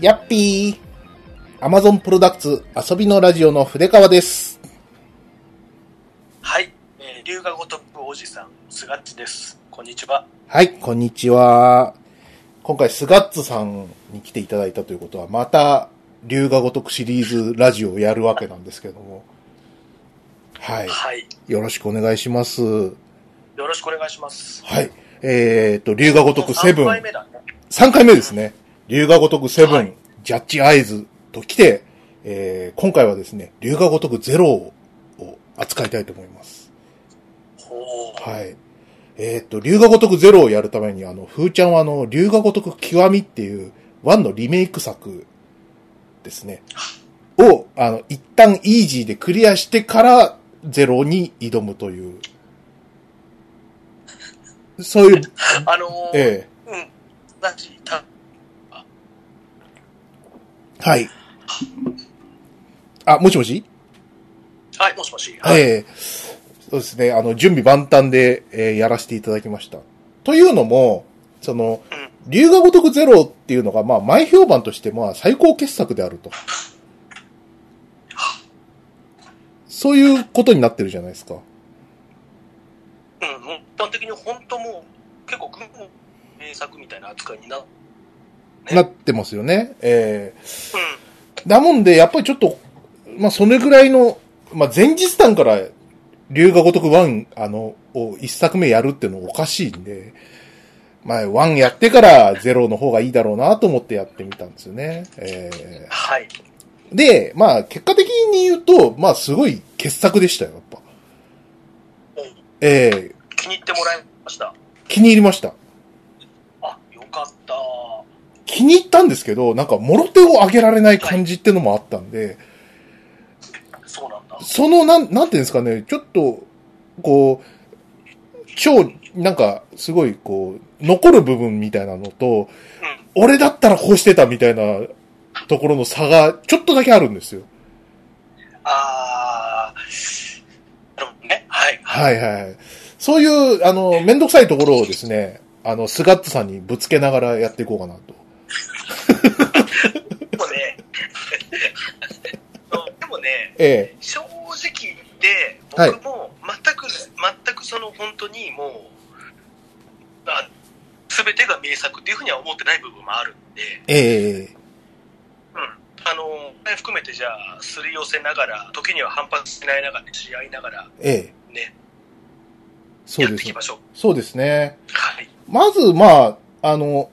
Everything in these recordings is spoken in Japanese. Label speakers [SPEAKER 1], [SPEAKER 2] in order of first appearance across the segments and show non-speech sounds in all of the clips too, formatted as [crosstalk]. [SPEAKER 1] やっぴー !Amazon プロダクツ遊びのラジオの筆川です。
[SPEAKER 2] はい、えー、龍が如くおじさん、すがっちです。こんにちは。
[SPEAKER 1] はい、こんにちは。今回、スガッツさんに来ていただいたということは、また、龍が如くシリーズラジオをやるわけなんですけども。はい。
[SPEAKER 2] はい、
[SPEAKER 1] よろしくお願いします。
[SPEAKER 2] よろしくお願いします。
[SPEAKER 1] はい。えーと、龍が如くセブ
[SPEAKER 2] 3
[SPEAKER 1] ン。
[SPEAKER 2] 回目だね。
[SPEAKER 1] 3回目ですね。龍が如くセブ
[SPEAKER 2] は
[SPEAKER 1] ン
[SPEAKER 2] い、
[SPEAKER 1] ジャッジアイズと来て、えー今回はですね、龍が如くゼロを扱いたいと思います。
[SPEAKER 2] ほう。
[SPEAKER 1] はい。えっ、と、龍が如くゼロをやるために、あの、ふーちゃんはあの、龍が如く極みっていう、ワンのリメイク作ですね。を、あの、一旦イージーでクリアしてから、ゼロに挑むという。そういう、
[SPEAKER 2] あのー、
[SPEAKER 1] え
[SPEAKER 2] うん、同じ、た、
[SPEAKER 1] えはい。あ、もしもし
[SPEAKER 2] はい、もしもし。。
[SPEAKER 1] はいい。そうですね。あの、準備万端で、えーやらせていただきました。というのも、その、龍が如くゼロっていうのが、まあ、前評判として、まあ、最高傑作であると。そういうことになってるじゃないですか。
[SPEAKER 2] うん、もう一般的に本当もう、結構、軍の名作みたいな扱いにな、うん。ね
[SPEAKER 1] なってますよね。えーだもんで、やっぱりちょっと、まあ、それぐらいの、まあ、前日談から、龍が如く1、あの、を一作目やるっていうのおかしいんで、まあ、1やってから0の方がいいだろうなと思ってやってみたんですよね。え
[SPEAKER 2] はい。
[SPEAKER 1] ーで、まあ、結果的に言うと、まあ、すごい傑作でしたよ、やっぱ。
[SPEAKER 2] うん
[SPEAKER 1] えー
[SPEAKER 2] 気に入ってもらいました。
[SPEAKER 1] 気に入りました。
[SPEAKER 2] あ、よかった。
[SPEAKER 1] 気に入ったんですけど、なんか、もろ手を上げられない感じってのもあったんで、
[SPEAKER 2] そうなんだ。
[SPEAKER 1] その、なん、なんていうんですかね、ちょっと、こう、超、なんか、すごい、こう、残る部分みたいなのと、
[SPEAKER 2] うん。
[SPEAKER 1] 俺だったらこうしてたみたいなところの差が、ちょっとだけあるんですよ。
[SPEAKER 2] あー、なるほどね。はい。
[SPEAKER 1] はいはい。そういう、あの、めんどくさいところをですね、あの、スガッツさんにぶつけながらやっていこうかなと。
[SPEAKER 2] でもね、 [laughs] そうでもね、
[SPEAKER 1] え
[SPEAKER 2] 正直言って
[SPEAKER 1] はい
[SPEAKER 2] 僕も全く、全くその本当にもうあ全てが名作っていうふうには思ってない部分もあるんで、
[SPEAKER 1] え、ええ、
[SPEAKER 2] うん、あの含めてじゃあすり寄せながら時には反発しないながら試合いながら
[SPEAKER 1] ええ。
[SPEAKER 2] ね
[SPEAKER 1] そう
[SPEAKER 2] やっ
[SPEAKER 1] で
[SPEAKER 2] てい
[SPEAKER 1] す
[SPEAKER 2] き。ましょう
[SPEAKER 1] そうですね。
[SPEAKER 2] はい
[SPEAKER 1] まず、まあ、あの、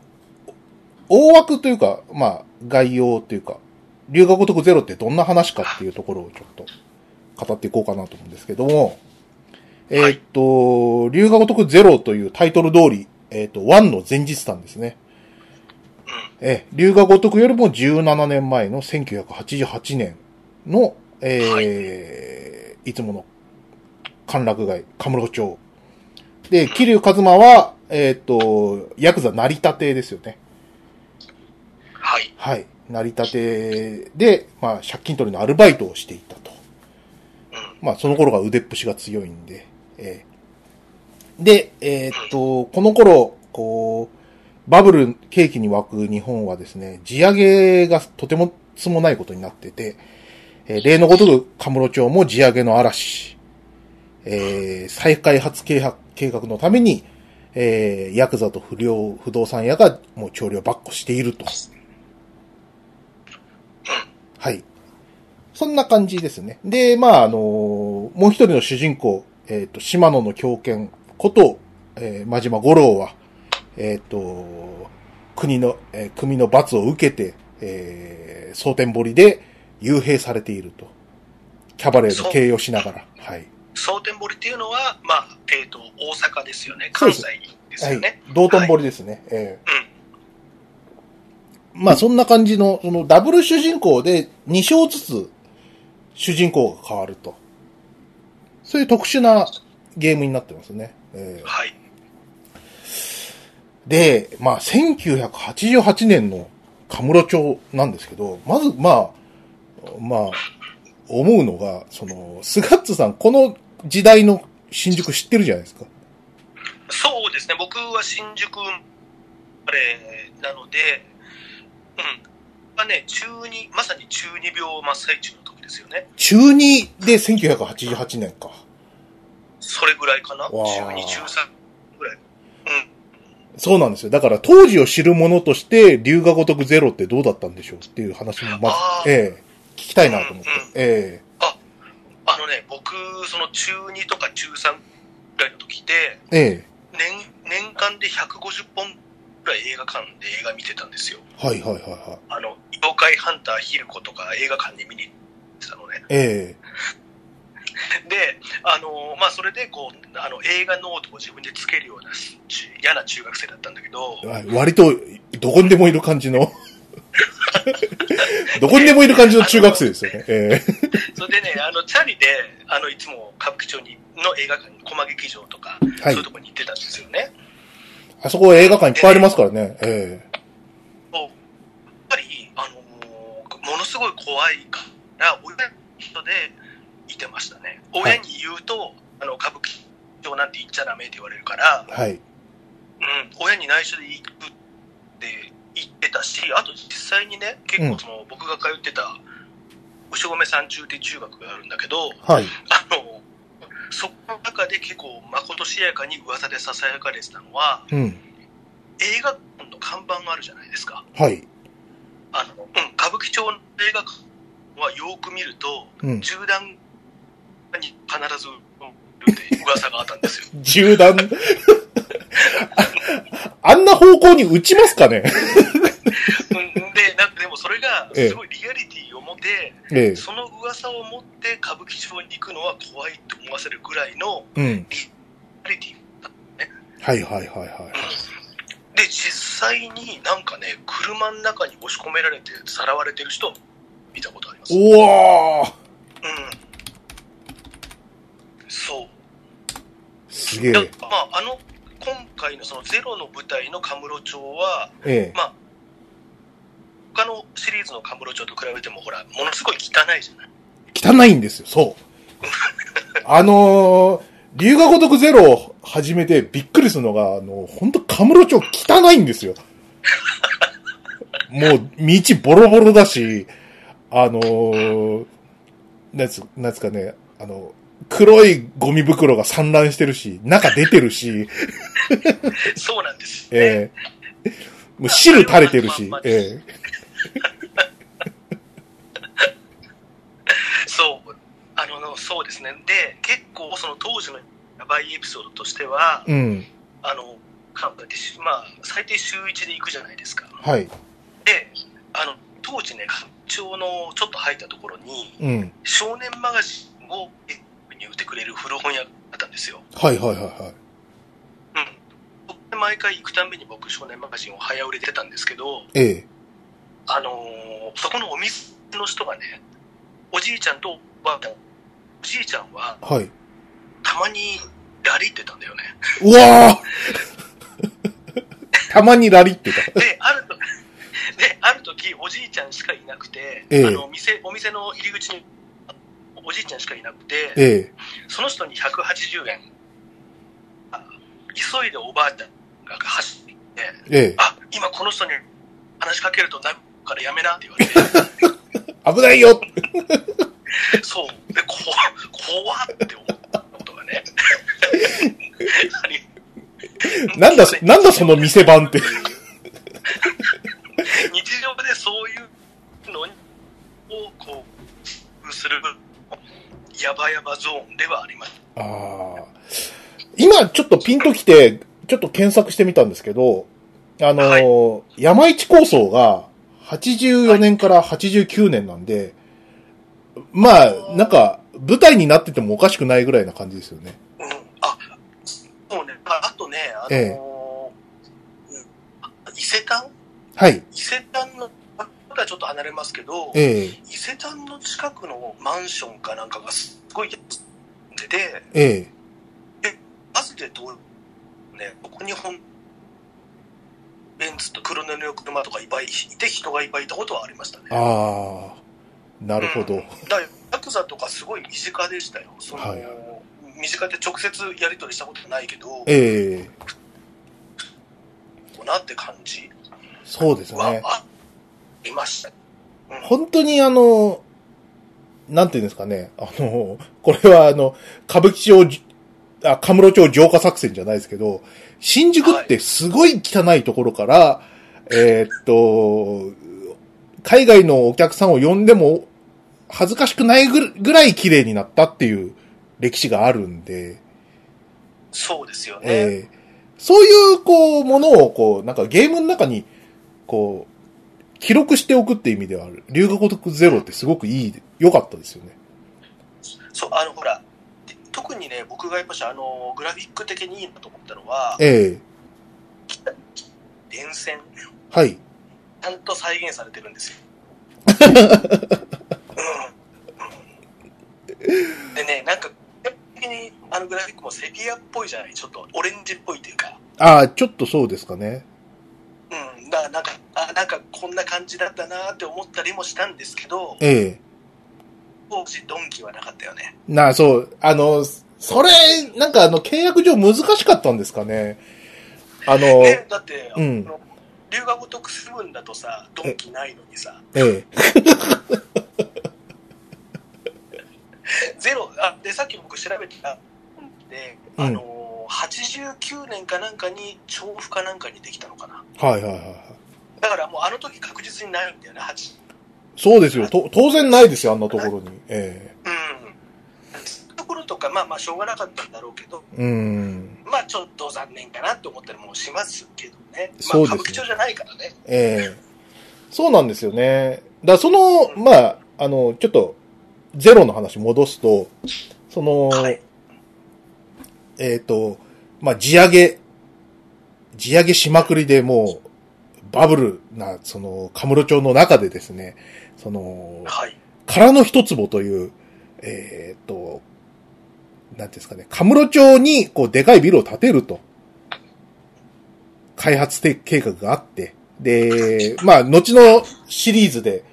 [SPEAKER 1] 大枠というか、まあ、概要というか、留学とくゼロってどんな話かっていうところをちょっと語っていこうかなと思うんですけども、えーっと、留学とくゼロというタイトル通り、えーっと、1の前日談ですね。
[SPEAKER 2] う
[SPEAKER 1] え、龍が如くよりも17年前の1988年の、えーい、つもの歓楽街、カムロ町。で、桐生一馬は、えっ、と、ヤクザ成り立てですよね。
[SPEAKER 2] んはい
[SPEAKER 1] はい。成り立てで、まあ、借金取りのアルバイトをしていたと。
[SPEAKER 2] うん
[SPEAKER 1] まあ、その頃が腕っぷしが強いんで、えーで、えーっと、この頃、こう、バブル景気に沸く日本はですね、地上げがとてもつもないことになってて、えー例のごとく、カムロ町も地上げの嵐、えー再開発計画計画のために、えーヤクザと不良不動産屋がもう調量ばっこしていると。はい。そんな感じですね。で、まあ、あのもう一人の主人公、えっ、と、島野の狂犬こと、えー、真島五郎は、えっ、と、国の、えー組の罰を受けて、えー、蒼天堀で幽閉されていると。キャバレーの経営をしながら。はい。
[SPEAKER 2] 蒼天堀っていうのはまあえっ、と大阪ですよね
[SPEAKER 1] そう
[SPEAKER 2] 関
[SPEAKER 1] です
[SPEAKER 2] 西です
[SPEAKER 1] は
[SPEAKER 2] よ
[SPEAKER 1] い
[SPEAKER 2] ね。
[SPEAKER 1] 道頓堀ですね。ええまあ、そんな感じの、その、ダブル主人公で2章ずつ主人公が変わると。そういう特殊なゲームになってますね。ええ
[SPEAKER 2] はい
[SPEAKER 1] で、まあ、1988年のカムロ町なんですけど、まず、まあ、まあ、思うのが、その、スガッツさん、この時代の新宿知ってるじゃないですか。
[SPEAKER 2] そうですね、僕は新宿生まれなので、うん、がね、中二、まさに中二病真っ最中の時ですよね。
[SPEAKER 1] 中2で1988年か。
[SPEAKER 2] それぐらいかな。
[SPEAKER 1] わー
[SPEAKER 2] 中二、中三ぐらい。
[SPEAKER 1] そうなんですよ。だから当時を知る者として、龍が如くゼロってどうだったんでしょうっていう話もまず
[SPEAKER 2] あ、ー
[SPEAKER 1] ええ聞きたいなと思って。
[SPEAKER 2] うんうん
[SPEAKER 1] え
[SPEAKER 2] あのね、僕、その中二とか中三ぐらいの時で、
[SPEAKER 1] ええ
[SPEAKER 2] 年、年間で150本ぐらい映画館で映画見てたんですよ。
[SPEAKER 1] えはいはいはいはい。
[SPEAKER 2] あの、妖怪ハンターヒルコとか映画館に見に行ってたのね。
[SPEAKER 1] え
[SPEAKER 2] で、あのまあ、それでこうあの映画ノートを自分でつけるようなし嫌な中学生だったんだけど
[SPEAKER 1] え、わ割と、どこにでもいる感じの。どこにでもいる感じの中学生ですよね。ええ
[SPEAKER 2] それでね、あのチャリであのいつも歌舞伎町にの映画館に、駒劇場とか、
[SPEAKER 1] はい
[SPEAKER 2] そういうとこに行ってたんですよね。
[SPEAKER 1] あそこ映画館いっぱいありますからね。え
[SPEAKER 2] そうやっぱり、あのものすごい怖いから、親の人でいてましたね。
[SPEAKER 1] はい
[SPEAKER 2] 親に言うと、あの歌舞伎町なんて行っちゃダメって言われるから
[SPEAKER 1] え、はい。
[SPEAKER 2] うん、親に内緒で行くって言ってたし、あと実際にね、結構その、僕が通ってた、牛込三中っていう中学があるんだけど、
[SPEAKER 1] はい。
[SPEAKER 2] あの、そこの中で結構まことしやかに噂で囁かれてたのは、
[SPEAKER 1] うん。
[SPEAKER 2] 映画館の看板があるじゃないですか。
[SPEAKER 1] はい。
[SPEAKER 2] あの、うん、歌舞伎町の映画館はよく見ると、
[SPEAKER 1] うん。
[SPEAKER 2] 銃弾に必ず、るって噂があった
[SPEAKER 1] [laughs]
[SPEAKER 2] んですよ。
[SPEAKER 1] 銃弾。ああんな方向に撃ちますかね
[SPEAKER 2] うんで、なんかでもそれが、すごいリアリティを持って、
[SPEAKER 1] ええ
[SPEAKER 2] その噂を持って歌舞伎町に行くのは怖いと思わせるぐらいの
[SPEAKER 1] うん。
[SPEAKER 2] リアリティ
[SPEAKER 1] はいはいはいはい。
[SPEAKER 2] で実際になんかね車の中に押し込められてさらわれてる人を見たことありますうん
[SPEAKER 1] うわー
[SPEAKER 2] そう
[SPEAKER 1] すげえ
[SPEAKER 2] だ。まああの今回のその「ゼロの舞台の神室町は
[SPEAKER 1] ええ。
[SPEAKER 2] まあ他のシリーズの神室町と比べてもほらものすごい汚いじゃない [laughs]
[SPEAKER 1] 汚いんですよ、そう。あのー、龍が如くゼロを始めてびっくりするのが、あの、ほんとカムロ町汚いんですよ。もう、道ボロボロだし、あのー、なんつ、なんつうかね、あの、黒いゴミ袋が散乱してるし、中出てるし、
[SPEAKER 2] そうなんですよね、
[SPEAKER 1] ええもう汁垂れてるし、ええ
[SPEAKER 2] そうあのそうですねで結構その当時のやばいエピソードとしては、
[SPEAKER 1] うん、
[SPEAKER 2] あの韓国でしまあ最低週1で行くじゃないですか
[SPEAKER 1] はい、
[SPEAKER 2] であの当時ね八丁のちょっと入ったところに
[SPEAKER 1] うん、
[SPEAKER 2] 少年マガジンをに売ってくれる古本屋があったんですよ
[SPEAKER 1] はいはいはいはい。
[SPEAKER 2] うんそこで毎回行くたんびに僕少年マガジンを早売れてたんですけど
[SPEAKER 1] ええ
[SPEAKER 2] あのーそこのお店の人がねおじいちゃんとおばあちゃんおじいちゃんは
[SPEAKER 1] はい。
[SPEAKER 2] たまにラリってたんだよね
[SPEAKER 1] うわー [laughs] たまにラリってた。
[SPEAKER 2] で、あると、 [laughs] で、ある時、おじいちゃんしかいなくて、
[SPEAKER 1] ええ
[SPEAKER 2] あの、店、お店の入り口に、おじいちゃんしかいなくて、
[SPEAKER 1] ええ
[SPEAKER 2] その人に180円、あ急いでおばあちゃんが走ってきて、
[SPEAKER 1] え
[SPEAKER 2] あ、今この人に話しかけるとなるからやめなって言われ
[SPEAKER 1] え、危ないよ [laughs]
[SPEAKER 2] て、そう、で、こ怖っって思ったことが
[SPEAKER 1] [laughs]
[SPEAKER 2] ね。あり
[SPEAKER 1] なんだ、 [laughs] なんだその店番って。
[SPEAKER 2] 日常でそういうのをこうするやばやばゾーンではあります
[SPEAKER 1] ああ。今ちょっとピンときて、ちょっと検索してみたんですけど、あのー山市構想が84年から89年なんで、まあ、なんか、舞台になっててもおかしくないぐらいな感じですよね。
[SPEAKER 2] うん、あそうねああとねあのー
[SPEAKER 1] え
[SPEAKER 2] うん伊勢丹
[SPEAKER 1] はい。
[SPEAKER 2] 伊勢丹のまだちょっと離れますけど
[SPEAKER 1] ええ
[SPEAKER 2] 伊勢丹の近くのマンションかなんかがすごい安くてで
[SPEAKER 1] ええ
[SPEAKER 2] バスで通るねここに本ベンツと黒布の車とかいっぱいいて人がいっぱいいたことはありましたね
[SPEAKER 1] ああ。なるほ
[SPEAKER 2] う
[SPEAKER 1] ど
[SPEAKER 2] ん。だからヤクザとかすごい身近でしたよ。その
[SPEAKER 1] はい
[SPEAKER 2] 身近で直接やり取りしたことないけど、
[SPEAKER 1] ええ
[SPEAKER 2] なって感じ
[SPEAKER 1] そうです
[SPEAKER 2] は
[SPEAKER 1] ね。
[SPEAKER 2] ありました。
[SPEAKER 1] 本当にあの、なんていうんですかね、あの、これはあの、歌舞伎町じ、あ、カムロ町浄化作戦じゃないですけど、新宿ってすごい汚いところから、えーっと、海外のお客さんを呼んでも恥ずかしくないぐぐらい綺麗になったっていう歴史があるんで、
[SPEAKER 2] そうですよね。
[SPEAKER 1] えーそういう、こう、ものを、こう、なんかゲームの中に、こう、記録しておくっていう意味では、龍が如くゼロってすごくいい、良かったですよね。
[SPEAKER 2] そう、あの、ほら、で特にね、僕がやっぱし、あの、グラフィック的にいいなと思ったのは、
[SPEAKER 1] え
[SPEAKER 2] 電線、
[SPEAKER 1] えはい。
[SPEAKER 2] ちゃんと再現されてるんです
[SPEAKER 1] [laughs]
[SPEAKER 2] よ。うんでね、なんか、基本的にあのグラフィックもセピアっぽいじゃないちょっとオレンジっぽいというか。
[SPEAKER 1] ああ、ちょっとそうですかね。
[SPEAKER 2] うん、だなんか、あ、なんかこんな感じだったなって思ったりもしたんですけど、
[SPEAKER 1] え
[SPEAKER 2] 当時ドンキはなかったよね。
[SPEAKER 1] えなあ、そう、あの、それ、なんかあの、契約上難しかったんですかね。あの、
[SPEAKER 2] ね、だって、
[SPEAKER 1] うん
[SPEAKER 2] あの龍が如くセブンだとさ、ドンキないのにさ、
[SPEAKER 1] ええ
[SPEAKER 2] ゼロ、あ、で、さっき僕調べたら、で、あのー、89年かなんかに、調布かなんかにできたのかな。
[SPEAKER 1] はいはいはいはい。
[SPEAKER 2] だからもうあの時確実にないんだよね、8。
[SPEAKER 1] そうですよ。と当然ないですよ、あんなところに。え
[SPEAKER 2] うん。ところとか、まあまあ、しょうがなかったんだろうけど、
[SPEAKER 1] えうん。
[SPEAKER 2] まあちょっと残念かなって思ったりもしますけどね。
[SPEAKER 1] そうですね
[SPEAKER 2] まあ、歌舞伎町じゃないからね。
[SPEAKER 1] ええそうなんですよね。だからその、まあ、あの、ちょっと、ゼロの話戻すと、その、
[SPEAKER 2] はい。
[SPEAKER 1] えっ、と、まあ、地上げ、地上げしまくりでもう、バブルな、その、カムロ町の中でですね、その、
[SPEAKER 2] はい。
[SPEAKER 1] 空の一坪という、えっ、と、なんていうんですかね、カムロ町に、こう、でかいビルを建てると。開発て計画があって。で、まあ、後のシリーズで、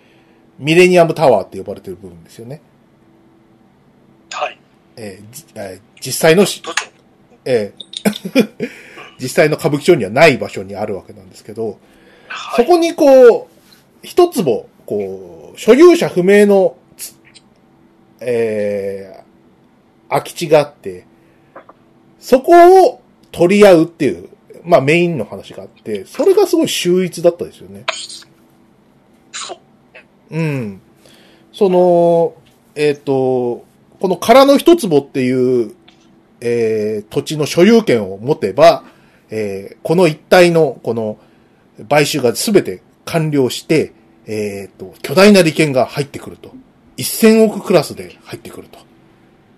[SPEAKER 1] ミレニアムタワーって呼ばれてる部分ですよね。
[SPEAKER 2] はい。
[SPEAKER 1] えーじえー実際のし、
[SPEAKER 2] どっちも
[SPEAKER 1] えー [laughs] 実際の歌舞伎町にはない場所にあるわけなんですけど、
[SPEAKER 2] は
[SPEAKER 1] そ
[SPEAKER 2] い。
[SPEAKER 1] こにこう、一坪、こう、所有者不明のつ、えー、空き地があって、そこを取り合うっていう、まあメインの話があって、それがすごい秀逸だったですよね。
[SPEAKER 2] そう。
[SPEAKER 1] うん。その、えっ、と、この空の一坪っていう、えー、土地の所有権を持てば、えー、この一帯の、この、買収が全て完了して、えっ、と、巨大な利権が入ってくると。1000億クラスで入ってくると。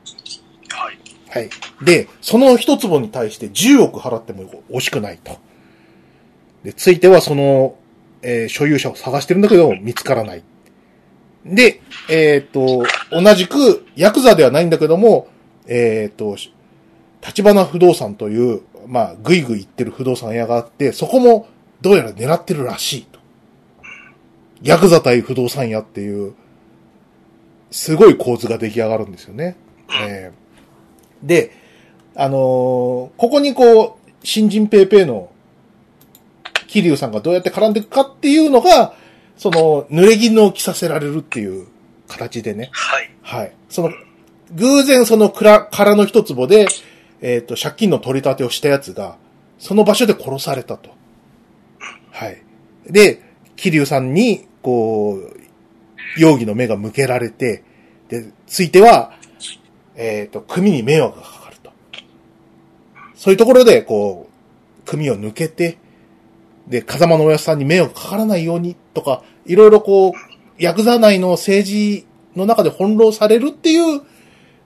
[SPEAKER 2] はい。
[SPEAKER 1] はい。で、その一坪に対して10億払っても惜しくないと。で、ついてはその、えー所有者を探してるんだけど、見つからない。で、えっ、と、同じく、ヤクザではないんだけども、えっ、と、立花不動産という、まあ、ぐいぐい行ってる不動産屋があって、そこも、どうやら狙ってるらしいと。ヤクザ対不動産屋っていう、すごい構図が出来上がるんですよね。えーで、あのーここにこう、新人ペーペーの、桐生さんがどうやって絡んでいくかっていうのが、その、濡れ衣を着させられるっていう形でね。
[SPEAKER 2] はい。
[SPEAKER 1] はい。その、偶然その蔵、殻の一坪で、えっ、と、借金の取り立てをしたやつが、その場所で殺されたと。はい。で、桐生さんに、こう、容疑の目が向けられて、で、ついては、えっ、と、組に迷惑がかかると。そういうところで、こう、組を抜けて、で、風間のおやさんに迷惑かからないようにとか、いろいろこう、ヤクザ内の政治の中で翻弄されるっていう、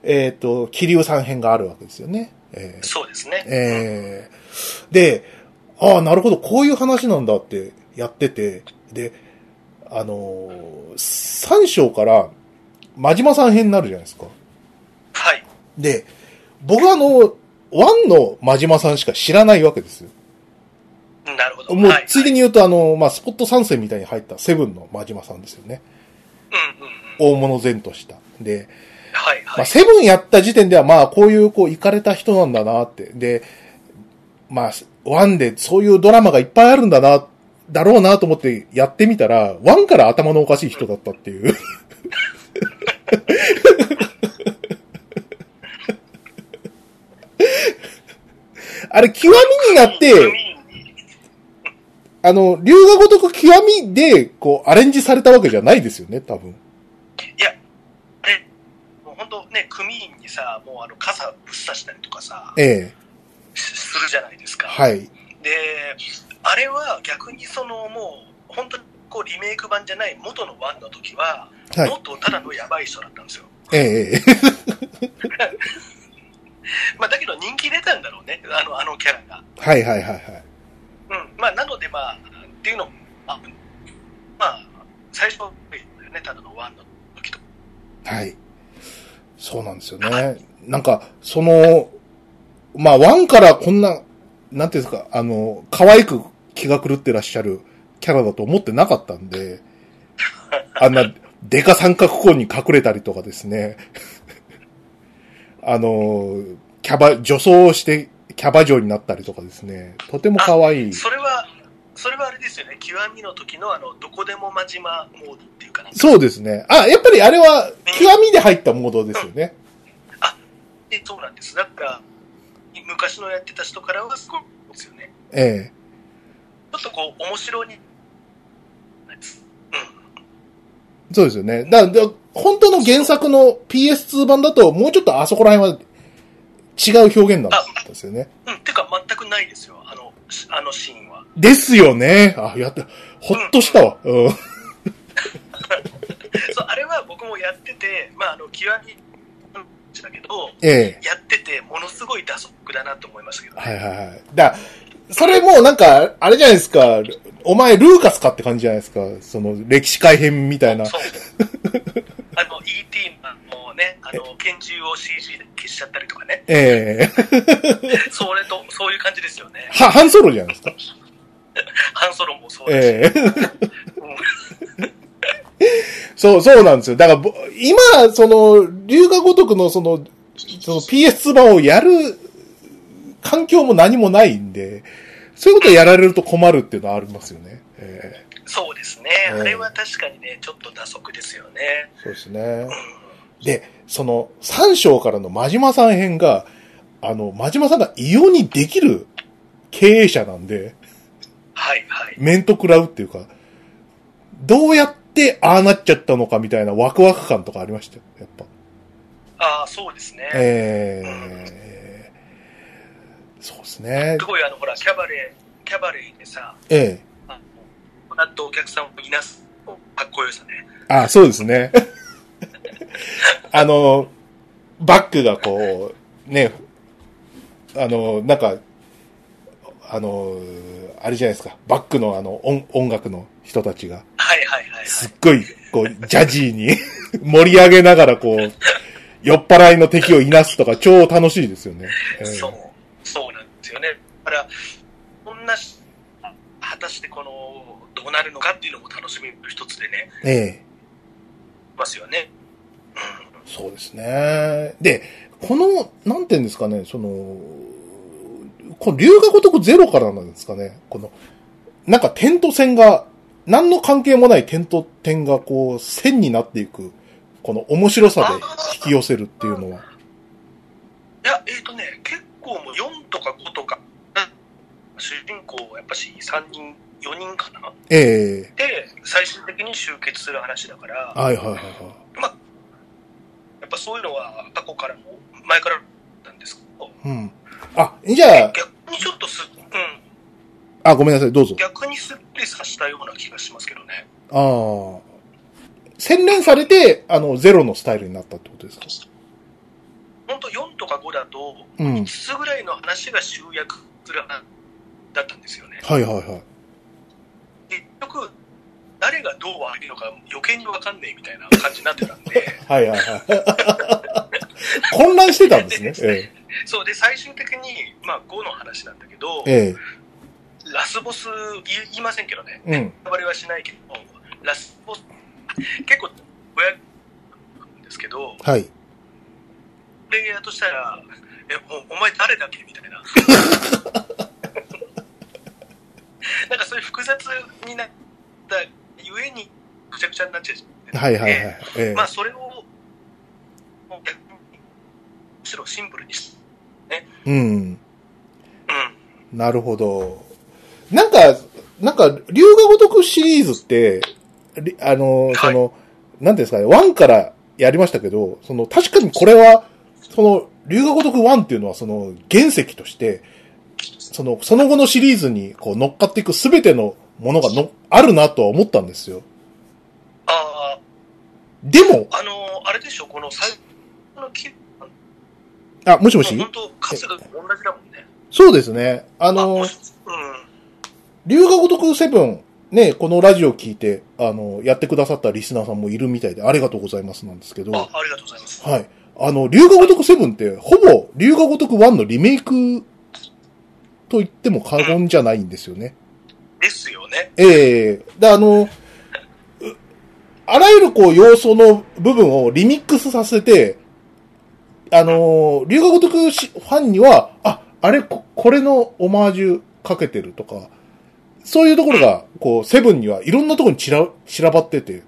[SPEAKER 1] えっ、と、桐生さん編があるわけですよね。えー
[SPEAKER 2] そうですね。
[SPEAKER 1] えーで、ああ、なるほど、こういう話なんだってやってて、で、あのー、3章から、真島さん編になるじゃないですか。
[SPEAKER 2] はい。
[SPEAKER 1] で、僕はあの、1の真島さんしか知らないわけですよ。
[SPEAKER 2] なるほど。
[SPEAKER 1] もう
[SPEAKER 2] は、い、
[SPEAKER 1] ついでに言うと、あの、まあ、スポット参戦みたいに入ったセブンの真島さんですよね。
[SPEAKER 2] うんうんうん。
[SPEAKER 1] 大物前とした。で、
[SPEAKER 2] はい
[SPEAKER 1] ま
[SPEAKER 2] は
[SPEAKER 1] あ、
[SPEAKER 2] い。
[SPEAKER 1] セブンやった時点では、まあ、こういう、こう、行かれた人なんだなって。で、まあ、ワンでそういうドラマがいっぱいあるんだな、だろうなと思ってやってみたら、ワンから頭のおかしい人だったっていう。 [laughs] あれ、極みになっ
[SPEAKER 2] うん
[SPEAKER 1] て、あの、龍が如く極みで、こう、アレンジされたわけじゃないですよね、多分。
[SPEAKER 2] いや、あれ、もう本当ね、組員にさ、もうあの傘ぶっ刺したりとかさ、
[SPEAKER 1] ええ
[SPEAKER 2] しするじゃないですか。
[SPEAKER 1] はい。
[SPEAKER 2] で、あれは逆にそのもう、本当にこうリメイク版じゃない元のワンの時は、
[SPEAKER 1] はい
[SPEAKER 2] もっとただのやばい人だったんですよ。
[SPEAKER 1] ええええ
[SPEAKER 2] まあ、だけど人気出たんだろうね、あのあのキャラが。
[SPEAKER 1] はいはいはいはい。
[SPEAKER 2] うん。まあ、なのでまあ、っていうのも、あまあ、最初はね、ただのワンの時と。
[SPEAKER 1] はい。そうなんですよね。なんか、その、まあ、ワンからこんな、なんていうんですか、あの、可愛く気が狂ってらっしゃるキャラだと思ってなかったんで、あんな、デカ三角コーンに隠れたりとかですね。 [laughs] あの、キャバ、女装をして、キャバ嬢になったりとかですね。とても可愛い。
[SPEAKER 2] それは、それはあれですよね、極みの時のあの、どこでも真島モードっていうかな。
[SPEAKER 1] そうですね。あ、やっぱりあれは、極みで入ったモードですよね。
[SPEAKER 2] でそうなんです。だから、昔のやってた人からはすごいですよね。
[SPEAKER 1] ええ。
[SPEAKER 2] ちょっとこう、面白に、
[SPEAKER 1] そうですよね。だだ本当の原作の PS2 版だと、もうちょっとあそこら辺は違う表現なんですよね。
[SPEAKER 2] うん。うん。てか、全くないですよ、あの、しあのシーンは。
[SPEAKER 1] ですよね。あ、やった。ほっとしたわ。うん。
[SPEAKER 2] そう、あれは僕もやってて、まあ、あの、極みの話だけど、
[SPEAKER 1] ええ。
[SPEAKER 2] やってて、ものすごい打足だなと思いましたけど、
[SPEAKER 1] はいはいはい。だそれもうなんか、あれじゃないですか。お前ルーカスかって感じじゃないですか。その歴史改変みたいな。
[SPEAKER 2] そう。あの、E.T. のね、あの、拳銃を CG で消しちゃったりとかね、
[SPEAKER 1] ええ
[SPEAKER 2] それと、そういう感じですよね。
[SPEAKER 1] は、半ソロじゃないですか。
[SPEAKER 2] ハンソロもそうだし、
[SPEAKER 1] ええ
[SPEAKER 2] うん
[SPEAKER 1] そう、そうなんですよ。だからぼ、今、その、龍が如くのその、その PS2 版をやる環境も何もないんで、そういうことやられると困るっていうのはありますよね。え
[SPEAKER 2] そうですね、
[SPEAKER 1] うん
[SPEAKER 2] あれは確かにね、ちょっと打足ですよね。
[SPEAKER 1] えそうですね。で、その、三章からの真島さん編が、あの、真島さんが異様にできる経営者なんで、
[SPEAKER 2] はいはい。
[SPEAKER 1] 面と食らうっていうか、どうやってああなっちゃったのかみたいなワクワク感とかありましたよ、やっぱ。
[SPEAKER 2] ああ、そうですね。
[SPEAKER 1] えー、そうですね
[SPEAKER 2] す。ごい、あの、ほら、キャバレー、キャバレーでさ、
[SPEAKER 1] え
[SPEAKER 2] あの、なんとお客さんをいなす、かっこよさね。
[SPEAKER 1] えあ、そうですね。 [laughs] あの、バッグがこう、ね、あの、なんか、あの、あれじゃないですか。バックのあの、音音楽の人たちが、
[SPEAKER 2] はいはいはい、はい。
[SPEAKER 1] すっごい、こう、ジャジーに [laughs] 盛り上げながら、こう、酔っ払いの敵をいなすとか、超楽しいですよね。ええ
[SPEAKER 2] そう、そうなんですよね。だから、こんなし、果たしてこの、どうなるのかっていうのも楽しみの一つでね、
[SPEAKER 1] ええ
[SPEAKER 2] ますよね。
[SPEAKER 1] そうですね。で、この、なんていうんですかね、その、この龍が如くゼロからなんですかね、この、なんか点と線が、何の関係もない点と点がこう、線になっていく、この面白さで引き寄せるっていうのは。
[SPEAKER 2] いや、えっ、ー、とね、結構もう4とか5とか、主人公はやっぱし3人、4人かな
[SPEAKER 1] え
[SPEAKER 2] で、最終的に集結する話だから、
[SPEAKER 1] えはいはいはいは
[SPEAKER 2] やっぱそういうのは過去からも、前からなんですけど、
[SPEAKER 1] い。うん。あ、じゃあ、
[SPEAKER 2] 逆にちょっとす、うん、
[SPEAKER 1] あ、ごめんなさい、どうぞ。
[SPEAKER 2] 逆にすっきりさせたような気がしますけどね。
[SPEAKER 1] ああ。洗練されて、あの、ゼロのスタイルになったってことですか
[SPEAKER 2] 本当4とか5だと、
[SPEAKER 1] うん。はい
[SPEAKER 2] 5つぐらいの話が集約する話だったんですよね。
[SPEAKER 1] はいはい。
[SPEAKER 2] 結局、誰がどう悪いのか余計にわかんねえみたいな感じになってたんで、
[SPEAKER 1] [laughs] はいはいはい。混乱してたんですね。
[SPEAKER 2] [laughs]
[SPEAKER 1] え
[SPEAKER 2] そうで、最終的に、まあ5の話なんだけど、
[SPEAKER 1] え。え
[SPEAKER 2] ラスボス言い言いませんけどね、
[SPEAKER 1] え。うん。
[SPEAKER 2] 我々はしないけど、ラスボス、結構、親なんですけど、
[SPEAKER 1] はい。
[SPEAKER 2] プレイヤーとしたら、え、
[SPEAKER 1] [laughs]
[SPEAKER 2] おお前誰だっけみたいな。なんかそういう複雑になったゆえに、ぐちゃぐちゃになっちゃうじゃん
[SPEAKER 1] はいはいはい。
[SPEAKER 2] で
[SPEAKER 1] ええ
[SPEAKER 2] まあ、それを、もう逆にむしろシンプルにし、
[SPEAKER 1] うん。
[SPEAKER 2] うん。
[SPEAKER 1] なるほど。なんか、なんか、龍が如くシリーズって、りあの、
[SPEAKER 2] い
[SPEAKER 1] その、なんていうんですかね、1からやりましたけど、その、確かにこれは、その、龍が如く1っていうのは、その、原石として、その、その後のシリーズに、こう、乗っかっていくすべてのものがの、あるなとは思ったんですよ。
[SPEAKER 2] あ
[SPEAKER 1] でも、
[SPEAKER 2] あ、あのーあれでしょ、この最後の木、も
[SPEAKER 1] あ、もしも
[SPEAKER 2] う
[SPEAKER 1] し
[SPEAKER 2] 本当、数が同じだもんね。
[SPEAKER 1] そうですね。あ
[SPEAKER 2] あ
[SPEAKER 1] の
[SPEAKER 2] も、しうん。
[SPEAKER 1] 龍が如くセブン、ね、このラジオ聞いて、あの、やってくださったリスナーさんもいるみたいで、ありがとうございますなんですけど、
[SPEAKER 2] あ
[SPEAKER 1] は、
[SPEAKER 2] ありがとうございます。
[SPEAKER 1] い。あの、龍が如くセブンって、ほぼ、龍が如くワンのリメイク、と言っても過言じゃないんですよね。
[SPEAKER 2] ですよね。
[SPEAKER 1] ええで、あの、うあらゆるこう、要素の部分をリミックスさせて、あの、龍が如くしファンには、あ、あれ、ここれのオマージュかけてるとか、そういうところが、こう、セブンにはいろんなところに散ら、散らばってて、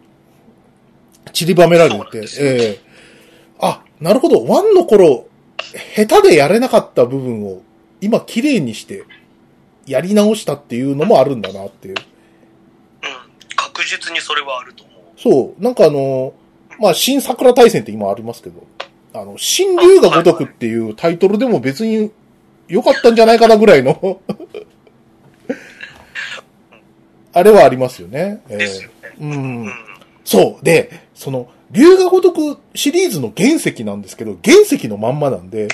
[SPEAKER 1] 散りばめられ
[SPEAKER 2] そうなん
[SPEAKER 1] て
[SPEAKER 2] で、すよ
[SPEAKER 1] ええあ、なるほど、ワンの頃、下手でやれなかった部分を、今綺麗にして、やり直したっていうのもあるんだなっていう。
[SPEAKER 2] うん。確実にそれはあると思う。
[SPEAKER 1] そう、なんかあの、まあ、新桜大戦って今ありますけど、あの、新竜が如くっていうタイトルでも別に良かったんじゃないかなぐらいの、あれはありますよね。ええ
[SPEAKER 2] ですよね。
[SPEAKER 1] う。
[SPEAKER 2] うんん。
[SPEAKER 1] そう。で、その、竜が如くシリーズの原石なんですけど、原石のまんまなんで、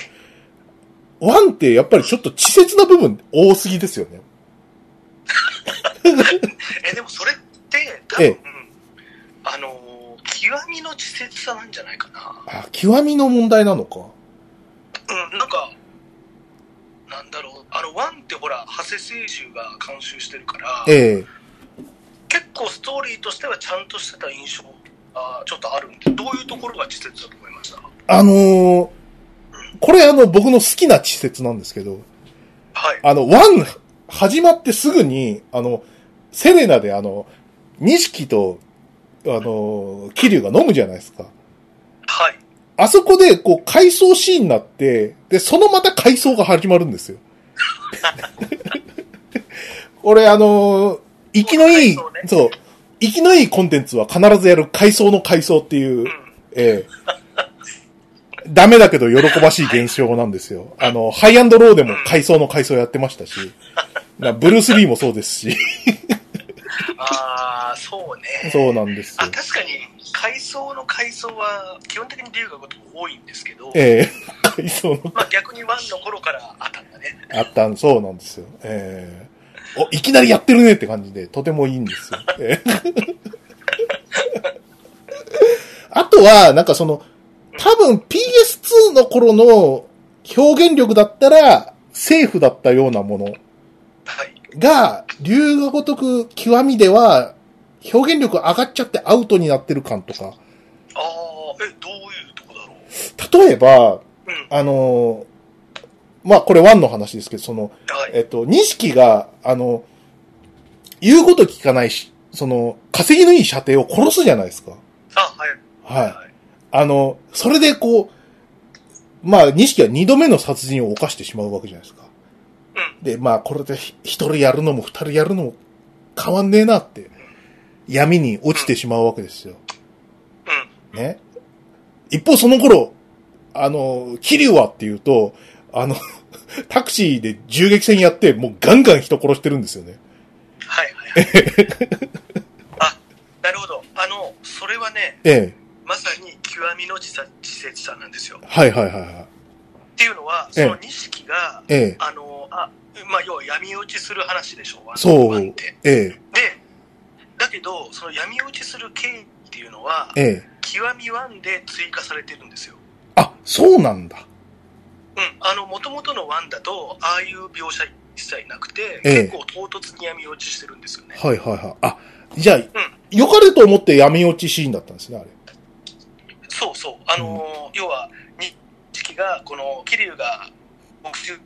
[SPEAKER 1] ワンってやっぱりちょっと稚拙な部分多すぎですよね。
[SPEAKER 2] え、でもそれって、多
[SPEAKER 1] え
[SPEAKER 2] 分、
[SPEAKER 1] え
[SPEAKER 2] あのー極みの稚拙さなんじゃないかな。
[SPEAKER 1] あ、極みの問題なのか。
[SPEAKER 2] うん、なんか、なんだろう、あの、ワンってほら、長谷聖獣が監修してるから、
[SPEAKER 1] ええ
[SPEAKER 2] 結構ストーリーとしてはちゃんとしてた印象がちょっとあるんで、どういうところが稚拙だと思いました
[SPEAKER 1] あのーこれあの僕の好きな稚拙なんですけど、
[SPEAKER 2] はい。
[SPEAKER 1] あの、ワン始まってすぐに、あの、セレナであの、錦と、あの、桐生が飲むじゃないですか。
[SPEAKER 2] はい。
[SPEAKER 1] あそこで、こう、回想シーンになって、で、そのまた回想が始まるんですよ。 [laughs] 俺、あの、生きのいい、
[SPEAKER 2] そうね
[SPEAKER 1] そう、生きのいいコンテンツは必ずやる回想の回想っていう
[SPEAKER 2] うん。、
[SPEAKER 1] ええ。ダメだけど喜ばしい現象なんですよ。あの、ハイアンドローでも階層の階層やってましたし、なブルース・リーもそうですし、
[SPEAKER 2] ああ、そうね。
[SPEAKER 1] そうなんです
[SPEAKER 2] あ
[SPEAKER 1] よ。
[SPEAKER 2] 確かに、階層の階層は、基本的に龍がことも多いんですけど、
[SPEAKER 1] ええ、階層の、
[SPEAKER 2] まあ逆にワンの頃からあったんだね。
[SPEAKER 1] あったん、そうなんですよ。ええ。お、いきなりやってるねって感じで、とてもいいんですよ。え [laughs] えあとは、なんかその、多分 PS2 の頃の表現力だったら、セーフだったようなもの
[SPEAKER 2] はい。
[SPEAKER 1] が、竜が如く極みでは、表現力上がっちゃってアウトになってる感とか。
[SPEAKER 2] ああ、え、どういうとこだろう。
[SPEAKER 1] 例えば、
[SPEAKER 2] うん。
[SPEAKER 1] あのーまあ、これワンの話ですけど、その、
[SPEAKER 2] はい。
[SPEAKER 1] えっと、錦が、あの、言うこと聞かないし、その、稼ぎのいい射程を殺すじゃないですか。
[SPEAKER 2] あ、はい。
[SPEAKER 1] はい。あの、それでこう、まあ、錦は二度目の殺人を犯してしまうわけじゃないですか。
[SPEAKER 2] う
[SPEAKER 1] で、まあ、これでひ一人やるのも二人やるのも変わんねえなって、闇に落ちてしまうわけですよ。ね。一方、その頃、あの、桐生はっていうと、あの、 [laughs] タクシーで銃撃戦やって、もうガンガン人殺してるんですよね。
[SPEAKER 2] はいはいはい。
[SPEAKER 1] [laughs]
[SPEAKER 2] あ、なるほど。あの、それはね、
[SPEAKER 1] ええ。
[SPEAKER 2] まさに極みの自殺自殺さんなんですよ。
[SPEAKER 1] はいはいはいはい。
[SPEAKER 2] っていうのは、
[SPEAKER 1] え
[SPEAKER 2] そ
[SPEAKER 1] え
[SPEAKER 2] の錦が、
[SPEAKER 1] ええ。
[SPEAKER 2] あの、あ、まあ、要は闇落ちする話でしょう、ワン
[SPEAKER 1] そう
[SPEAKER 2] ワンって。
[SPEAKER 1] え
[SPEAKER 2] で、だけど、その闇落ちする経緯っていうのは
[SPEAKER 1] え。、ええ。
[SPEAKER 2] 極みワンで追加されてるんですよ。
[SPEAKER 1] あ、そうなんだ。
[SPEAKER 2] うん、あの、もともとのワンだと、ああいう描写一切なくて、
[SPEAKER 1] ええ
[SPEAKER 2] 結構唐突に闇落ちしてるんですよね。
[SPEAKER 1] はいはいはい。あ、じゃあ、良かれと思って闇落ちシーンだったんですね、あれ。
[SPEAKER 2] そうそう、あのー要は、錦が、この桐生が牧中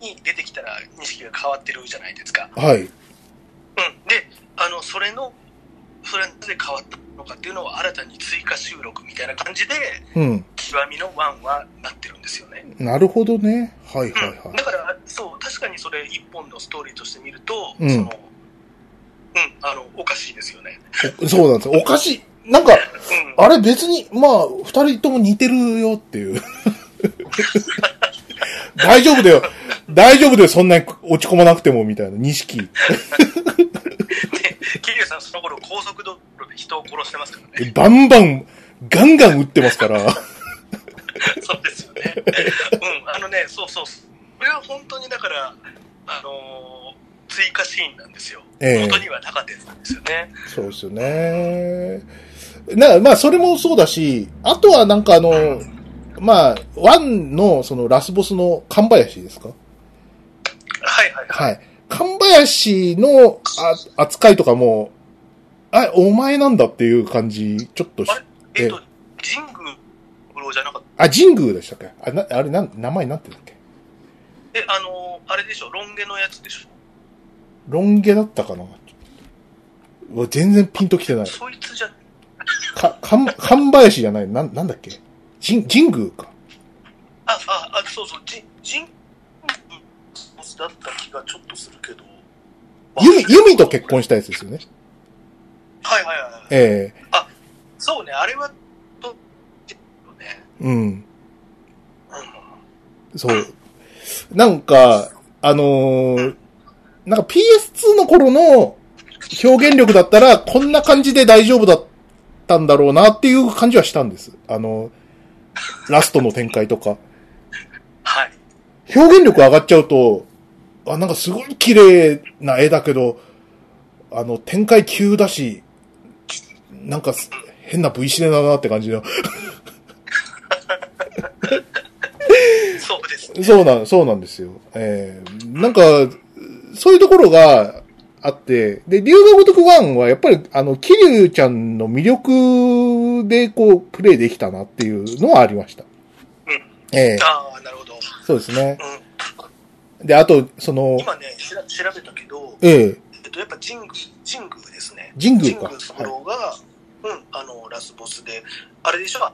[SPEAKER 2] に出てきたら、錦が変わってるじゃないですか。
[SPEAKER 1] はい。
[SPEAKER 2] うん、であのそれのそれはなぜ変わったのかっていうのを新たに追加収録みたいな感じで
[SPEAKER 1] うん。
[SPEAKER 2] 極みのワンはなってるんですよね、
[SPEAKER 1] なるほどね。はいはい
[SPEAKER 2] うん、
[SPEAKER 1] は
[SPEAKER 2] だからそう確かにそれ一本のストーリーとして見ると、
[SPEAKER 1] うん
[SPEAKER 2] そのうんあのおかしいですよね
[SPEAKER 1] い。おそうなんですよ。おかしい。なんか、
[SPEAKER 2] うん
[SPEAKER 1] あれ別に、まあ、二人とも似てるよっていう。 [laughs] 大丈夫だよ。大丈夫だよ。そんなに落ち込まなくても、みたいな。錦。
[SPEAKER 2] で桐生さんその頃高速道路で人を殺してま
[SPEAKER 1] [laughs]
[SPEAKER 2] すからね
[SPEAKER 1] バンバン、ガンガン撃ってますから。
[SPEAKER 2] そうですよねうんあのねそうそうこれは本当にだからあのー追加シーンなんですよ、
[SPEAKER 1] ええ
[SPEAKER 2] 元にはなかったやつなんですよね
[SPEAKER 1] そうですよね。な、まあ、それもそうだし、あとはなんかあの、まあ、ワンのそのラスボスの神林ですか
[SPEAKER 2] はいはいは
[SPEAKER 1] は
[SPEAKER 2] い
[SPEAKER 1] い。神林のあ扱いとかも、あ、お前なんだっていう感じ、ちょっとし
[SPEAKER 2] あれえっ、と、神宮五郎じゃなかっ
[SPEAKER 1] あ、神宮でしたっけあ、な、あれ、なん、名前なんて言うんだっけ
[SPEAKER 2] た。え、あのーあれでしょ、ロン毛のやつでし
[SPEAKER 1] ロン毛だったかなうわ全然ピンときてな
[SPEAKER 2] ょ。
[SPEAKER 1] い。
[SPEAKER 2] そいつじゃ、
[SPEAKER 1] か、かん、神林じゃない。なん、なんだっけ神、神宮か。
[SPEAKER 2] あ、あ、あ、そうそう、じ神宮だった気がちょっとするけど。
[SPEAKER 1] ユミ、ユミと
[SPEAKER 2] け
[SPEAKER 1] 結婚したやつですよね。
[SPEAKER 2] はいはいはい。
[SPEAKER 1] え
[SPEAKER 2] そうね、あれは、と、ね。
[SPEAKER 1] えうん。
[SPEAKER 2] うん
[SPEAKER 1] そう。なんか、あのーなんか PS2 の頃の表現力だったら、こんな感じで大丈夫だったんだろうなっていう感じはしたんです。あの、ラストの展開とか。
[SPEAKER 2] はい。
[SPEAKER 1] 表現力上がっちゃうと、あ、なんかすごい綺麗な絵だけど、あの、展開急だし、なんかす変な V シネだなって感じの。
[SPEAKER 2] そうです。
[SPEAKER 1] そうなん、そうなんですよ。えー、なんか、そういうところがあって、で、竜が如く1はやっぱり、あの、桐生ちゃんの魅力で、こう、プレイできたなっていうのはありました。ええ
[SPEAKER 2] ああ、なるほど。
[SPEAKER 1] そうですね
[SPEAKER 2] う。ん。
[SPEAKER 1] で、あと、その、
[SPEAKER 2] 今ね、しら調べたけど、
[SPEAKER 1] ええ
[SPEAKER 2] えっと、やっぱ神宮、神宮ですね。
[SPEAKER 1] 神
[SPEAKER 2] 神
[SPEAKER 1] 宮か。
[SPEAKER 2] 宮
[SPEAKER 1] はい
[SPEAKER 2] スブローが、うん、あの、ラスボスで、あれでしょあ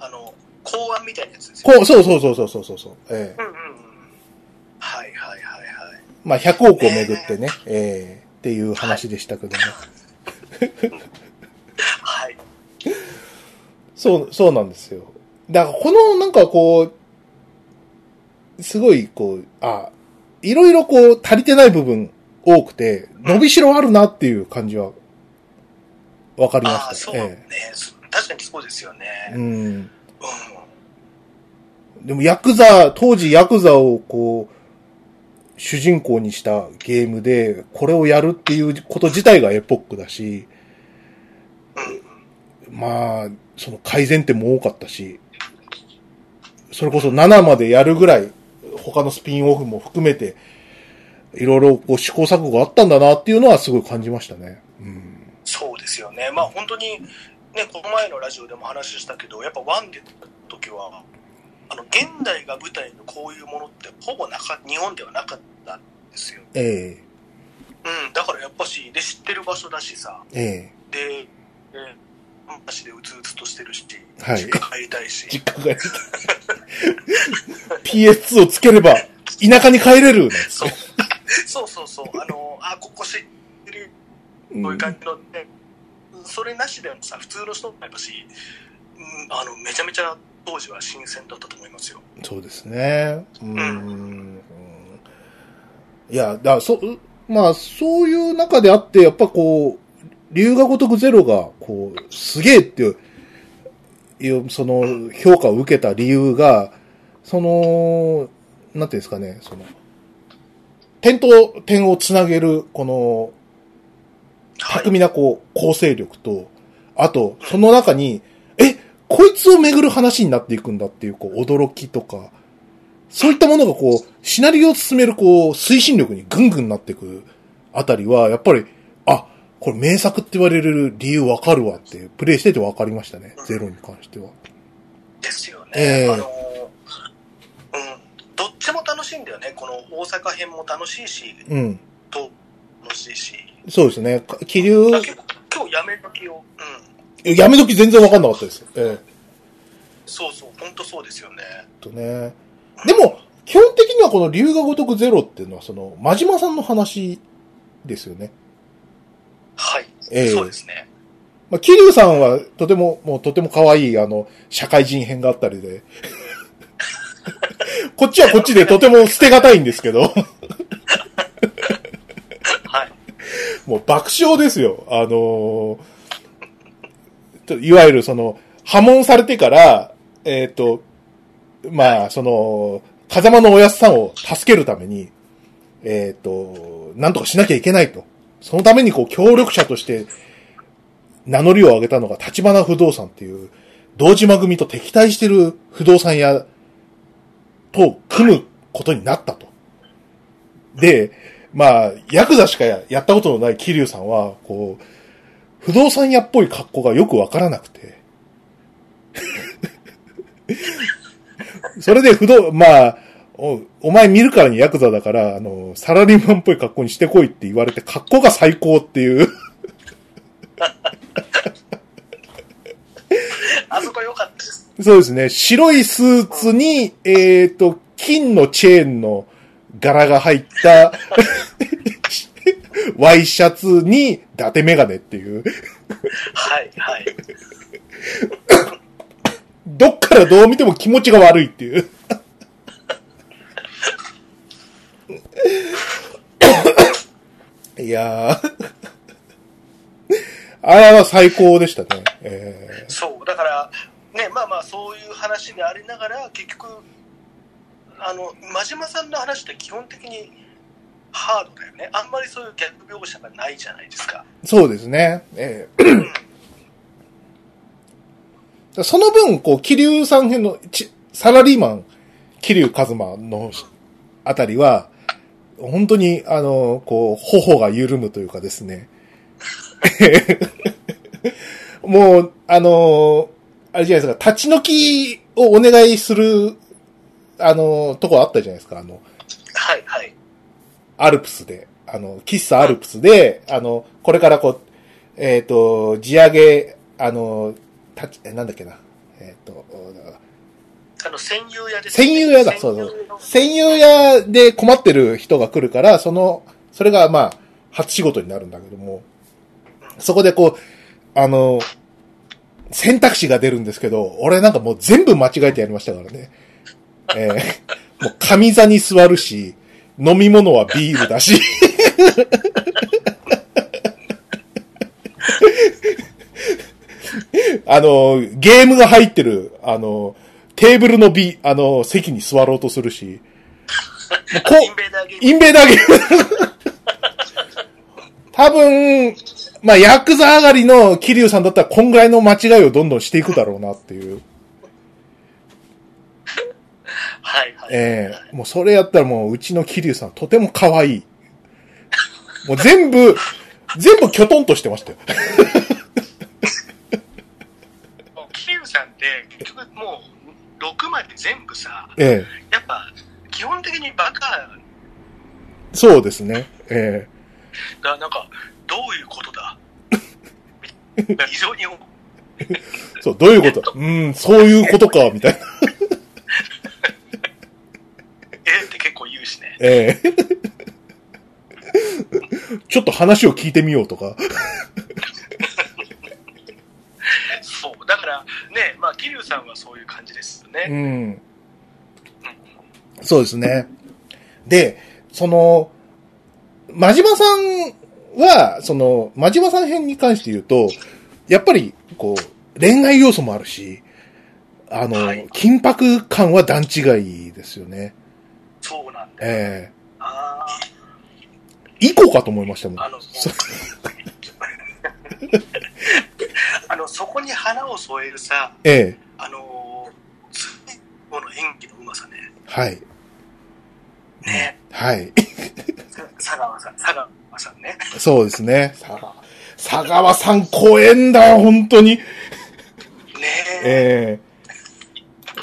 [SPEAKER 2] あの、公安みたいなやつですよ。
[SPEAKER 1] こう、そうそうそうそうそうそうそう。ええ
[SPEAKER 2] うんうんうん。はいはいはいはい。
[SPEAKER 1] まあ、100億をめぐってね、ええっていう話でしたけども。
[SPEAKER 2] はい。
[SPEAKER 1] そう、そうなんですよ。だから、この、なんかこう、すごい、こう、あ、いろいろこう、足りてない部分多くて、伸びしろあるなっていう感じは、わかりま
[SPEAKER 2] ああ、
[SPEAKER 1] し
[SPEAKER 2] そ
[SPEAKER 1] た。
[SPEAKER 2] うね
[SPEAKER 1] え、
[SPEAKER 2] 確かにそうですよ
[SPEAKER 1] え
[SPEAKER 2] ね。うん。
[SPEAKER 1] うん。でも、ヤクザ、当時ヤクザをこう、主人公にしたゲームで、これをやるっていうこと自体がエポックだし、
[SPEAKER 2] うん。
[SPEAKER 1] まあ、その改善点も多かったし、それこそ7までやるぐらい、他のスピンオフも含めて、いろいろこう試行錯誤があったんだなっていうのはすごい感じましたね。うん。
[SPEAKER 2] そうですよね。まあ本当に、ね、この前のラジオでも話したけど、やっぱワンでた時は、あの、現代が舞台のこういうものってほぼなか、日本ではなかったんですよ。
[SPEAKER 1] え
[SPEAKER 2] うん、だからやっぱし、で、知ってる場所だしさ、
[SPEAKER 1] ええ
[SPEAKER 2] で、えー、足でうつうつとしてるし、
[SPEAKER 1] はい
[SPEAKER 2] 実家帰りたいし
[SPEAKER 1] え、実家が PS2 をつければ、田舎に帰れるなんです
[SPEAKER 2] そうそうそうそう、あの、あ、ここ知ってる、
[SPEAKER 1] うん
[SPEAKER 2] こういう感じのね、それなしでもさ、普通の人もやっぱし、うん、あの、めちゃめちゃ当時は新鮮だったと思いますよ。
[SPEAKER 1] そうですね。う。
[SPEAKER 2] うん
[SPEAKER 1] いや、だそ、うまあ、そういう中であって、やっぱこう、龍が如くゼロが、こう、すげえっていう、いうその、評価を受けた理由が、その、なんていうんですかね、その、点と点をつなげる、この、
[SPEAKER 2] はい
[SPEAKER 1] 巧。みなこう、構成力と、あと、その中に、え、こいつをめぐる話になっていくんだっていう、こう、驚きとか、そういったものがこう、シナリオを進めるこう、推進力にぐんぐんなっていくあたりは、やっぱり、あ、これ名作って言われる理由わかるわって、プレイしててわかりましたね。ゼロに関しては。
[SPEAKER 2] ですよね。
[SPEAKER 1] ええ
[SPEAKER 2] あの、うん、どっちも楽しいんだよね。この大阪編も楽しいし、
[SPEAKER 1] うん。
[SPEAKER 2] と、楽ししいし、
[SPEAKER 1] そうですね。か気流、
[SPEAKER 2] だけど今日やめ時を、うん、
[SPEAKER 1] やめ時全然わかんなかったです。ええ
[SPEAKER 2] そうそう、本当そうですよね。
[SPEAKER 1] えっとね。でも、基本的にはこの龍が如くゼロっていうのは、その、真島さんの話ですよね。
[SPEAKER 2] はい、
[SPEAKER 1] ええ
[SPEAKER 2] そうですね。
[SPEAKER 1] まあ、桐生さんは、とても、もうとても可愛い、あの、社会人編があったりで。 [laughs] こっちはこっちでとても捨てがたいんですけど、
[SPEAKER 2] はい、
[SPEAKER 1] もう爆笑ですよ。あのーといわゆるその、破門されてから、えっ、と、まあ、その、風間のおやすさんを助けるために、えっ、と、なんとかしなきゃいけないと。そのためにこう、協力者として、名乗りを上げたのが、立花不動産っていう、堂島組と敵対してる不動産屋と組むことになったと。で、まあ、ヤクザしかややったことのない桐生さんは、こう、不動産屋っぽい格好がよくわからなくて。それで不動、まあ、お、お前見るからにヤクザだから、あの、サラリーマンっぽい格好にしてこいって言われて、格好が最高っていう。
[SPEAKER 2] あそこ良かったです。
[SPEAKER 1] そうですね。白いスーツに、えっ、と、金のチェーンの柄が入った、 [laughs] ワイシャツに、伊達メガネっていう。
[SPEAKER 2] はい、はい。
[SPEAKER 1] どっからどう見ても気持ちが悪いっていう。いやー。あれは最高でしたね。え
[SPEAKER 2] そう、だから、ね、まあまあ、そういう話でありながら、結局、あの、真島さんの話って基本的にハードだよね。あんまりそういう逆描写がないじゃないですか。
[SPEAKER 1] ーそうですね。えーその分、こう、桐生さん編の、ちサラリーマン、桐生一馬のあたりは、本当に、あの、こう、頬が緩むというかですね。 [laughs] もう、あの、あれじゃないですか、立ち退きをお願いする、あの、とこあったじゃないですか、あの、
[SPEAKER 2] はい、はい。
[SPEAKER 1] アルプスで、あの、喫茶アルプスで、あの、これからこう、えっ、と、地上げ、あの、たち、えなんだっけな、えっ、と、
[SPEAKER 2] あの、占有屋ですね
[SPEAKER 1] 専用屋だ、そうそう。専用屋で困ってる人が来るから、その、それがまあ、初仕事になるんだけども、そこでこう、あの、選択肢が出るんですけど、俺なんかもう全部間違えてやりましたからね。えー、もう上座に座るし、飲み物はビールだし。 [laughs] あの、ゲームが入ってる、あの、テーブルのビ、あの、席に座ろうとするし、もうこ
[SPEAKER 2] インベーダーゲーム。
[SPEAKER 1] インベーダーゲーム。多分、まあ、ヤクザ上がりの桐生さんだったら、こんぐらいの間違いをどんどんしていくだろうなっていう。
[SPEAKER 2] はい、はい。
[SPEAKER 1] ええもうそれやったらもう、うちの桐生さん、とても可愛い。もう全部、 [laughs] 全部キョトンとしてましたよ。
[SPEAKER 2] キウさんって、結局もう、6まで全部さ、
[SPEAKER 1] ええ
[SPEAKER 2] やっぱ、基本的にバカ
[SPEAKER 1] そうですね。え
[SPEAKER 2] が、なんか、どういうこと
[SPEAKER 1] [laughs]
[SPEAKER 2] だ非常に、
[SPEAKER 1] えそう、どういうことうーん、そういうことか、みたいな。
[SPEAKER 2] えって結構言うしね。
[SPEAKER 1] え [laughs] えちょっと話を聞いてみようとか。
[SPEAKER 2] そう、だからね、まあ、桐生さんはそういう感じですよ
[SPEAKER 1] う
[SPEAKER 2] ね。
[SPEAKER 1] ん。そうですね。で、その、真島さんは、その、真島さん編に関して言うと、やっぱり、こう、恋愛要素もあるし、あの、
[SPEAKER 2] はい
[SPEAKER 1] 緊迫感は段違いですよね。
[SPEAKER 2] そうなんだよ。
[SPEAKER 1] え
[SPEAKER 2] あ
[SPEAKER 1] え以降かと思いましたもん
[SPEAKER 2] あ、。あの、そう [laughs] あの、そこに花を添えるさ、
[SPEAKER 1] ええ
[SPEAKER 2] あのー、最後の演技のうまさね。
[SPEAKER 1] はい。
[SPEAKER 2] ね、
[SPEAKER 1] はい。 [laughs]
[SPEAKER 2] さ佐川さん、佐川さんね。
[SPEAKER 1] そうですね。さ佐川さん、怖えんだよ、本当に。
[SPEAKER 2] ねえ
[SPEAKER 1] え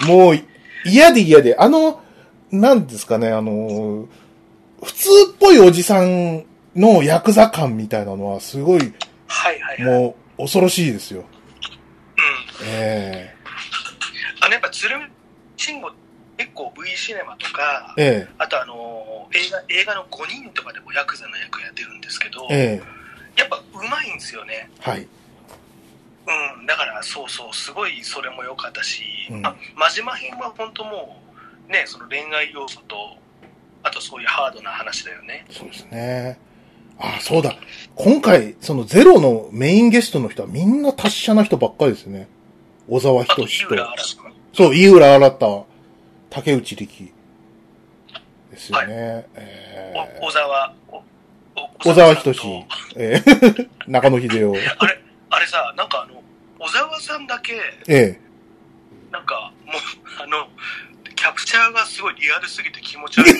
[SPEAKER 1] えもう、嫌で嫌で、あの、なんですかね、あの、普通っぽいおじさんのヤクザ感みたいなのはすごい、
[SPEAKER 2] はいはいはい。うん。
[SPEAKER 1] もう恐ろしいですよ。え
[SPEAKER 2] あの、やっぱ鶴見慎吾、結構 V シネマとか
[SPEAKER 1] え、え
[SPEAKER 2] あとあのー映画、映画の5人とかでもヤクザの役やってるんですけど
[SPEAKER 1] え、ええ
[SPEAKER 2] やっぱうまいんですよね。
[SPEAKER 1] はい。
[SPEAKER 2] うん、だからそうそう、すごいそれも良かったし、
[SPEAKER 1] うん
[SPEAKER 2] まあ、真島編は本当もう、ね、その恋愛要素と、あとそういうハードな話だよね。
[SPEAKER 1] そうですね。あ、そうだ。今回、そのゼロのメインゲストの人はみんな達者な人ばっかりですね。小沢
[SPEAKER 2] あ
[SPEAKER 1] 仁
[SPEAKER 2] と、井
[SPEAKER 1] 志と。
[SPEAKER 2] 浦新君。
[SPEAKER 1] そう、井浦新太、竹内力。ですよね。え
[SPEAKER 2] お
[SPEAKER 1] ー
[SPEAKER 2] 小沢、お
[SPEAKER 1] 小沢
[SPEAKER 2] さんと
[SPEAKER 1] 仁志。え [laughs] ー中野秀夫。
[SPEAKER 2] あれ、あれさ、なんかあの、小沢さんだけ、
[SPEAKER 1] え
[SPEAKER 2] なんかもう、 [laughs] あの、キャプチャーがすごいリアルすぎて気持ち悪い。 [laughs]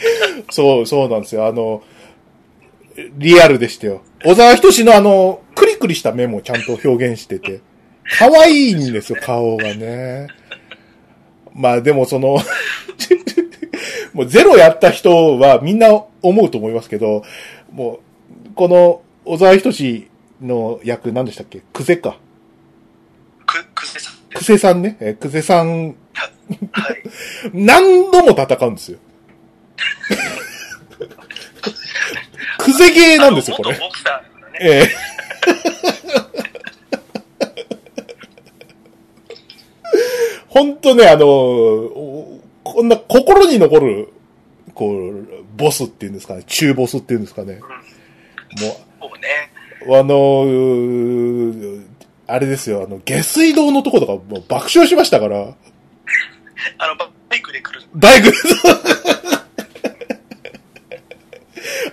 [SPEAKER 1] えそう、そうなんですよ。あの、リアルでしたよ。小沢仁志のあの、クリクリした目もちゃんと表現してて。可愛いんですよ、顔がね。まあでもその、 [laughs] もうゼロやった人はみんな思うと思いますけど、もう、この小沢仁志の役何でしたっけクゼか。
[SPEAKER 2] く、くせさんで
[SPEAKER 1] ク
[SPEAKER 2] す。
[SPEAKER 1] セさんね。えークセさん、
[SPEAKER 2] はい。
[SPEAKER 1] 何度も戦うんですよ。クゼゲ [laughs] ーなんですよ、
[SPEAKER 2] あの
[SPEAKER 1] これ。
[SPEAKER 2] 元ボクサーだからね。
[SPEAKER 1] ええほんとね、あの、おこんな心に残る、こう、ボスっていうんですかね、中ボスっていうんですかね。もう、
[SPEAKER 2] そうね。
[SPEAKER 1] あのーあれですよ、あの、下水道のとことかもう爆笑しましたから、
[SPEAKER 2] あの、バイクで来る。
[SPEAKER 1] 大工 [laughs]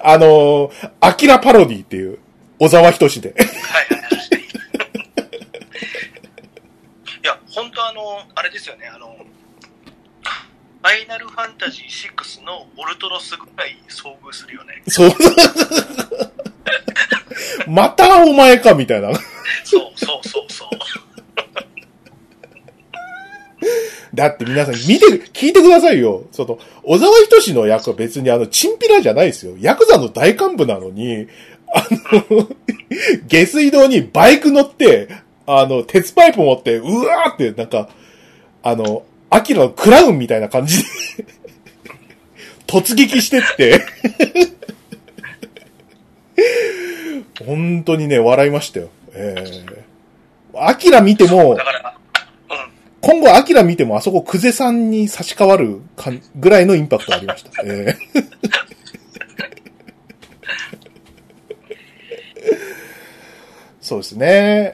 [SPEAKER 1] あのーアキラパロディっていう、小沢仁志で。
[SPEAKER 2] はいはいはい。 [laughs] いや、本当あの、あれですよね、あの、ファイナルファンタジー6のオルトロスぐらい遭遇するよね。
[SPEAKER 1] そう。またお前か、みたいな。
[SPEAKER 2] そうそうそうそう。
[SPEAKER 1] だって皆さん見て、聞いてくださいよ。その、小沢仁志の役は別にあの、チンピラじゃないですよ。ヤクザの大幹部なのに、あの、 [laughs] 下水道にバイク乗って、あの、鉄パイプ持って、うわーって、なんか、あの、アキラのクラウンみたいな感じで、 [laughs] 突撃してって、 [laughs] 本当にね、笑いましたよ。ええアキラ見ても
[SPEAKER 2] だ、から、うん。
[SPEAKER 1] 今後、アキラ見てもあそこ、クゼさんに差し替わるかんぐらいのインパクトがありました。ええそうですね。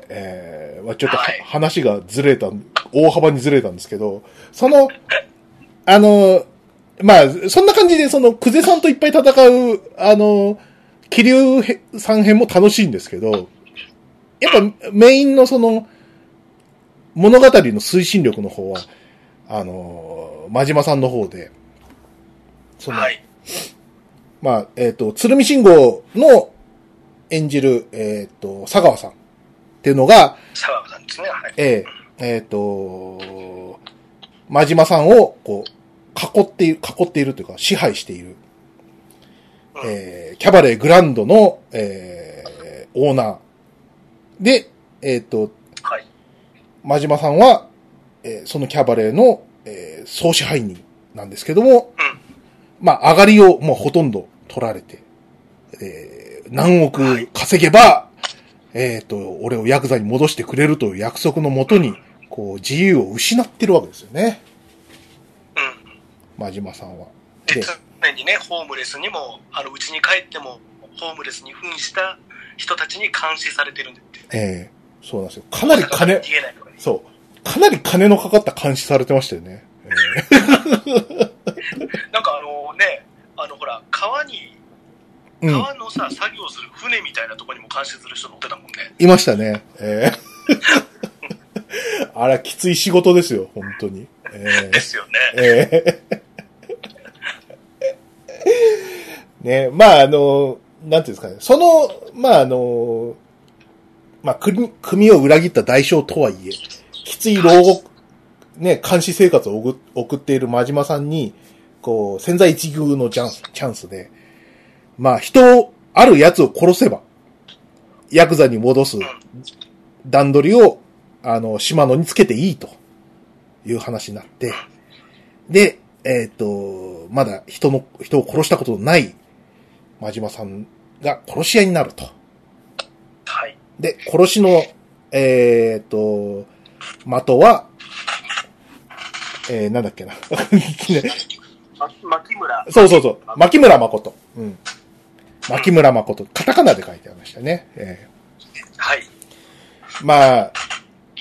[SPEAKER 1] ええまあちょっとは、
[SPEAKER 2] はい
[SPEAKER 1] 話がずれた、大幅にずれたんですけど、その、あの、まあ、そんな感じで、その、クゼさんといっぱい戦う、あの、気流さん編も楽しいんですけど、やっぱメインのその、物語の推進力の方は、あのー、真島さんの方で、その、
[SPEAKER 2] はい。
[SPEAKER 1] まあ、えっ、と、鶴見信号の演じる、えっ、と、佐川さんっていうのが、
[SPEAKER 2] 沢さんですね。はい。
[SPEAKER 1] えーえっ、と、真島さんを、こう、囲っている、囲っているというか、支配している、
[SPEAKER 2] うん
[SPEAKER 1] えーキャバレーグランドの、えーオーナーで、えっ、と、
[SPEAKER 2] はい。
[SPEAKER 1] 真島さんは、えーそのキャバレーの、えー総支配人なんですけども、
[SPEAKER 2] うん
[SPEAKER 1] まあ、上がりをもうほとんど取られて、えー何億稼げば、えっ、と、俺をヤクザに戻してくれるという約束のもとに、こう、自由を失ってるわけですよね、
[SPEAKER 2] うん。
[SPEAKER 1] 真島さんは。
[SPEAKER 2] で、
[SPEAKER 1] で、
[SPEAKER 2] 常にね、ホームレスにも、あの、うちに帰っても、ホームレスに扮した人たちに監視されてるんでって。
[SPEAKER 1] えーそうなんですよ。かなり金、
[SPEAKER 2] 逃げないとかね
[SPEAKER 1] そう、かなり金のかかった監視されてましたよね。えー
[SPEAKER 2] なんかあのね、あのほら、川に、
[SPEAKER 1] うん、
[SPEAKER 2] 川のさ、作業する船みたいなところにも監視する人乗ってたもんね。
[SPEAKER 1] いましたね。えー [laughs] あら、きつい仕事ですよ、本当に。えー
[SPEAKER 2] ですよね。
[SPEAKER 1] えーね、まあ、あの、なんていうんですかね、その、まあ、あの、まあ、組、組を裏切った代償とはいえ、きつい牢獄、ね、監視生活を送送っている真島さんに、こう、潜在一遇のチャンス、チャンスで、まあ、人を、ある奴を殺せば、ヤクザに戻す段取りを、あの、島野につけていいという話になって、で、えっ、と、まだ人の、人を殺したことのない、真島さんが殺し屋になると。
[SPEAKER 2] はい。
[SPEAKER 1] で、殺しの、えー、と、的は、えー、なんだっけな。 [laughs]
[SPEAKER 2] ま、牧村。
[SPEAKER 1] そうそうそう。牧村誠。うん。牧村誠。カタカナで書いてありましたね。え
[SPEAKER 2] はい。
[SPEAKER 1] ーまあ、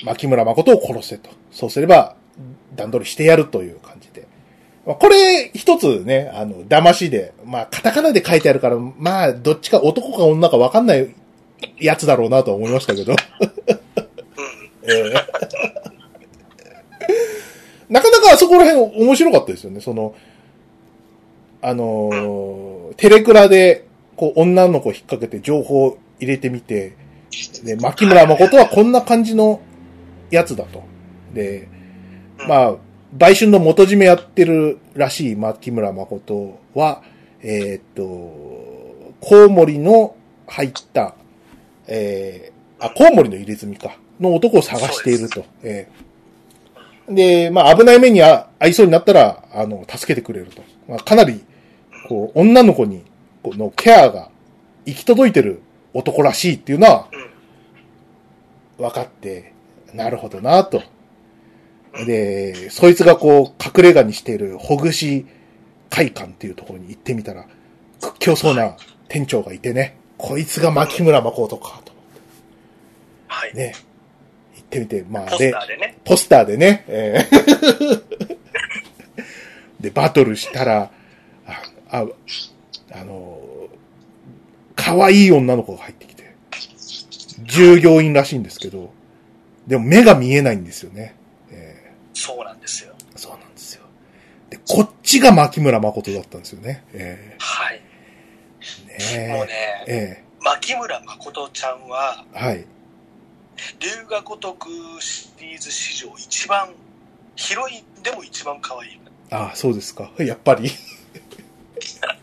[SPEAKER 1] 牧村誠を殺せと。そうすれば、段取りしてやるという感じで。まあこれ、一つね、あの、騙しで、まあ、カタカナで書いてあるから、まあ、どっちか男か女かわかんないやつだろうなとは思いましたけど。
[SPEAKER 2] うん。
[SPEAKER 1] ええなかなかあそこら辺面白かったですよね。その、あのーテレクラで、こう、女の子引っ掛けて情報を入れてみて、で、牧村誠はこんな感じのやつだと。で、まあ、売春の元締めやってるらしい牧村誠は、えーっと、コウモリの入った、えー、あ、コウモリの入れ墨か、の男を探していると。えーで、まあ、危ない目にあ遭いそうになったら、あの、助けてくれると。まあ、かなり、こう、女の子に、このケアが行き届いてる男らしいっていうのは、分かって、なるほどなと。で、そいつがこう、隠れ家にしているほぐし会館っていうところに行ってみたら、屈強そうな店長がいてね、こいつが牧村誠か、と。
[SPEAKER 2] はい。
[SPEAKER 1] ね。行ってみて、まあ、
[SPEAKER 2] ポス
[SPEAKER 1] で
[SPEAKER 2] タ、ーでね。
[SPEAKER 1] ポスターでね、えー [laughs] で、バトルしたら、あ、あ、あの、可愛い女の子が入ってきて、従業員らしいんですけど、でも目が見えないんですよね。え
[SPEAKER 2] そうなんですよ。
[SPEAKER 1] ーそうなんですよ。で、こっちが牧村誠だったんですよね。え
[SPEAKER 2] はい。
[SPEAKER 1] ー
[SPEAKER 2] も
[SPEAKER 1] ね
[SPEAKER 2] うね、
[SPEAKER 1] え
[SPEAKER 2] 牧村誠ちゃんは、
[SPEAKER 1] えはい。
[SPEAKER 2] 龍が如くシリーズ史上一番、ヒロインでも一番可愛い。
[SPEAKER 1] ああ、そうですか。やっぱり。 [laughs]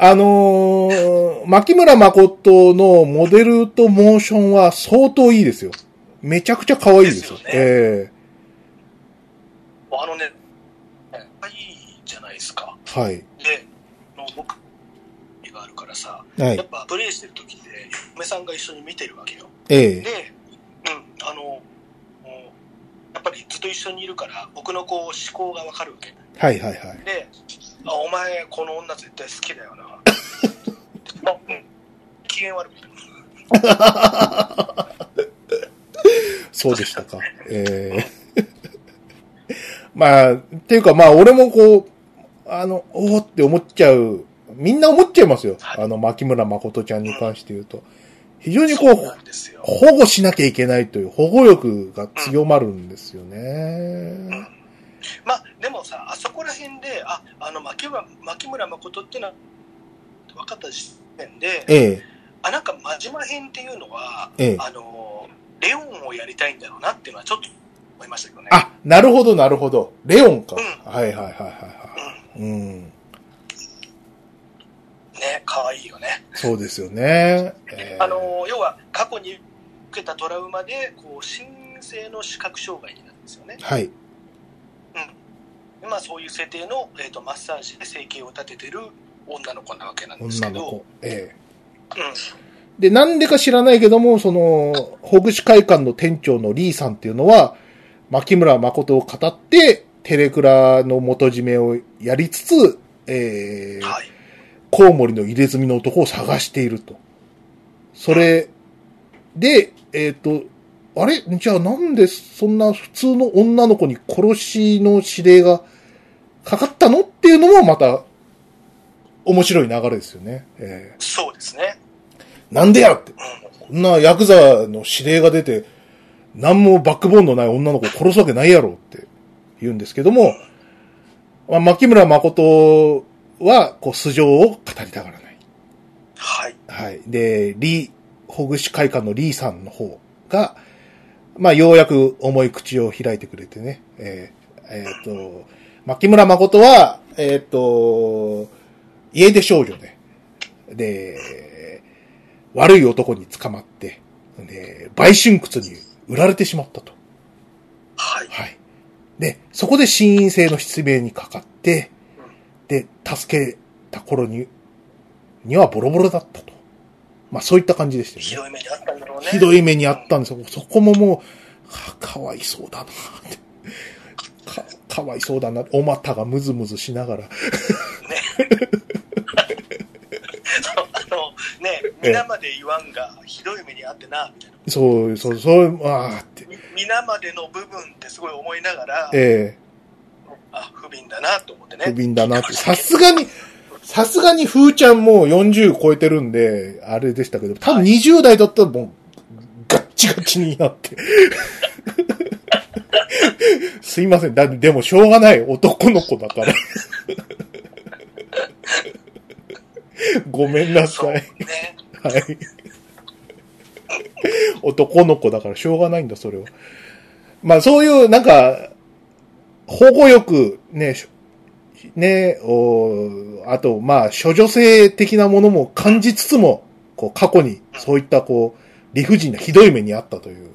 [SPEAKER 1] あのー、牧村誠のモデルとモーションは相当いいですよ。めちゃくちゃ可愛いですよ。
[SPEAKER 2] ですよね
[SPEAKER 1] え
[SPEAKER 2] あのね、可愛いじゃないですか。
[SPEAKER 1] えはい。
[SPEAKER 2] で、あの僕があるからさ、
[SPEAKER 1] は
[SPEAKER 2] やっ
[SPEAKER 1] い。
[SPEAKER 2] ぱプレイしてる時って、嫁さんが一緒に見てるわけよ。
[SPEAKER 1] ええ
[SPEAKER 2] で、うん、あの、もうやっぱりずっと一緒にいるから、僕のこう思考がわかるわけ。
[SPEAKER 1] はいはいはい。
[SPEAKER 2] で、あ、お前、この女絶対好き
[SPEAKER 1] [laughs]
[SPEAKER 2] だよな。まあ、うん、機嫌悪い。
[SPEAKER 1] そうでしたか。ええ [laughs] まあ、っていうかまあ、俺もこう、あの、おおって思っちゃう。みんな思っちゃいますよ。あの、牧村誠ちゃんに関して言うと。非常にこ
[SPEAKER 2] そう
[SPEAKER 1] う
[SPEAKER 2] な、んですよ。
[SPEAKER 1] 保護しなきゃいけないという保護欲が強まるんですよね。
[SPEAKER 2] まあ、でもさ、あそこら辺で、あ、あの、牧村、牧村誠ってのは、分かった時点で、
[SPEAKER 1] ええ、
[SPEAKER 2] あなんか真島編っていうのは、
[SPEAKER 1] ええ
[SPEAKER 2] あのレオンをやりたいんだろうなっていうのはちょっと思いましたけどね。
[SPEAKER 1] あ、なるほど、なるほど。レオンか。
[SPEAKER 2] うん
[SPEAKER 1] はいはいはいは
[SPEAKER 2] う
[SPEAKER 1] いはい。
[SPEAKER 2] ん、
[SPEAKER 1] うん。
[SPEAKER 2] ね可愛いよね。
[SPEAKER 1] そうですよね。ええ
[SPEAKER 2] あの要は過去に受けたトラウマでこう新生の視覚障害になるんですよね。
[SPEAKER 1] はい。
[SPEAKER 2] まあそういう設定のえっ、とマッサージで生計を立ててる女の子なわけなんです
[SPEAKER 1] 女
[SPEAKER 2] け
[SPEAKER 1] の
[SPEAKER 2] ど、
[SPEAKER 1] 子。ええ。
[SPEAKER 2] うん
[SPEAKER 1] で、なんでか知らないけども、その、ほぐし会館の店長のリーさんっていうのは、牧村誠を語って、テレクラの元締めをやりつつ、ええ
[SPEAKER 2] はい。
[SPEAKER 1] コウモリの入れ墨の男を探していると。それで、えっ、と、あれじゃあなんでそんな普通の女の子に殺しの指令がかかったのっていうのもまた面白い流れですよね。え
[SPEAKER 2] そうですね。
[SPEAKER 1] ーなんでやって。
[SPEAKER 2] う
[SPEAKER 1] こんなヤクザの指令が出て、何もバックボーンのない女の子を殺すわけないやろって言うんですけども、まあ、牧村誠は、こう、素性を語りたがらない。
[SPEAKER 2] ん、はい。
[SPEAKER 1] はい。で、リー、ほぐし会館のリーさんの方が、まあ、ようやく重い口を開いてくれてね、えーえっ、と、牧村誠は、えーっと、家出少女で、で、悪い男に捕まって、で、売春靴に売られてしまったと。
[SPEAKER 2] はい。
[SPEAKER 1] はい。で、そこで心因性の失明にかかって、で、助けた頃に、にはボロボロだったと。まあそういった感じでした
[SPEAKER 2] ひ
[SPEAKER 1] よね。
[SPEAKER 2] どい目にあったんだろうね。
[SPEAKER 1] ひどい目にあったんですよ。そこももう、はあかわいそうだなって。か、かわいそうだな。お股がムズムズしながら。
[SPEAKER 2] そうあのね、
[SPEAKER 1] ええ
[SPEAKER 2] 皆まで言わんが、ひどい目にあってな、みたいな。
[SPEAKER 1] そう、そう、そう、ああって。
[SPEAKER 2] み皆までの部分ってすごい思いながら、
[SPEAKER 1] え
[SPEAKER 2] あ、不憫だなと思って
[SPEAKER 1] え
[SPEAKER 2] ね。
[SPEAKER 1] 不憫だなって。さすがに、さすがにふーちゃんもう40超えてるんで、あれでしたけど、多分20代だったらもう、ガッチガチになって。 [laughs] すいません。だ、でもしょうがない。男の子だから。ごめんな
[SPEAKER 2] そ
[SPEAKER 1] さ
[SPEAKER 2] う
[SPEAKER 1] い。
[SPEAKER 2] ね。
[SPEAKER 1] はい。男の子だからしょうがないんだ、それは。まあそういう、なんか、保護欲、ね、しね、おあと、まあ、処女性的なものも感じつつも、こう、過去に、そういった、こう、理不尽なひどい目にあったという、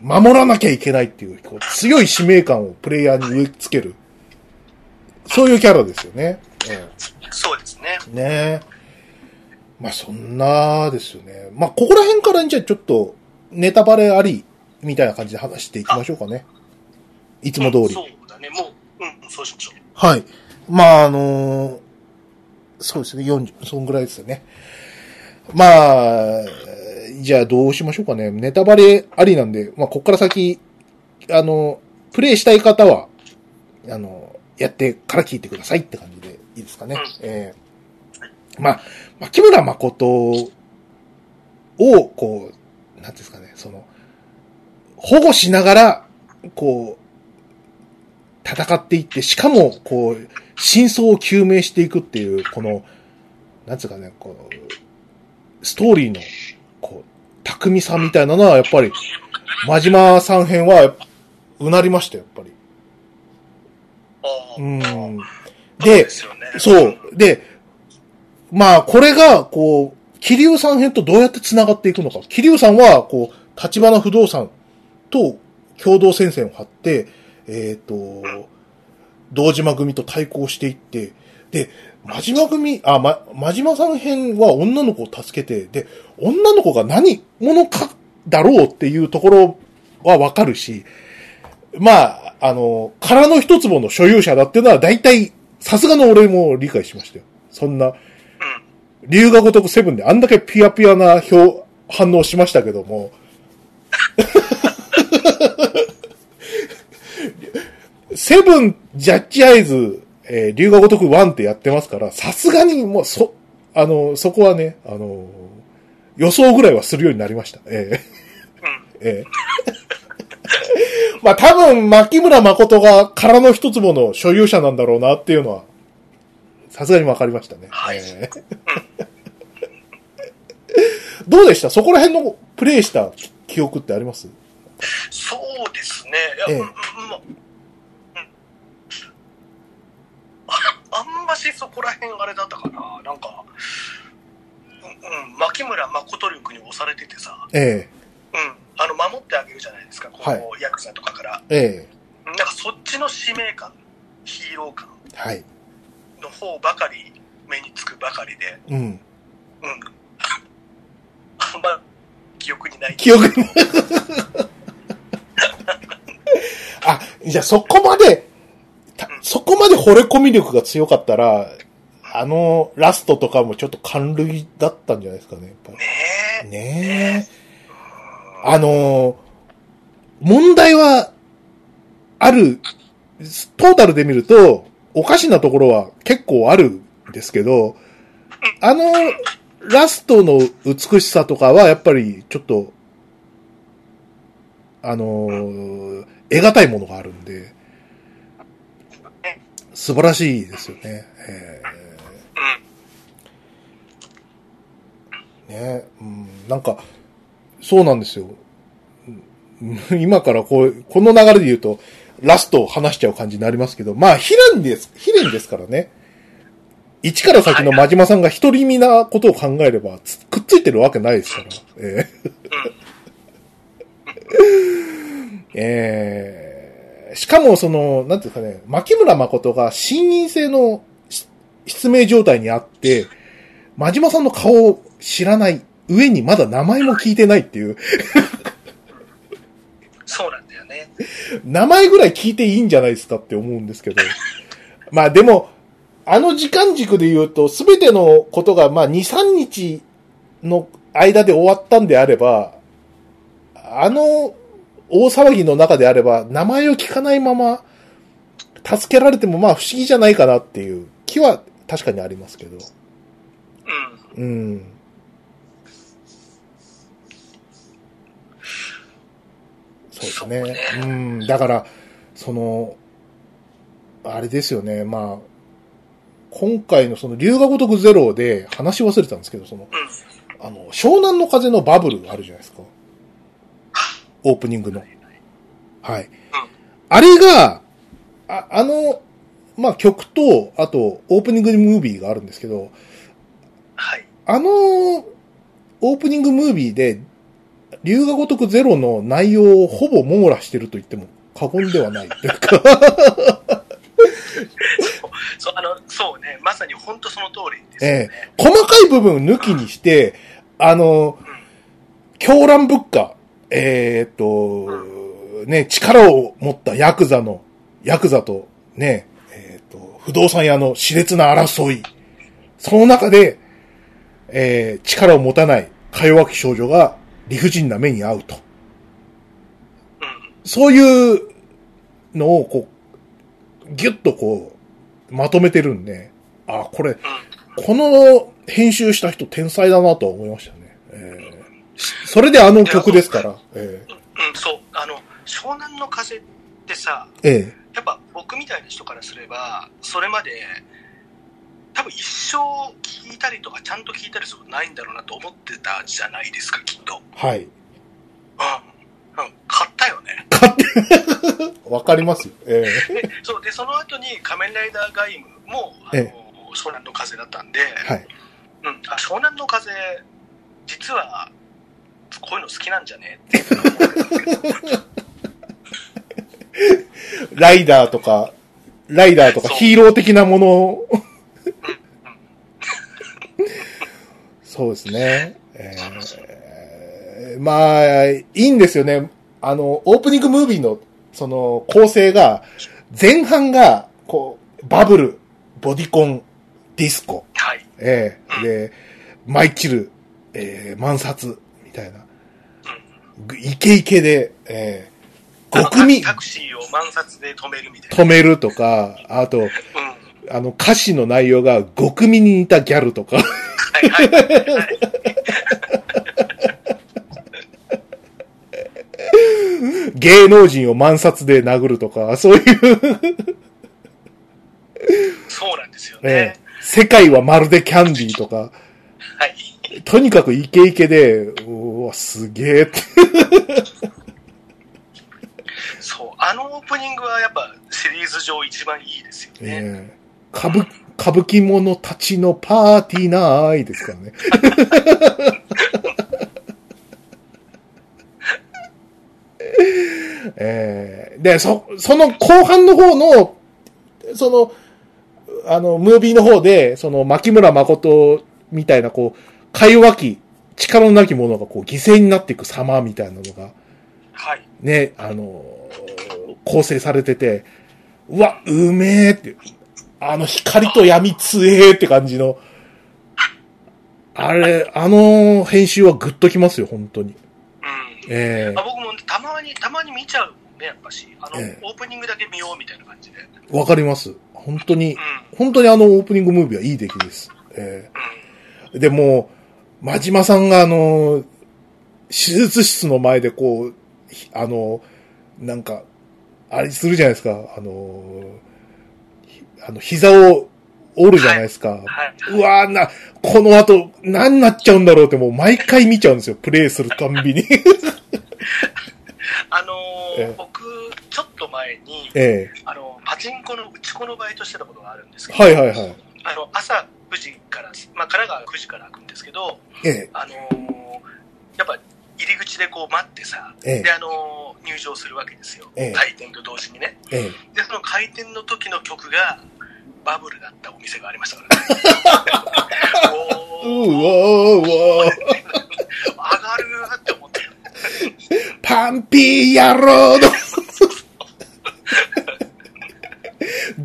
[SPEAKER 1] 守らなきゃいけないっていう、こう強い使命感をプレイヤーに植え付ける、そういうキャラですよね。ええ
[SPEAKER 2] そうですね。
[SPEAKER 1] ねえ。まあそんなですよね。まあここら辺からじゃあちょっとネタバレありみたいな感じで話していきましょうかね。いつも通
[SPEAKER 2] うん
[SPEAKER 1] り
[SPEAKER 2] そ。うだね。もう、うん、そうしましょう。
[SPEAKER 1] はい。まああのーそうですね、40、そんぐらいですよね。まあ、じゃあどうしましょうかね。ネタバレありなんで、まあここから先、あの、プレイしたい方は、あの、やってから聞いてくださいって感じでいいですかね。
[SPEAKER 2] うん
[SPEAKER 1] ええまあ、牧村誠を、こう、なんていうんですかね、その、保護しながら、こう、戦っていって、しかも、こう、真相を究明していくっていう、この、なんつうかね、こう、ストーリーの、こう、巧みさみたいなのは、やっぱり、真島さん編は、うなりましたよ、やっぱり。
[SPEAKER 2] ああ
[SPEAKER 1] うん。
[SPEAKER 2] そう
[SPEAKER 1] で
[SPEAKER 2] で、すよね。
[SPEAKER 1] そう。で、まあ、これが、こう、桐生さん編とどうやって繋がっていくのか。桐生さんは、こう、立花不動産と共同戦線を張って、えっ、と、堂島組と対抗していって、で、真島組、あ、ま、真島さん編は女の子を助けて、で、女の子が何者かだろうっていうところはわかるし、まあ、あの、空の一坪の所有者だっていうのは大体、さすがの俺も理解しましたよ。そんな、龍が如くセブンであんだけピアピアな表、反応しましたけども、セブン、ジャッジアイズ、えー、龍が如く1ってやってますから、さすがにもう、そ、あの、そこはね、あの、予想ぐらいはするようになりました。ええええまあ多分、牧村誠が空の一坪の所有者なんだろうなっていうのは、さすがにわかりましたね。
[SPEAKER 2] はい
[SPEAKER 1] ええ [laughs] どうでしたそこら辺のプレイした記憶ってあります
[SPEAKER 2] そうですね。い
[SPEAKER 1] ええ
[SPEAKER 2] や、うんうんまうんああんましそこら辺あれだったかな。なんか、うん、うん、牧村誠力に押されててさ、
[SPEAKER 1] え
[SPEAKER 2] うん、あの、守ってあげるじゃないですか、こう、
[SPEAKER 1] はい
[SPEAKER 2] ヤクザとかから。
[SPEAKER 1] ええ
[SPEAKER 2] なんかそっちの使命感、ヒーロー感
[SPEAKER 1] えはい。
[SPEAKER 2] の方ばかり目につくばかりで、
[SPEAKER 1] うん。
[SPEAKER 2] うん。 [laughs] あんま記憶にない。
[SPEAKER 1] 記憶 [laughs] に。あ、じゃあそこまで、たそこまで惚れ込み力が強かったら、あの、ラストとかもちょっと感類だったんじゃないですかね、やっぱ
[SPEAKER 2] ねえ。
[SPEAKER 1] り。ねえ。あのー問題は、ある、トータルで見ると、おかしなところは結構あるんですけど、あの、ラストの美しさとかは、やっぱり、ちょっと、あのー得難いものがあるんで、素晴らしいですよね。えーね、うん、なんか、 [laughs] そうなんですよ。うん今からこう、この流れで言うと、ラストを話しちゃう感じになりますけど、まあ、ヒレンです、ヒレンですからね。一から先の真島さんが独り身なことを考えれば、つくっついてるわけないですから。ええ [laughs] ええしかも、その、なんていうんですかね、牧村誠が信任性のし失明状態にあって、真島さんの顔を知らない上にまだ名前も聞いてないっていう、
[SPEAKER 2] そうなんだよね。
[SPEAKER 1] 名前ぐらい聞いていいんじゃないですかって思うんですけど。まあでも、あの時間軸で言うと、すべてのことがまあ2、3日の間で終わったんであれば、あの大騒ぎの中であれば、名前を聞かないまま、助けられてもまあ不思議じゃないかなっていう気は確かにありますけど。
[SPEAKER 2] うん。
[SPEAKER 1] うん。そうですね。うん。だから、その、あれですよね。まあ、今回のその、龍が如くゼロで話し忘れたんですけど、その、
[SPEAKER 2] うん。
[SPEAKER 1] あの、湘南の風のバブルあるじゃないですか。オープニングの。はい。あれが、ああの、まあ曲と、あと、オープニングムービーがあるんですけど、
[SPEAKER 2] はい。
[SPEAKER 1] あの、オープニングムービーで、龍が如くゼロの内容をほぼ網羅してると言っても過言では [laughs] ないというか。
[SPEAKER 2] そう、あの、そうね。まさに本当その通りですよ
[SPEAKER 1] ええ
[SPEAKER 2] ね。
[SPEAKER 1] 細かい部分抜きにして、あの、狂乱物価、えーっと、ね、力を持ったヤクザの、ヤクザと、ね、えーっと、不動産屋の熾烈な争い。その中で、えー力を持たない、か弱き少女が理不尽な目に遭うと。
[SPEAKER 2] うん。
[SPEAKER 1] そういうのをこう、ぎゅっとこう、まとめてるんで、あ、これ、この編集した人天才だなとは思いましたね。えーしそれであの曲ですから。えー
[SPEAKER 2] うん。うん、そう。あの、湘南の風ってさ、
[SPEAKER 1] え
[SPEAKER 2] やっぱ僕みたいな人からすれば、それまで、多分一生聞いたりとか、ちゃんと聞いたりすることないんだろうなと思ってたじゃないですか、きっと。
[SPEAKER 1] ーはい。
[SPEAKER 2] うん。うん。買ったよね。
[SPEAKER 1] わかりますよ。え
[SPEAKER 2] で、 [laughs] そう。で、その後に仮面ライダーガイムも、あ
[SPEAKER 1] え
[SPEAKER 2] の
[SPEAKER 1] え、
[SPEAKER 2] 湘南の風だったんで、
[SPEAKER 1] ーはい。
[SPEAKER 2] うん、あ湘南の風実はこういうの好きなんじゃね
[SPEAKER 1] ライダーとか、ライダーとか
[SPEAKER 2] そう
[SPEAKER 1] ヒーロー的なものをそうですね。えーまあ、いいんですよね。あの、オープニングムービーの、その、構成が、前半が、こう、バブル、ボディコン、ディスコ、
[SPEAKER 2] はい、
[SPEAKER 1] ええで、マイチル、ええ満札、みたいな。ぐイケイケで、ええ極
[SPEAKER 2] あの
[SPEAKER 1] み、
[SPEAKER 2] タクシーを満札で止めるみたい
[SPEAKER 1] 止めるとか、あと、
[SPEAKER 2] な、うん、は
[SPEAKER 1] あの歌詞の内容が極みに似たギャルとか、
[SPEAKER 2] いはいはい
[SPEAKER 1] 芸能人を満札で殴るとか、そういう、
[SPEAKER 2] そうなんですよね、
[SPEAKER 1] ええ世界はまるでキャンディーとか、
[SPEAKER 2] はい [laughs]
[SPEAKER 1] とにかくイケイケで、うわ、すげえって。
[SPEAKER 2] そうあのオープニングはやっぱシリーズ上一番いいですよね、
[SPEAKER 1] ええ歌舞歌舞伎者たちのパーティーなーいですからね。 [laughs] ええで、そ、その後半の方の、その、あの、ムービーの方で、その、牧村誠みたいな、こう、か弱き、力のなき者が、こう、犠牲になっていく様みたいなのが、
[SPEAKER 2] はい
[SPEAKER 1] ね、あのー構成されてて、うわ、うめえって、あの光と闇強えって感じの、あれ、あの編集はグッときますよ、本当に。
[SPEAKER 2] うん
[SPEAKER 1] え
[SPEAKER 2] あ僕もたまにたまに見ちゃうもんねやっぱしあの、
[SPEAKER 1] ええ
[SPEAKER 2] オープニングだけ見ようみたいな感じでうん
[SPEAKER 1] えわかります。本当に
[SPEAKER 2] う、ん
[SPEAKER 1] 本当にあのオープニングムービーはいい出来です。ええでも、真島さんがあのー手術室の前でこう、ひあのーなんか、あれするじゃないですか、あのーひあの、膝を折るじゃないですか。
[SPEAKER 2] はい、
[SPEAKER 1] うわーな、この後、何
[SPEAKER 2] [laughs]
[SPEAKER 1] になっちゃうんだろうってもう毎回見ちゃうんですよ、プレイするたんびに。
[SPEAKER 2] あの
[SPEAKER 1] え
[SPEAKER 2] ー
[SPEAKER 1] え
[SPEAKER 2] 僕、ちょっと前に、
[SPEAKER 1] え
[SPEAKER 2] あの、パチンコの打ち子のバイトしてたことがあるんです
[SPEAKER 1] え
[SPEAKER 2] けど、
[SPEAKER 1] はいはいはい。
[SPEAKER 2] あの、朝9時から、まあ、神奈川9時から開くんですけど、
[SPEAKER 1] ええ
[SPEAKER 2] あのーやっぱ入り口でこう待ってさ、
[SPEAKER 1] ええ
[SPEAKER 2] で、あのー入場するわけですよ。
[SPEAKER 1] ええ
[SPEAKER 2] 開店と同時にね。
[SPEAKER 1] ええ
[SPEAKER 2] で、その開店の時の曲が、バブルだったお店がありました
[SPEAKER 1] [laughs]
[SPEAKER 2] からね。
[SPEAKER 1] う
[SPEAKER 2] おー、
[SPEAKER 1] おーおー
[SPEAKER 2] 上がるなって思って。
[SPEAKER 1] パンピー野郎の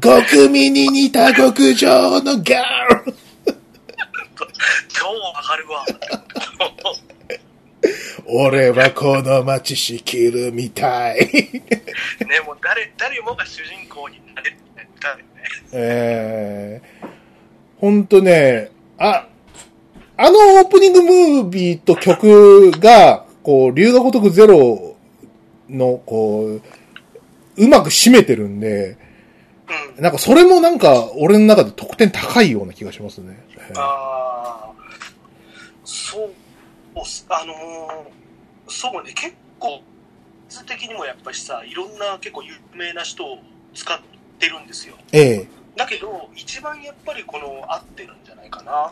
[SPEAKER 1] 極組に似た極上のガール
[SPEAKER 2] 超上がるわ。
[SPEAKER 1] 俺はこの街仕切るみたい。
[SPEAKER 2] ね、もう誰、誰もが主人公になれるみたいな歌でね。
[SPEAKER 1] えー、ほんとね、あ、あのオープニングムービーと曲が、こう、龍が如くゼロの、こう、うまく締めてるんで、
[SPEAKER 2] うん。
[SPEAKER 1] なんかそれもなんか、俺の中で得点高いような気がしますね。えー
[SPEAKER 2] ああ、そう、おすあのーそうね、結構、数的にもやっぱりさ、いろんな結構有名な人を使ってるんですよ。
[SPEAKER 1] え
[SPEAKER 2] だけど、一番やっぱりこの合ってるんじゃないかな。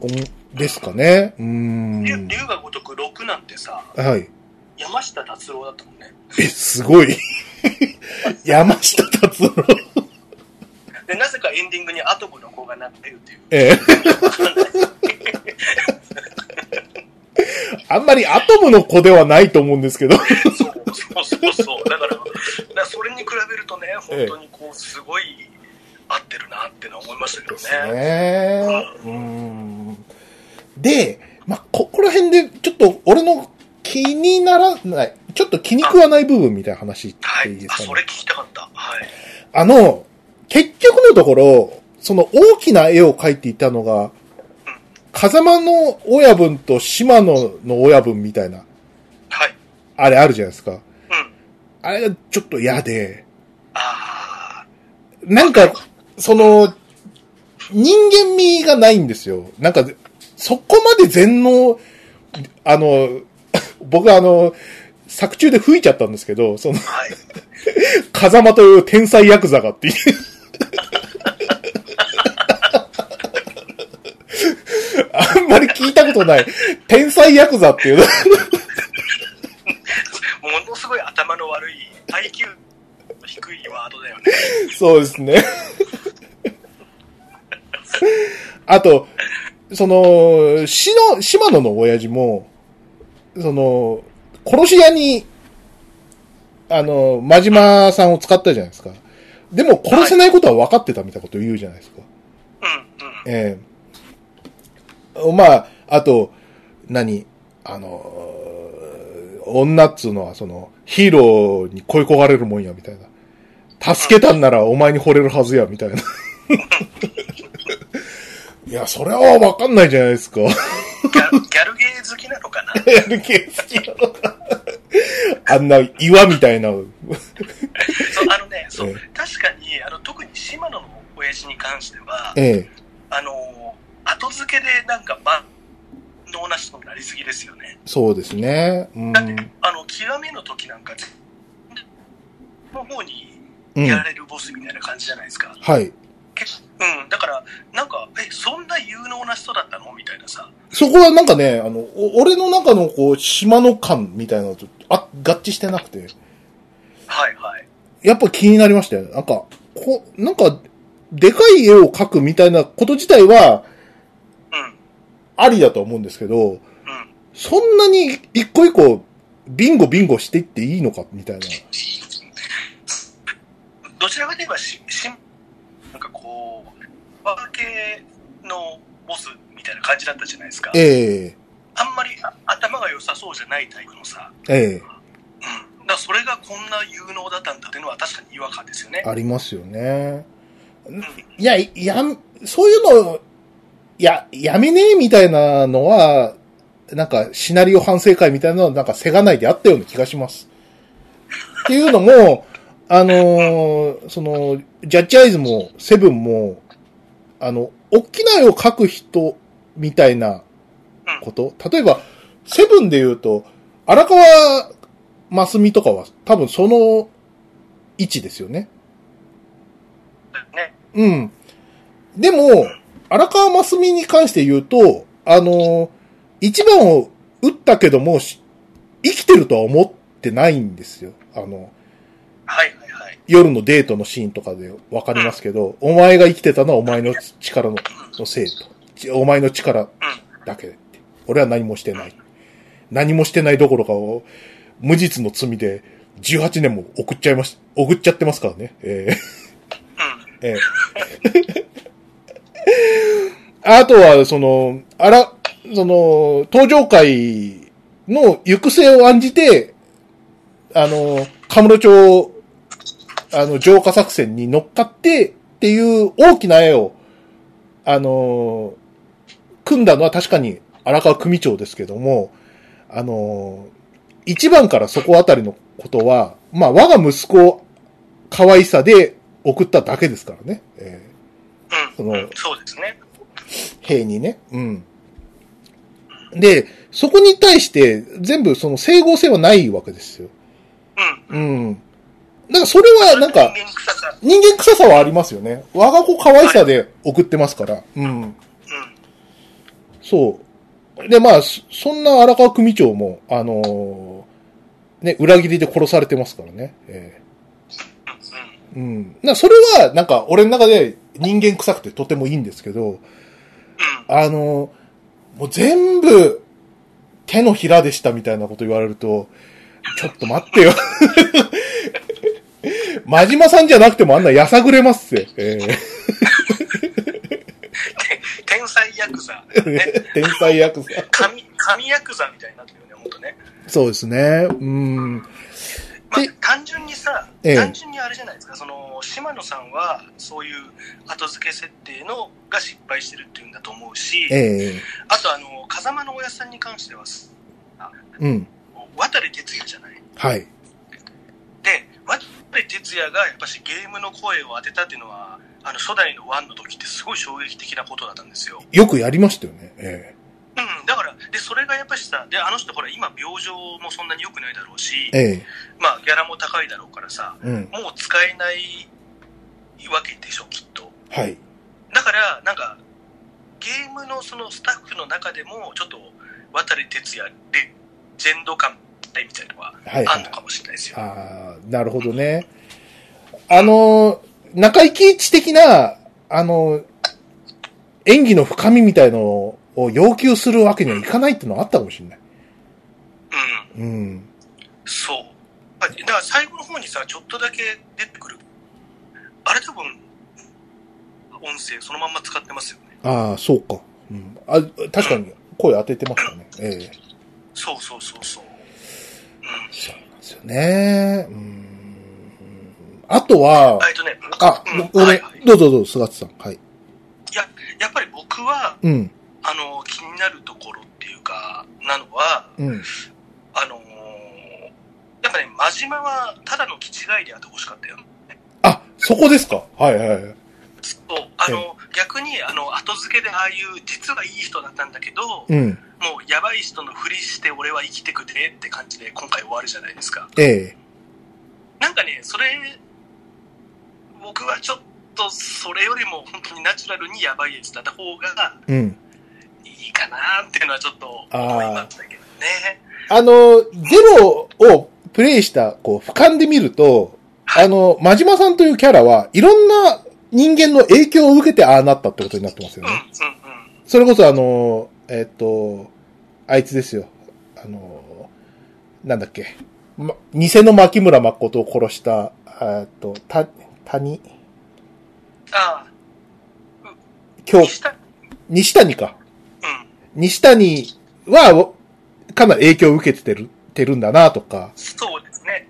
[SPEAKER 1] ーこんですかね。うー
[SPEAKER 2] りゅ
[SPEAKER 1] ん。
[SPEAKER 2] 龍が如く6なんてさ、
[SPEAKER 1] はい。
[SPEAKER 2] 山下達郎だったもんね。
[SPEAKER 1] え、すごい。 [laughs] 山下達郎。
[SPEAKER 2] で、なぜかエンディングにアトムの子が鳴ってるっ
[SPEAKER 1] [laughs]
[SPEAKER 2] ていう。
[SPEAKER 1] ええ。あんまりアトムの子ではないと思うんですけど。
[SPEAKER 2] そうそうそうそう。だから、だからそれに比べるとね、本当にこう、すごい合ってるなってのは思いましたけど
[SPEAKER 1] です
[SPEAKER 2] ね。
[SPEAKER 1] ね。うん。で、まあ、ここら辺で、ちょっと俺の気にならない、ちょっと気に食わない部分みたいな話って
[SPEAKER 2] はい
[SPEAKER 1] いで
[SPEAKER 2] い
[SPEAKER 1] す。
[SPEAKER 2] あ、
[SPEAKER 1] かね
[SPEAKER 2] それ聞きたかった。はい。
[SPEAKER 1] あの、結局のところ、その大きな絵を描いていたのが、風間の親分と島野の親分みたいな、
[SPEAKER 2] はい。
[SPEAKER 1] あれあるじゃないですか。
[SPEAKER 2] うん。
[SPEAKER 1] あれがちょっと嫌で、
[SPEAKER 2] あ
[SPEAKER 1] なんか、その、人間味がないんですよ。なんか、そこまで全能、あの、僕あの、作中で吹いちゃったんですけど、その、
[SPEAKER 2] あ、
[SPEAKER 1] [laughs]
[SPEAKER 2] はい。
[SPEAKER 1] 風間という天才ヤクザがっていう。あんまり聞いたことない。天才ヤクザっていう。
[SPEAKER 2] ものすごい頭の悪い、IQ の低いワードだよね。
[SPEAKER 1] そうですね。あと、その、しの、島野の親父も、その、殺し屋に、あの、真島さんを使ったじゃないですか。でも殺せないことは分かってたみたいなこと言うじゃないですか。
[SPEAKER 2] うん、うん。
[SPEAKER 1] ええまあ、あと、何あの、女っつうのはその、ヒーローに恋焦がれるもんや、みたいな。助けたんならお前に惚れるはずや、みたい [laughs] な。いや、それはわかんないじゃないですか。 [laughs] や
[SPEAKER 2] ギャルギャルゲー好きなのかな
[SPEAKER 1] る気好きなのあんな岩みたいな。
[SPEAKER 2] そうあのね、そう、
[SPEAKER 1] え
[SPEAKER 2] 確かに、あの、特に島野の親父に関しては、
[SPEAKER 1] ええ。
[SPEAKER 2] あの、後付けでなんか万能な人になりすぎですよね。
[SPEAKER 1] そうですね。うん。
[SPEAKER 2] だって、あの、極めの時なんか、の方に
[SPEAKER 1] うん。
[SPEAKER 2] やられるボスみたいな感じじゃないですか。
[SPEAKER 1] はい。
[SPEAKER 2] 結うん、だから、なんか、え、そんな有能な人だったのみたいなさ。
[SPEAKER 1] そこはなんかね、あの、お俺の中のこう、島の感みたいなのと、あ、合致してなくて、
[SPEAKER 2] はいはい。
[SPEAKER 1] やっぱ気になりましたよ。なんか、こ、なんか、でかい絵を描くみたいなこと自体は、
[SPEAKER 2] うん、
[SPEAKER 1] ありだと思うんですけど、
[SPEAKER 2] うん。
[SPEAKER 1] そんなに一個一個、ビンゴビンゴしていっていいのか、みたいな。
[SPEAKER 2] どちらかといえばし、し、なんかこう、ワー系のボスみたいな感じだったじゃないですか。
[SPEAKER 1] え
[SPEAKER 2] あんまりあ頭が良さそうじゃないタイプのさ。
[SPEAKER 1] ええ
[SPEAKER 2] うん。だからそれがこんな有能だったんだっていうのは確かに違和感ですよね
[SPEAKER 1] え。ありますよね。
[SPEAKER 2] うん。
[SPEAKER 1] いや、いや、そういうの、いや、やめねえみたいなのは、なんか、シナリオ反省会みたいなのは、なんか、せがないであったような気がします。っていうのも、あのーその、ジャッジアイズも、セブンも、あの、大きな絵を描く人、みたいなこと。例えば、セブンで言うと、荒川マスミとかは多分その位置ですよね。
[SPEAKER 2] ね。
[SPEAKER 1] うん。でも、荒川真澄に関して言うと、あの、一番を打ったけども、し生きてるとは思ってないんですよ。あの、
[SPEAKER 2] はいはいはい。
[SPEAKER 1] 夜のデートのシーンとかでわかりますけど、お前が生きてたのはお前の力ののせいと。ちお前の力だけでって。俺は何もしてない。何もしてないどころかを、無実の罪で18年も送っちゃいまし、送っちゃってますからね。えー
[SPEAKER 2] うん。
[SPEAKER 1] ええ。あとは、その、あら、その、登場会の行く末を案じて、あの、カムロ町、あの、浄化作戦に乗っかってっていう大きな絵を、あの、組んだのは確かに荒川組長ですけども、あの、一番からそこあたりのことは、まあ、我が息子を可愛さで送っただけですからね。えーそ
[SPEAKER 2] うん。
[SPEAKER 1] の
[SPEAKER 2] うん、そうですね。
[SPEAKER 1] 兵にね。うん。で、そこに対して全部その整合性はないわけですよ。
[SPEAKER 2] うん。
[SPEAKER 1] うん。だからそれはなんか
[SPEAKER 2] 人間臭さ。
[SPEAKER 1] 人間臭さはありますよね。我が子可愛さで送ってますから。うん。
[SPEAKER 2] うん。
[SPEAKER 1] そう。で、まあ、そそんな荒川組長も、あのーね、裏切りで殺されてますからね。え
[SPEAKER 2] うん。
[SPEAKER 1] ーうん。だからそれは、なんか、俺の中で人間臭くてとてもいいんですけど、
[SPEAKER 2] うん。
[SPEAKER 1] あの、もう全部、手のひらでしたみたいなこと言われると、ちょっと待ってよ。 [laughs] 真島さんじゃなくてもあんなやさぐれますぜ。え
[SPEAKER 2] 天才ヤクザ。ね。
[SPEAKER 1] ー天才役さ。
[SPEAKER 2] 神、神ヤクザみたいになってるよね、ほんとね。
[SPEAKER 1] そうですね。うん。
[SPEAKER 2] まあ
[SPEAKER 1] で、
[SPEAKER 2] 単純にさ、
[SPEAKER 1] ええ
[SPEAKER 2] 単純にあれじゃないですか、その、島野さんは、そういう後付け設定の、が失敗してるっていうんだと思うし、
[SPEAKER 1] ええ
[SPEAKER 2] あと、あの、風間のおやさんに関しては、
[SPEAKER 1] うん。
[SPEAKER 2] 渡哲也じゃない。
[SPEAKER 1] はい。
[SPEAKER 2] で、渡哲也がやっぱしゲームの声を当てたっていうのは、あの初代の1の時ってすごい衝撃的なことだったんですよ。
[SPEAKER 1] よくやりましたよね。え
[SPEAKER 2] うん、だから、で、それがやっぱしさ、で、あの人ほら、今病状もそんなに良くないだろうし
[SPEAKER 1] え、え
[SPEAKER 2] まあ、ギャラも高いだろうからさ、
[SPEAKER 1] えうん。
[SPEAKER 2] もう使えないわけでしょ、きっと。
[SPEAKER 1] はい。
[SPEAKER 2] だから、なんか、ゲームのそのスタッフの中でも、ちょっと、渡哲也、レジェンド感みたいなのは、
[SPEAKER 1] はい。
[SPEAKER 2] あんのかもしれないですよ。
[SPEAKER 1] ああ、なるほどね。あの、中井貴一的な、あの、演技の深みみたいのを要求するわけにはいかないってのはあったかもしれない。
[SPEAKER 2] うん。
[SPEAKER 1] うん。
[SPEAKER 2] そう。あだから最後の方にさ、ちょっとだけ出てくる。あれ多分、音声そのまんま使ってますよね。
[SPEAKER 1] ああ、そうか。うん。あ、確かに声当ててましたね。ええ
[SPEAKER 2] そうそうそうそう。うん。
[SPEAKER 1] そうなんですよね。うん。あとは、
[SPEAKER 2] あえっとね、
[SPEAKER 1] あ
[SPEAKER 2] うん、
[SPEAKER 1] ご
[SPEAKER 2] は
[SPEAKER 1] め
[SPEAKER 2] い
[SPEAKER 1] ん
[SPEAKER 2] はい、
[SPEAKER 1] どうぞどうぞ、菅津さん。はい。
[SPEAKER 2] やっぱり僕は、
[SPEAKER 1] うん。
[SPEAKER 2] あの、気になるところっていうか、なのは、
[SPEAKER 1] うん。
[SPEAKER 2] あのーやっぱね、真島はただの気違いであってほしかったよ。
[SPEAKER 1] あ、そこですか。はいはいはい。
[SPEAKER 2] そう。あの、逆に、あの、後付けでああいう、実はいい人だったんだけど、
[SPEAKER 1] うん。
[SPEAKER 2] もうやばい人のふりして俺は生きてくでって感じで今回終わるじゃないですか。
[SPEAKER 1] ええ
[SPEAKER 2] なんかね、それ、僕はちょっとそれよりも本当にナチュラルにやばいやつだった方が
[SPEAKER 1] うん。
[SPEAKER 2] いいかなっていうのはちょっと思いましたけどね。
[SPEAKER 1] あの、ゼロをプレイした、こう、俯瞰で見ると、あの、真島さんというキャラはいろんな人間の影響を受けてああなったってことになってます
[SPEAKER 2] う
[SPEAKER 1] よ
[SPEAKER 2] んうん
[SPEAKER 1] ね。それこそあの、えっ、と、あいつですよ。あの、なんだっけ。ま、偽の牧村誠を殺した、えっと、た、谷、
[SPEAKER 2] うん。ああ、
[SPEAKER 1] 今日、
[SPEAKER 2] 西田、
[SPEAKER 1] 西谷か。
[SPEAKER 2] うん。
[SPEAKER 1] 西谷は、かなり影響を受けてる、てるんだなとか、
[SPEAKER 2] そうですね。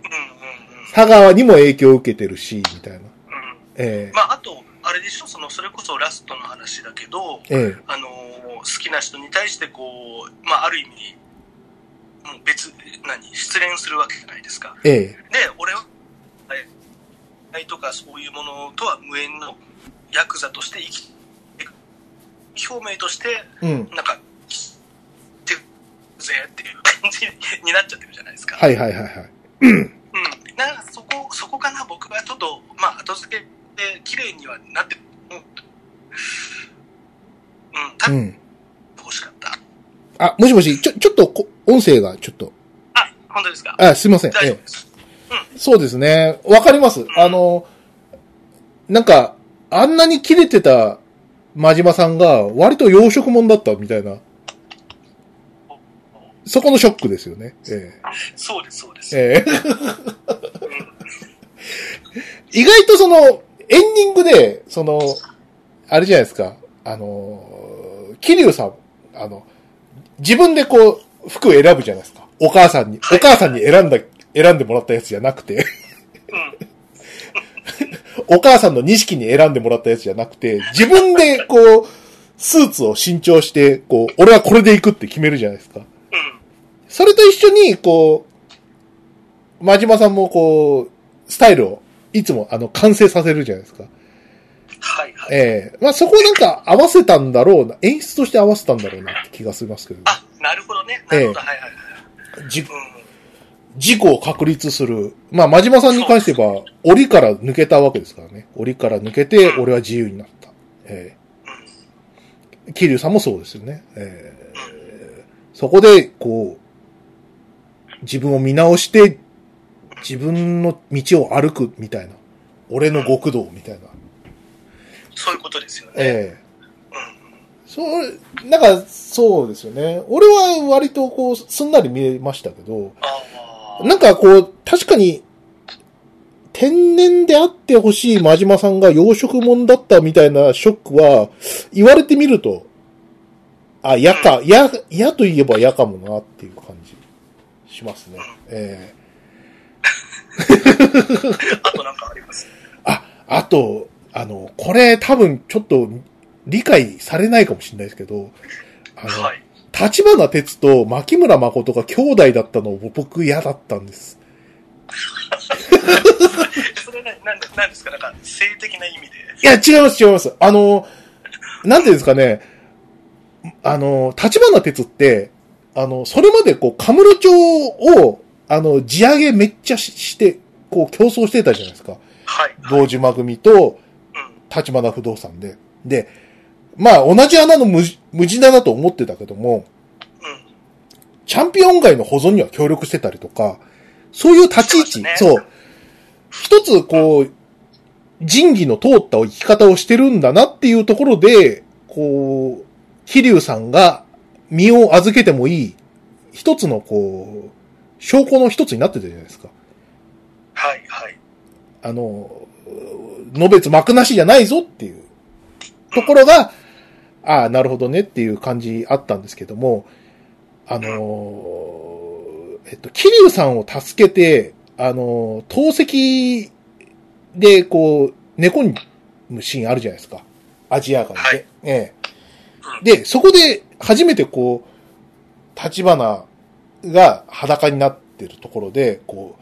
[SPEAKER 2] う
[SPEAKER 1] 佐川にも影響を受けてるし、みたいな。
[SPEAKER 2] んうんうん。うん。
[SPEAKER 1] え
[SPEAKER 2] まああと、あれでしょ、その、それこそラストの話だけど、
[SPEAKER 1] ええ
[SPEAKER 2] あのー好きな人に対してこう、まあ、ある意味もう別何失恋するわけじゃないですか
[SPEAKER 1] え、え
[SPEAKER 2] で俺はえ愛とかそういうものとは無縁のヤクザとして生きて表明として
[SPEAKER 1] え。うん。
[SPEAKER 2] なんか生きてるぜっていう感じになっちゃってるじゃないですか、
[SPEAKER 1] はいはいはいはい。
[SPEAKER 2] うん、だからそこそこかな、僕はちょっと、まあ、後付けで綺麗にはなってると思う、うん、
[SPEAKER 1] う
[SPEAKER 2] 食べて
[SPEAKER 1] ん。
[SPEAKER 2] ほしかった。
[SPEAKER 1] あ、もしもし、ちょ、ちょっとこ、音声がちょっと。
[SPEAKER 2] あ、本当ですか。
[SPEAKER 1] あ、すいません。
[SPEAKER 2] 大
[SPEAKER 1] え
[SPEAKER 2] 丈夫
[SPEAKER 1] え
[SPEAKER 2] です。
[SPEAKER 1] そうですね。わかります。あの、なんか、あんなに切れてた真島さんが、割と洋食もんだったみたいな。そこのショックですよね。え
[SPEAKER 2] そうです、そうです。
[SPEAKER 1] えええ
[SPEAKER 2] うん
[SPEAKER 1] 意外とその、エンディングで、その、あれじゃないですか。あの、桐生さん、あの、自分でこう、服を選ぶじゃないですか。お母さんに、
[SPEAKER 2] はい
[SPEAKER 1] お母さんに選んだ、選んでもらったやつじゃなくて。 [laughs]
[SPEAKER 2] うん
[SPEAKER 1] お母さんの錦に選んでもらったやつじゃなくて、自分でこう、スーツを新調して、こう、俺はこれで行くって決めるじゃないですか。
[SPEAKER 2] うん
[SPEAKER 1] それと一緒に、こう、真島さんもこう、スタイルを、いつもあの、完成させるじゃないですか。
[SPEAKER 2] はいはい。
[SPEAKER 1] ええまあそこなんか合わせたんだろうな、演出として合わせたんだろうなって気がしますけど、
[SPEAKER 2] あ、なるほどね。なるほど、はいはいはい。
[SPEAKER 1] じ
[SPEAKER 2] うん
[SPEAKER 1] 事故を確立する。まあ真島さんに関して言えば、檻から抜けたわけですからね。檻から抜けて、俺は自由になった。ええ
[SPEAKER 2] うん
[SPEAKER 1] 桐生さんもそうですよね。えーそこで、こう、自分を見直して、自分の道を歩くみたいな。俺の極道みたいな。
[SPEAKER 2] そういうことですよね。
[SPEAKER 1] ええそう、なんか、そうですよね。俺は割とこう、すんなり見えましたけど、
[SPEAKER 2] ああ
[SPEAKER 1] なんかこう、確かに、天然であってほしい真島さんが養殖者だったみたいなショックは、言われてみると、あ、嫌か、嫌、嫌といえば嫌かもなっていう感じしますね。え
[SPEAKER 2] あとなんかあります。
[SPEAKER 1] えあ、あと、あの、これ多分ちょっと理解されないかもしれないですけど、あの、
[SPEAKER 2] はい。
[SPEAKER 1] 立花哲と牧村誠が兄弟だったのを僕嫌だったんです。
[SPEAKER 2] それな、なんか、なんですか、なんか、性的な意味で。
[SPEAKER 1] いや、違います、違います。あの、なんていうんですかね、あの、立花哲って、あの、それまでこう、カムロ町を、あの、地上げめっちゃしして、こう、競争してたじゃないですか。
[SPEAKER 2] はい。
[SPEAKER 1] 道島組と
[SPEAKER 2] うん。
[SPEAKER 1] 立花不動産で。で、まあ、同じ穴の無地無地だなと思ってたけども、
[SPEAKER 2] うん。
[SPEAKER 1] チャンピオン街の保存には協力してたりとか、そういう立
[SPEAKER 2] そ
[SPEAKER 1] ち位置、
[SPEAKER 2] うですね
[SPEAKER 1] そう。一つ、こう、仁義の通った生き方をしてるんだなっていうところで、こう、桐生さんが身を預けてもいい、一つのこう、証拠の一つになってたじゃないですか。
[SPEAKER 2] はい、はい。
[SPEAKER 1] あの、のべつ幕なしじゃないぞっていうところが、ああ、なるほどねっていう感じあったんですけども、あの、えっと、桐生さんを助けて、あの、透析で、こう、寝込むシーンあるじゃないですか。アジア街で。
[SPEAKER 2] はい
[SPEAKER 1] え
[SPEAKER 2] う
[SPEAKER 1] え、で、そこで初めてこう、立花が裸になってるところで、こ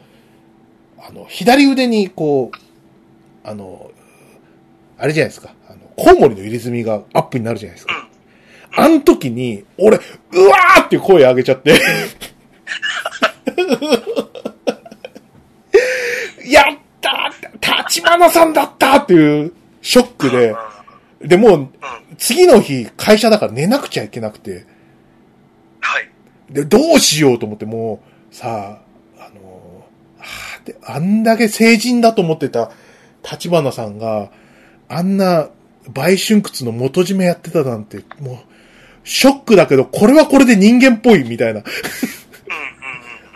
[SPEAKER 1] う、あの、左腕に、こう、あの、あれじゃないですか。あの、コウモリの入れ墨がアップになるじゃないです
[SPEAKER 2] う
[SPEAKER 1] か。
[SPEAKER 2] ん。
[SPEAKER 1] あの時に、俺、うわーっていう声上げちゃって。 [laughs] やったー立花さんだったーっていうショック
[SPEAKER 2] う
[SPEAKER 1] で
[SPEAKER 2] ん。、
[SPEAKER 1] で、もう、
[SPEAKER 2] うん
[SPEAKER 1] 次の日、会社だから寝なくちゃいけなくて、
[SPEAKER 2] はい。
[SPEAKER 1] で、どうしようと思って、もう、さあ、あの、あーって、あんだけ成人だと思ってた立花さんが、あんな、売春窟の元締めやってたなんて、もう、ショックだけど、これはこれで人間っぽいみたいな。 [laughs]
[SPEAKER 2] うん、うん、うん。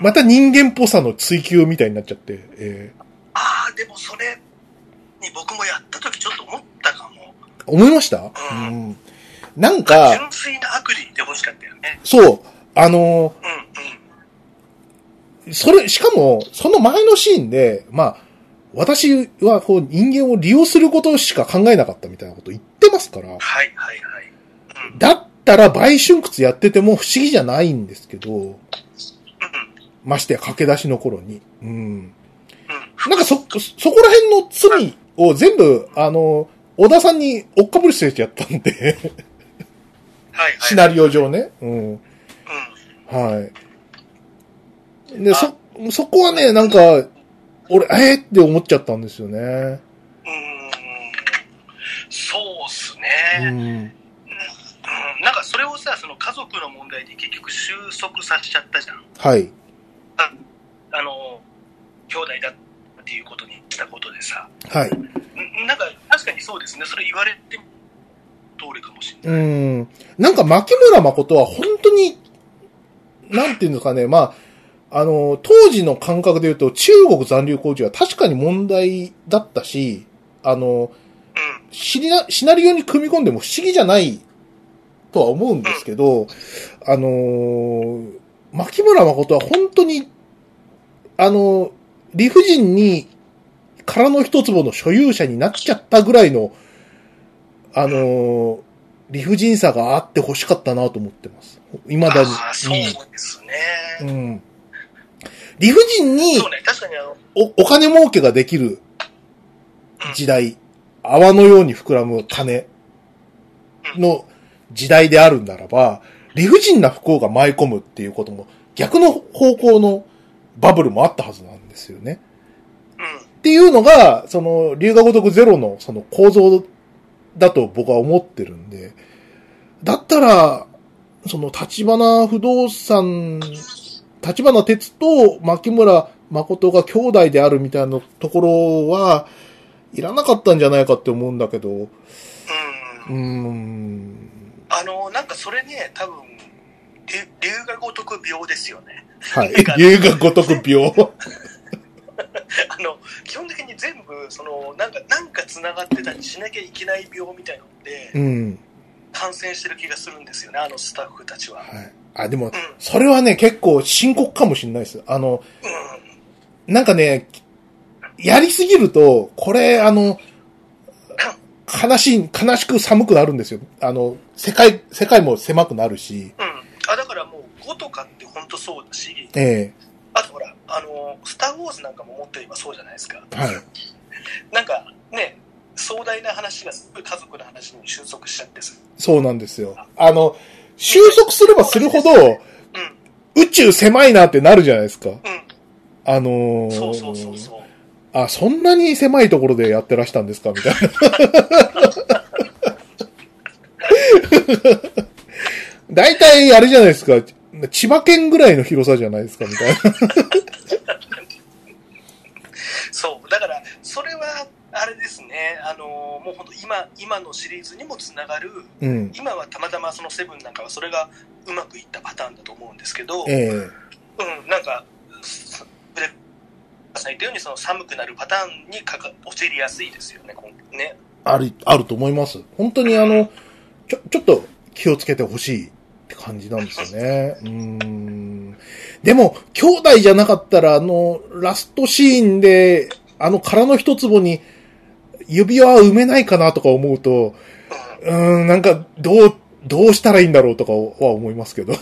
[SPEAKER 1] また人間っぽさの追求みたいになっちゃって、え
[SPEAKER 2] ああ、でもそれに僕もやった時ちょっと思ったかも。
[SPEAKER 1] ー思いました
[SPEAKER 2] うん
[SPEAKER 1] うん。なんか、
[SPEAKER 2] 純粋な悪意で欲しかったよね。
[SPEAKER 1] そう、あのー
[SPEAKER 2] うん、うん。
[SPEAKER 1] それ、しかも、その前のシーンで、まあ、私はこう人間を利用することしか考えなかったみたいなこと言ってますから、
[SPEAKER 2] はい、はい、はい。うん、
[SPEAKER 1] だったら売春窟やってても不思議じゃないんですけど、
[SPEAKER 2] う
[SPEAKER 1] ましてや駆け出しの頃に。うん。
[SPEAKER 2] ん、うん。
[SPEAKER 1] なんかそ、そこら辺の罪を全部、あの、小田さんに追っかぶりしてやったんで、
[SPEAKER 2] はい、はい。
[SPEAKER 1] シナリオ上ね。うん。
[SPEAKER 2] うん。
[SPEAKER 1] はい。で、そ、そこはね、なんか、俺、えー、って思っちゃったんですよね。
[SPEAKER 2] うん、そうっす
[SPEAKER 1] う
[SPEAKER 2] ね、
[SPEAKER 1] ん。
[SPEAKER 2] うんなんかそれをさ、その家族の問題に結局収束させちゃったじゃん。
[SPEAKER 1] はい。
[SPEAKER 2] ああの、兄弟だっていうことにしたことでさ。
[SPEAKER 1] はい。
[SPEAKER 2] んなんか確かにそうですね。それ言われても通りかもしれ
[SPEAKER 1] う
[SPEAKER 2] ない。
[SPEAKER 1] ん。なんか、牧村誠は本当に、なんていうんですかね、まあ、あの、当時の感覚で言うと、中国残留工事は確かに問題だったし、あの、
[SPEAKER 2] うん。
[SPEAKER 1] シナシナリオに組み込んでも不思議じゃないとは思うんですけど、あのー牧村誠は本当に、あのー理不尽に空の一坪の所有者になっちゃったぐらいの、あのー理不尽さがあって欲しかったなと思ってます。未だに。
[SPEAKER 2] ああ、そうですね。
[SPEAKER 1] うんうん理不尽に
[SPEAKER 2] そうね。確かにあの、
[SPEAKER 1] おお金儲けができる時代、泡のように膨らむ金の時代であるならば、理不尽な不幸が舞い込むっていうことも、逆の方向のバブルもあったはずなんですよね。
[SPEAKER 2] うん。
[SPEAKER 1] っていうのが、その、龍河如くゼロのその構造だと僕は思ってるんで、だったら、その、立花不動産、立花哲と牧村誠が兄弟であるみたいなところは、いらなかったんじゃないかって思うんだけど、う
[SPEAKER 2] うん
[SPEAKER 1] ーん、
[SPEAKER 2] あのなんかそれね多分り龍が如く病ですよね [laughs]
[SPEAKER 1] はい。龍河如く病。
[SPEAKER 2] あの基本的に全部そのなんかなんかつながってたりしなきゃいけない病みたいので
[SPEAKER 1] うん。
[SPEAKER 2] 感染してる気がするんですよねあのスタッフたちは
[SPEAKER 1] はい。あ、でも
[SPEAKER 2] う、ん
[SPEAKER 1] それはね、結構深刻かもしれないです。あの、
[SPEAKER 2] う
[SPEAKER 1] なんかね、やりすぎると、これ、あの、悲しい、悲しく寒くなるんですよ。あの、世界、世界も狭くなるし、
[SPEAKER 2] んうんあだからもう5とかって本当そうだし
[SPEAKER 1] え
[SPEAKER 2] あとほらあの「スター・ウォーズ」なんかももっと今そうじゃないですか
[SPEAKER 1] えはい。
[SPEAKER 2] なんかね壮大な話がすごい家族の話に収束しちゃってさ
[SPEAKER 1] そうなんですよ。あの、収束すればするほど、
[SPEAKER 2] うん
[SPEAKER 1] 宇宙狭いなってなるじゃないですか。
[SPEAKER 2] うん
[SPEAKER 1] あのー
[SPEAKER 2] そうそうそうそう
[SPEAKER 1] あ、そんなに狭いところでやってらしたんですかみたいな。 [laughs] 大体、あれじゃないですか。千葉県ぐらいの広さじゃないですかみたいな。
[SPEAKER 2] そう、だから、それは、あれですね、あのーもう本当今、今のシリーズにもつながる、
[SPEAKER 1] うん。
[SPEAKER 2] 今はたまたまそのセブンなんかはそれがうまくいったパターンだと思うんですけど、
[SPEAKER 1] ええ
[SPEAKER 2] うん、なんか、すブレックさん言ったように、その寒くなるパターンにかか陥りやすいですよね、今ね。
[SPEAKER 1] ある、あると思います。本当にあの、ちょ、ちょっと気をつけてほしいって感じなんですよね。うーん。でも、兄弟じゃなかったら、あの、ラストシーンで、あの殻の一坪に指輪は埋めないかなとか思うと、う
[SPEAKER 2] う
[SPEAKER 1] ーん、なんか、どう、どうしたらいいんだろうとかは思いますけど。 [laughs]
[SPEAKER 2] ん、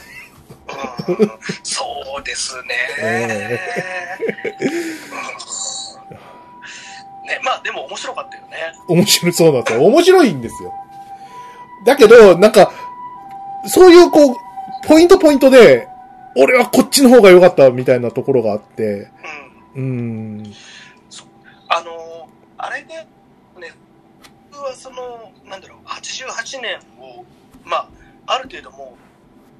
[SPEAKER 2] うん、そうですね。うんね、まあでも面白かったよね。
[SPEAKER 1] 面白そうなんですよ。面白いんですよ。だけど、なんか、そういうこう、ポイントポイントで、俺はこっちの方が良かったみたいなところがあって、
[SPEAKER 2] う
[SPEAKER 1] う
[SPEAKER 2] ん。
[SPEAKER 1] ーん、
[SPEAKER 2] あのーあれね、ね、僕はその、なんだろう、88年を、まあ、ある程度も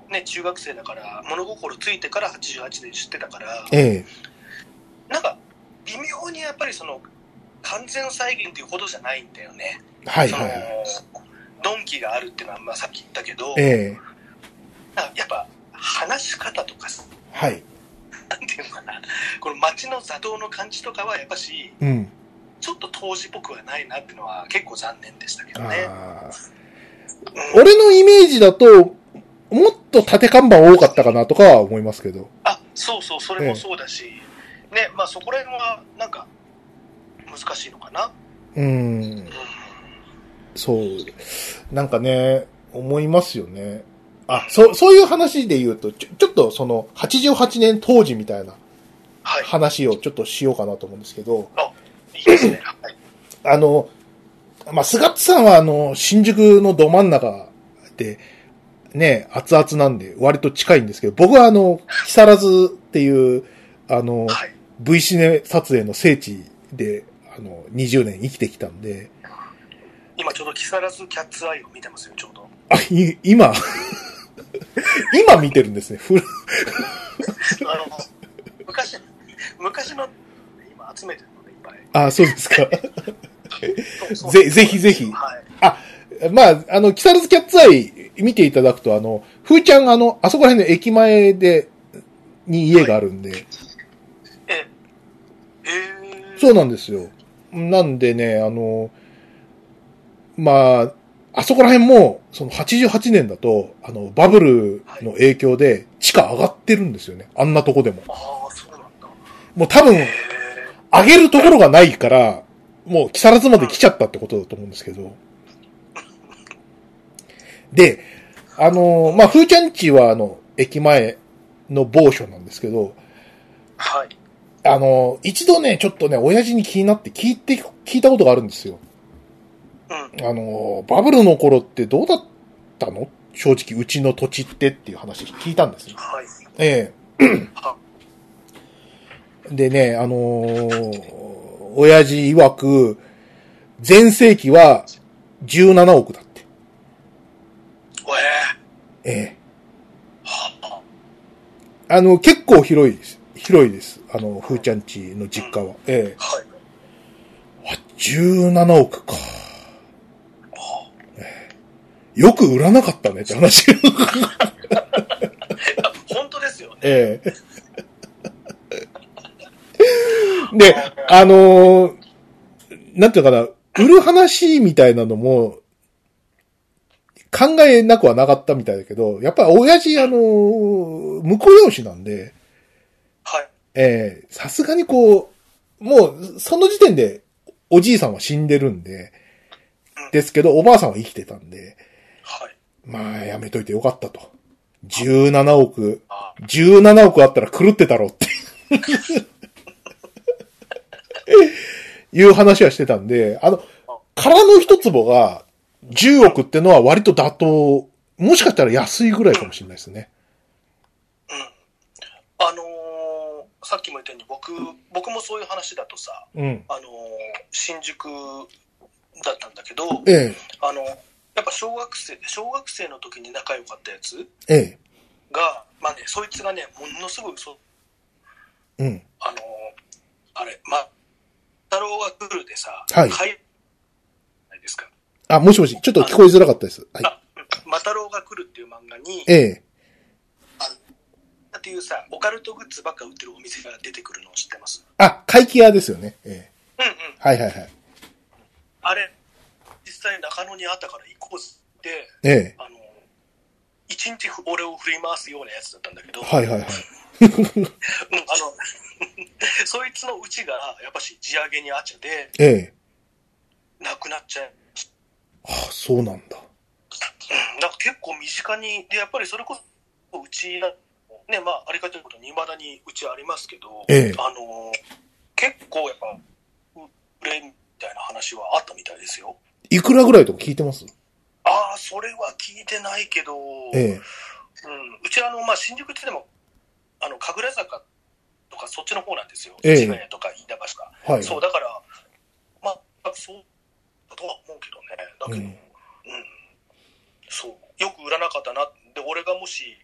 [SPEAKER 2] う、ね、中学生だから、物心ついてから88年知ってたから、
[SPEAKER 1] ええ、
[SPEAKER 2] なんか、微妙にやっぱりその、完全再現っていうほどじゃないんだよね。
[SPEAKER 1] はい
[SPEAKER 2] そ
[SPEAKER 1] は
[SPEAKER 2] の
[SPEAKER 1] い。、
[SPEAKER 2] ドンキがあるっていうのは、まあ、さっき言ったけど、
[SPEAKER 1] ええ、
[SPEAKER 2] なんかやっぱ、話し方とかさ、
[SPEAKER 1] はい。
[SPEAKER 2] なんていうのかな、この街の座道の感じとかは、やっぱし、
[SPEAKER 1] うん。
[SPEAKER 2] ちょっと当時っぽくはないなっていうのは結構残念でしたけどね。
[SPEAKER 1] あー
[SPEAKER 2] うん
[SPEAKER 1] 俺のイメージだと、もっと縦看板多かったかなとかは思いますけど。
[SPEAKER 2] あ、そうそう、それもそうだし、ね、まあそこら辺はなんか難しいのかな。
[SPEAKER 1] うーん、そう。なんかね、思いますよね。あ、そう、そういう話で言うと、ちょ、ちょっとその、88年当時みたいな
[SPEAKER 2] はい。
[SPEAKER 1] 話をちょっとしようかなと思うんですけど、
[SPEAKER 2] いいですね。はい。
[SPEAKER 1] あの、まあ、菅津さんはあの、新宿のど真ん中で、ね、熱々なんで、割と近いんですけど、僕はあの、木更津っていう、あの、
[SPEAKER 2] はい。
[SPEAKER 1] V シネ撮影の聖地で、あの、20年生きてきたんで、
[SPEAKER 2] 今ちょうど木更津キャッツアイを見てますよ、ちょ
[SPEAKER 1] [laughs]
[SPEAKER 2] うど。
[SPEAKER 1] あ、い、今、 [laughs] 今見てるんですね。古
[SPEAKER 2] あの、昔、昔の、今集めてるので、いっぱい
[SPEAKER 1] あ、そうですか。 [laughs]
[SPEAKER 2] そうそう。
[SPEAKER 1] ぜぜひぜひ
[SPEAKER 2] はい。
[SPEAKER 1] まあ、あの、木更津キャッツアイ見ていただくと、あの、ふーちゃん、あの、あそこら辺の駅前で、に家があるんで、
[SPEAKER 2] え、えー、
[SPEAKER 1] そうなんですよ。なんでね、あの、まあ、あそこら辺も、その88年だと、あの、バブルの影響で、地価上がってるんですよね。あんなとこでも。
[SPEAKER 2] ああ、そうなんだ。
[SPEAKER 1] もう多分、
[SPEAKER 2] え
[SPEAKER 1] 上げるところがないから、もう木更津まで来ちゃったってことだと思うんですけど。で、あのーまあ、ふーちゃんちは、あの、駅前の某所なんですけど、
[SPEAKER 2] ー、はい。
[SPEAKER 1] あのー一度ね、ちょっとね、親父に気になって聞いて、聞いたことがあるんですよ。
[SPEAKER 2] うん。
[SPEAKER 1] あのーバブルの頃ってどうだったの正直、うちの土地ってっていう話聞いたんですよ。
[SPEAKER 2] はい。
[SPEAKER 1] え
[SPEAKER 2] は
[SPEAKER 1] え。 [clears throat] でね、あのー親父曰く、前世紀は17億だって。
[SPEAKER 2] おえ
[SPEAKER 1] ええ。
[SPEAKER 2] ー、は
[SPEAKER 1] あの、結構広いです。広いです。あの、ふーちゃんちの実家は。ええ。
[SPEAKER 2] あ、はい。
[SPEAKER 1] あ、17億か。ええよく売らなかったねって話。 [laughs]
[SPEAKER 2] いや本当ですよね。
[SPEAKER 1] え [laughs] え。で、あのーなんていうのかな、売る話みたいなのも、考えなくはなかったみたいだけど、やっぱり親父、あのー婿養子なんで、
[SPEAKER 2] はい。
[SPEAKER 1] ええさすがにこう、もう、その時点で、おじいさんは死んでるんで、ですけど、おばあさんは生きてたんで、
[SPEAKER 2] はい。
[SPEAKER 1] まあ、やめといてよかったと。17億、
[SPEAKER 2] あー
[SPEAKER 1] 17億あったら狂ってたろって。 [laughs] いう話はしてたんで、あの、空の一坪が10億ってのは割と妥当、もしかしたら安いぐらいかもしれないですね。
[SPEAKER 2] あのーさっきも言ったように、僕、僕もそういう話だとさ、
[SPEAKER 1] うん。
[SPEAKER 2] あのー新宿だったんだけど、
[SPEAKER 1] ええ、
[SPEAKER 2] あの、やっぱ小学生、小学生の時に仲良かったやつ
[SPEAKER 1] ええ、
[SPEAKER 2] が、まあね、そいつがね、ものすごい嘘、
[SPEAKER 1] うん。
[SPEAKER 2] あのーあれ、まあ、太郎が来るでさ、
[SPEAKER 1] はい
[SPEAKER 2] 会ないですか。
[SPEAKER 1] あ、もしもし、ちょっと聞こえづらかったです。はい。
[SPEAKER 2] あ、うんマタロウが来るっていう漫画に、
[SPEAKER 1] ええ。
[SPEAKER 2] っていうさ、オカルトグッズばっか売ってるお店が出てくるのを知ってます。
[SPEAKER 1] あ、怪奇屋ですよね。ええ。
[SPEAKER 2] うんうん。
[SPEAKER 1] はいはいはい。
[SPEAKER 2] あれ、実際中野にあったから行こうって、
[SPEAKER 1] ええ。
[SPEAKER 2] あの、一日俺を振り回 [laughs] すようなやつだったんだけど、
[SPEAKER 1] はいはいはい。
[SPEAKER 2] うんあの、 [laughs] そいつのうちが、やっぱし地上げにあっちゃで、
[SPEAKER 1] ええ。
[SPEAKER 2] なくなっちゃう。
[SPEAKER 1] あ、そうなんだ。
[SPEAKER 2] うんなんか結構身近に、で、やっぱりそれこそ、うちだ、ね、まあ、ありがたいことに、未だにうちありますけど、
[SPEAKER 1] ええ
[SPEAKER 2] あの、結構やっぱ、売れみたいな話はあったみたいですよ。
[SPEAKER 1] いくらぐらいとか聞いてます
[SPEAKER 2] ああ、それは聞いてないけど、
[SPEAKER 1] ええ。
[SPEAKER 2] うん、うちあの、まあ、新宿ってでも、あの、神楽坂とかそっちの方なんですよ。
[SPEAKER 1] ええ
[SPEAKER 2] 市ヶ谷とか飯田橋か。
[SPEAKER 1] はい。
[SPEAKER 2] そう、だから、まあ、そうだとは思うけどね。だけど、
[SPEAKER 1] う
[SPEAKER 2] うんん、そう。よく売らなかったな。で、俺がもし、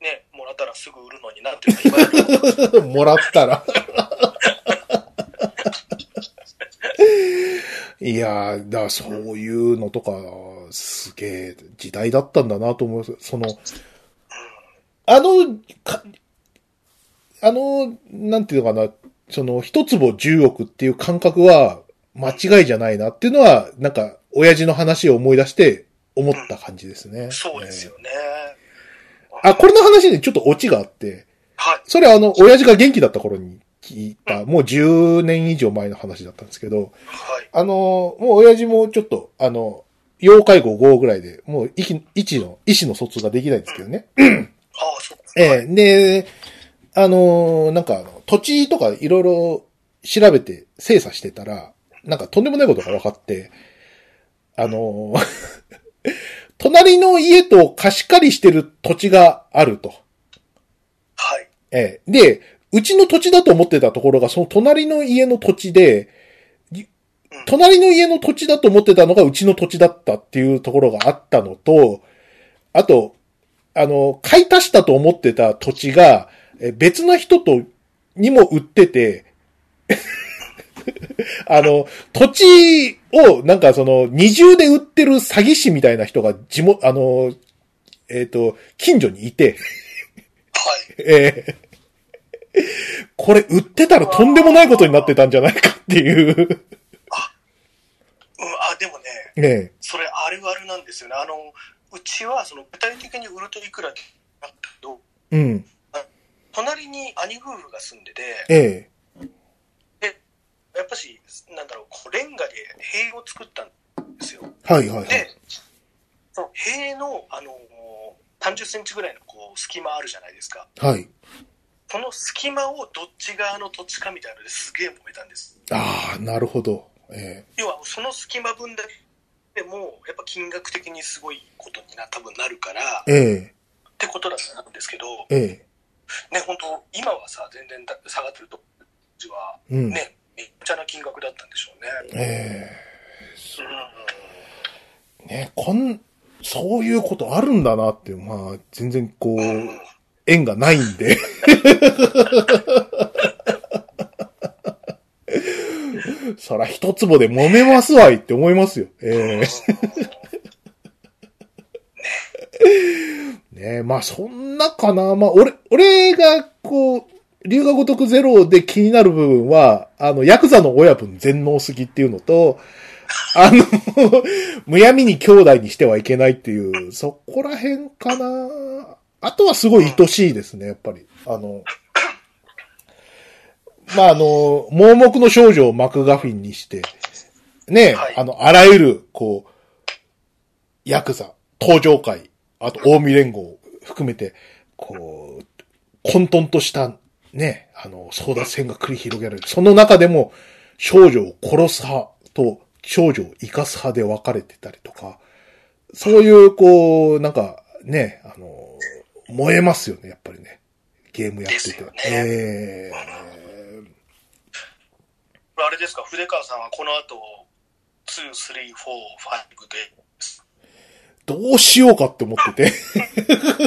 [SPEAKER 2] ね、もらったらすぐ売るのになっていうのは今
[SPEAKER 1] [laughs]
[SPEAKER 2] だけど
[SPEAKER 1] もらったら。 [laughs] いやー、だからそういうのとか、すげえ時代だったんだなと思います。その、あの、かあの、なんていうのかな、その、一坪10億っていう感覚は、間違いじゃないなっていうのは、なんか、親父の話を思い出して、思った感じですね。
[SPEAKER 2] そうです
[SPEAKER 1] え
[SPEAKER 2] よね。
[SPEAKER 1] ー。あ、これの話にちょっとオチがあって、
[SPEAKER 2] はい。
[SPEAKER 1] それはあの、親父が元気だった頃に聞いた、もう10年以上前の話だったんですけど、
[SPEAKER 2] はい。
[SPEAKER 1] あの、もう親父もちょっと、あの、要介護5ぐらいで、もう息、一の、医師の疎通ができないんですけどね。
[SPEAKER 2] ああ、そうです
[SPEAKER 1] ええで、あの、なんかあの、土地とかいろいろ調べて精査してたら、なんかとんでもないことが分かって、あの、 [laughs] 隣の家と貸し借りしてる土地があると。
[SPEAKER 2] はい。
[SPEAKER 1] ええ。で、うちの土地だと思ってたところが、その隣の家の土地で、い
[SPEAKER 2] うん
[SPEAKER 1] 隣の家の土地だと思ってたのがうちの土地だったっていうところがあったのと、あと、あの、買い足したと思ってた土地が、え別な人と、にも売ってて、 [laughs] あの、土地を、なんかその、二重で売ってる詐欺師みたいな人が、地元、あの、えっ、と、近所にいて、
[SPEAKER 2] はい。
[SPEAKER 1] ええ [laughs] これ売ってたらとんでもないことになってたんじゃないかっていう。
[SPEAKER 2] うん、あ、でもね、
[SPEAKER 1] [laughs] え
[SPEAKER 2] それあるあるなんですよね。あの、うちは、その、具体的に売るといくらってなったけど、
[SPEAKER 1] えうん。
[SPEAKER 2] 隣に兄夫婦が住んでて、
[SPEAKER 1] ええ
[SPEAKER 2] やっぱし、なんだろう、こうレンガで塀を作ったんですよ。
[SPEAKER 1] はいはいはい。
[SPEAKER 2] で、その塀の、あの、30センチぐらいのこう隙間あるじゃないですか。
[SPEAKER 1] はい。
[SPEAKER 2] この隙間をどっち側の土地かみたいなのですげえ揉めたんです。
[SPEAKER 1] ああ、なるほど。え
[SPEAKER 2] 要は、その隙間分だけでも、やっぱ金額的にすごいことにな、多分なるから、
[SPEAKER 1] ええ
[SPEAKER 2] ってことだったんですけど、
[SPEAKER 1] ええ
[SPEAKER 2] ね、本当今はさ、全然だ下がってると、うちは、
[SPEAKER 1] えうん。
[SPEAKER 2] ね、めっちゃな金額だったんでしょうね。
[SPEAKER 1] ええ
[SPEAKER 2] うんうんうん
[SPEAKER 1] ね、こん、そういうことあるんだなっていう、まあ、全然こう、
[SPEAKER 2] うん
[SPEAKER 1] 縁がないんで。そら一坪で揉めますわいって思いますよ。ええねえ、まあそんなかな。まあ俺、俺がこう、龍が如くゼロで気になる部分は、あの、ヤクザの親分全能すぎっていうのと、あの、 [laughs] むやみに兄弟にしてはいけないっていう、そこら辺かな。あとはすごい愛しいですね、やっぱり。あの、まああの、盲目の少女をマクガフィンにして、ねえ、
[SPEAKER 2] はい
[SPEAKER 1] あの、あらゆる、こう、ヤクザ、登場会、あと、近江連合を含めて、こう、混沌とした、ね、あの、争奪戦が繰り広げられる。その中でも、少女を殺す派と少女を生かす派で分かれてたりとか、そういう、こう、なんか、ね、あの、燃えますよね、やっぱりね。ゲームやって
[SPEAKER 2] です
[SPEAKER 1] て。
[SPEAKER 2] よね
[SPEAKER 1] ええ
[SPEAKER 2] これあれですか、筆川さんはこの後、2、3、4、5で、
[SPEAKER 1] どうしようかって思ってて。
[SPEAKER 2] あ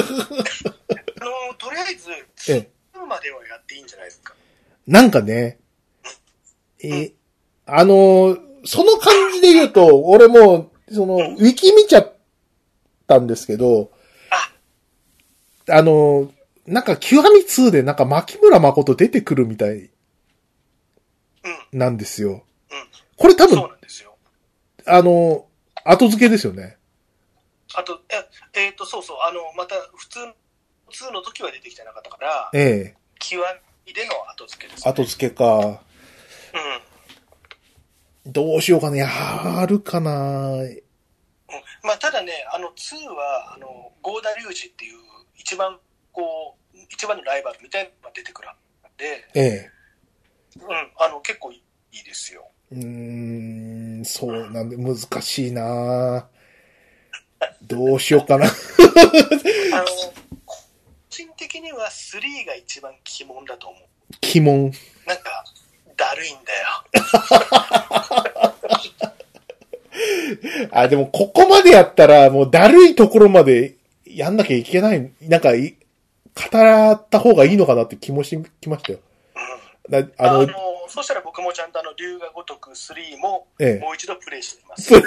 [SPEAKER 2] のとりあえず、
[SPEAKER 1] え
[SPEAKER 2] [laughs]
[SPEAKER 1] え
[SPEAKER 2] 2まではやっていいんじゃないですか。
[SPEAKER 1] なんかね、えーあのーその感じで言うと、俺もう、その、ウィキ見ちゃったんですけど、あのーなんか、極み2でなんか、牧村誠出てくるみたい
[SPEAKER 2] うん、
[SPEAKER 1] なんですよ。
[SPEAKER 2] うん、
[SPEAKER 1] これ多
[SPEAKER 2] そう
[SPEAKER 1] 分、
[SPEAKER 2] なんですよ。
[SPEAKER 1] あのー後付けですよね。
[SPEAKER 2] あと、ええーと、そうそう、あの、また、普通の、2の時は出てきてなかったから、
[SPEAKER 1] え
[SPEAKER 2] 極みでの後付けで
[SPEAKER 1] え
[SPEAKER 2] す、ね。
[SPEAKER 1] 後付けか。
[SPEAKER 2] うん。うん
[SPEAKER 1] どうしようかね。やるかな。
[SPEAKER 2] まあ、ただね、あの、2は、あの、郷田隆二っていう、一番、こう、一番のライバルみたいなのが出てくるんで、
[SPEAKER 1] ええ
[SPEAKER 2] うん、あの、結構いいですよ。
[SPEAKER 1] うーん、そうなんで、難しいなどうしようかな。 [laughs]
[SPEAKER 2] あの、個人的には3が一番鬼門だと思う。
[SPEAKER 1] 鬼門。
[SPEAKER 2] なんか、だるいんだよ。
[SPEAKER 1] あ、でも、ここまでやったら、もう、だるいところまでやんなきゃいけない、なんかい、語った方がいいのかなって気もしてきましたよ。
[SPEAKER 2] うん
[SPEAKER 1] なあ
[SPEAKER 2] あ
[SPEAKER 1] の
[SPEAKER 2] の、そしたら僕もちゃんとあの、龍が如く3も、
[SPEAKER 1] え
[SPEAKER 2] もう一度プレイしてみます。
[SPEAKER 1] そう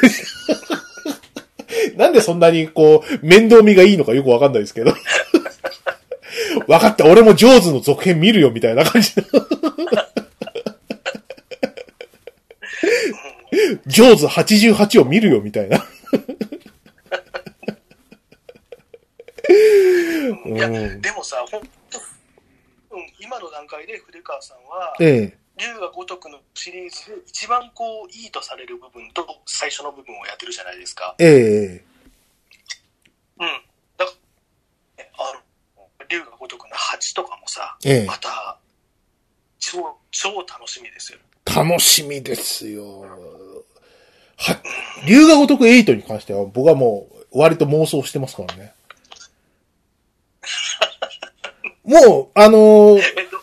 [SPEAKER 1] え。 [laughs] なんでそんなに、こう、面倒見がいいのかよくわかんないですけど。 [laughs] わかった、俺もジョーズの続編見るよ、みたいな感じで。ジョーズ88を見るよ、みたいな。
[SPEAKER 2] うんい
[SPEAKER 1] [laughs]
[SPEAKER 2] や、
[SPEAKER 1] うん
[SPEAKER 2] でもさ、ほんと、うん、今の段階で筆川さんは、
[SPEAKER 1] え
[SPEAKER 2] 龍が如くのシリーズで一番こう、いいとされる部分と最初の部分をやってるじゃないですか。
[SPEAKER 1] え、え
[SPEAKER 2] うん。だから、ねあの、龍が如くの8とかもさ、
[SPEAKER 1] え、ええ
[SPEAKER 2] ま。た、超、超楽しみですよ。
[SPEAKER 1] 楽しみですよ。は、龍が如く8に関しては僕はもう割と妄想してますからね。もう、あのー
[SPEAKER 2] えど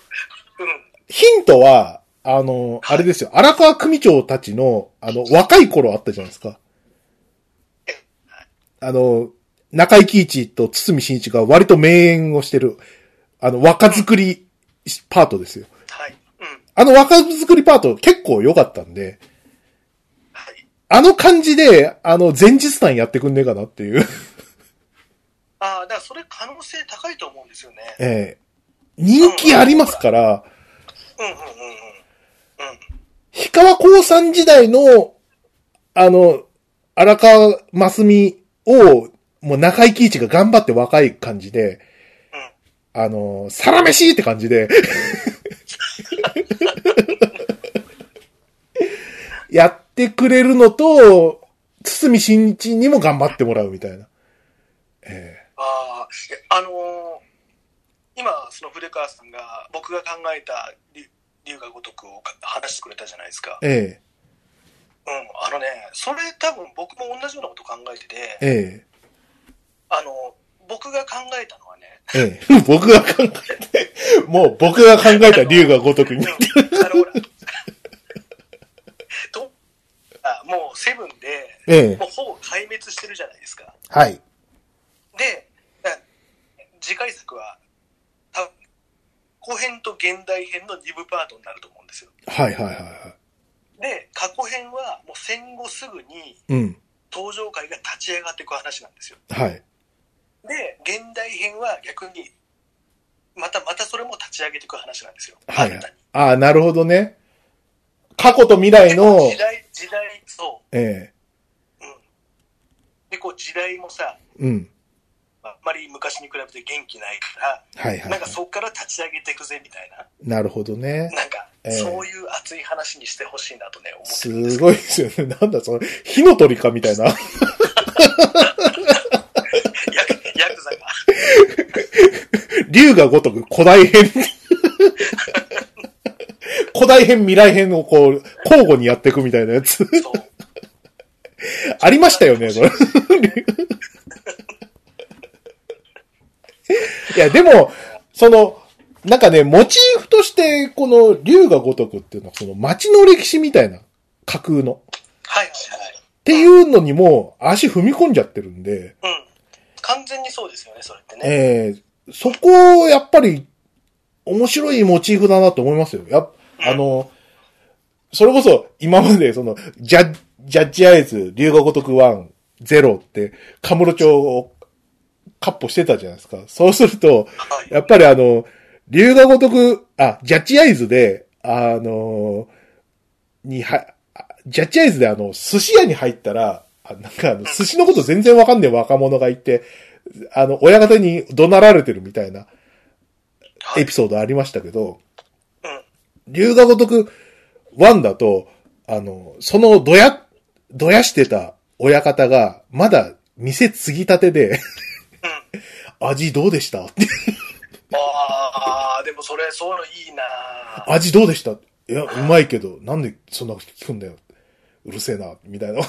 [SPEAKER 1] ヒントは、あの、あれですよ。荒川組長たちの、あの、若い頃あったじゃないですか。あの、中井貴一と堤真一が割と名演をしてる、あの、若作りパートですよ。
[SPEAKER 2] はい。うん。
[SPEAKER 1] あの若作りパート結構良かったんで、
[SPEAKER 2] はい。
[SPEAKER 1] あの感じで、あの、前日談やってくんねえかなっていう。
[SPEAKER 2] ああ、だからそれ可能性高いと思うんですよね。
[SPEAKER 1] ええ人気ありますから、
[SPEAKER 2] うんうんうんうん。うん。
[SPEAKER 1] 氷川興産時代の、あの、荒川真澄を、もう中井貴一が頑張って若い感じで、あの、サラメシって感じで、 [laughs] やってくれるのと、堤真一にも頑張ってもらうみたいな。え
[SPEAKER 2] ああ、いやあのー今、その古川さんが、僕が考えたり龍が如くを話してくれたじゃないですか。
[SPEAKER 1] ええ
[SPEAKER 2] うん、あのね、それ多分僕も同じようなこと考えてて、
[SPEAKER 1] ええ
[SPEAKER 2] あの、僕が考えたのはね、
[SPEAKER 1] ええ [laughs] 僕が考えて、もう僕が考えた竜が如く
[SPEAKER 2] うん
[SPEAKER 1] に。
[SPEAKER 2] あのほら、 [laughs] とあもうセブンで、
[SPEAKER 1] [laughs] ええ
[SPEAKER 2] もうほぼ壊滅してるじゃないですか。
[SPEAKER 1] はい。
[SPEAKER 2] で、だ次回作は、多分後編と現代編の2部パートになると思うんですよ。
[SPEAKER 1] はいはいはいは
[SPEAKER 2] で、過去編はもう戦後すぐに
[SPEAKER 1] い。うん。
[SPEAKER 2] 登場会が立ち上がっていく話なんですよ。
[SPEAKER 1] はい。
[SPEAKER 2] で、現代編は逆に、またまたそれも立ち上げていく話なんですよ。
[SPEAKER 1] はい
[SPEAKER 2] 新たに。
[SPEAKER 1] ああ、なるほどね。過去と未来
[SPEAKER 2] でこ
[SPEAKER 1] の
[SPEAKER 2] う、時代、時代、そ
[SPEAKER 1] え
[SPEAKER 2] う。うん。で、こう時代もさ、
[SPEAKER 1] えうん。
[SPEAKER 2] あんまり昔に比べて元気ないか
[SPEAKER 1] はいはい、は
[SPEAKER 2] ら、なん
[SPEAKER 1] い
[SPEAKER 2] か。そっから立ち上げていくぜみたいな、
[SPEAKER 1] なるほどね。
[SPEAKER 2] なんか
[SPEAKER 1] ええ
[SPEAKER 2] そういう熱い話にしてほしいなとね、思ってるんですす
[SPEAKER 1] ごいですよね。 [laughs] なんだその、火の鳥かみたいな。
[SPEAKER 2] ヤクヤクザが。
[SPEAKER 1] 竜が如く古代 [laughs] 編。古代編、未来編をこう、交互にやっていくみたいなやつ。
[SPEAKER 2] そう。
[SPEAKER 1] ありましたよね、それ。いや、でも、その、なんかね、モチーフとして、この、竜が如くっていうのは、その、街の歴史みたいな、架空の。
[SPEAKER 2] はいはい
[SPEAKER 1] っていうのにも、足踏み込んじゃってるんで、
[SPEAKER 2] はい。うん。完全にそうですよね、それってね。
[SPEAKER 1] えー、そこを、やっぱり、面白いモチーフだなと思いますよ。やっあの、それこそ、今まで、その、ジャッ、ジャッジアイズ、竜が如く1、0って、カムロ町を、カッポしてたじゃないですか。そうすると、
[SPEAKER 2] はい。
[SPEAKER 1] やっぱりあの、竜が如く、あ、ジャッジアイズで、あの、には、あジャッジアイズであの、寿司屋に入ったら、あなんかあの、寿司のこと全然わかんねえ若者がいて、あの、親方に怒鳴られてるみたいな
[SPEAKER 2] はい
[SPEAKER 1] エピソードありましたけど、
[SPEAKER 2] うん。
[SPEAKER 1] 龍が如く1だと、あの、そのどや、どやしてた親方が、まだ店継ぎたてで、
[SPEAKER 2] うん。
[SPEAKER 1] [laughs] 味どうでしたって
[SPEAKER 2] ああ、でもそれ、そういうのいいなあ
[SPEAKER 1] 味どうでしたいや、うまいけど、なんでそんなこと聞くんだよ。うるせえな、みたいな。い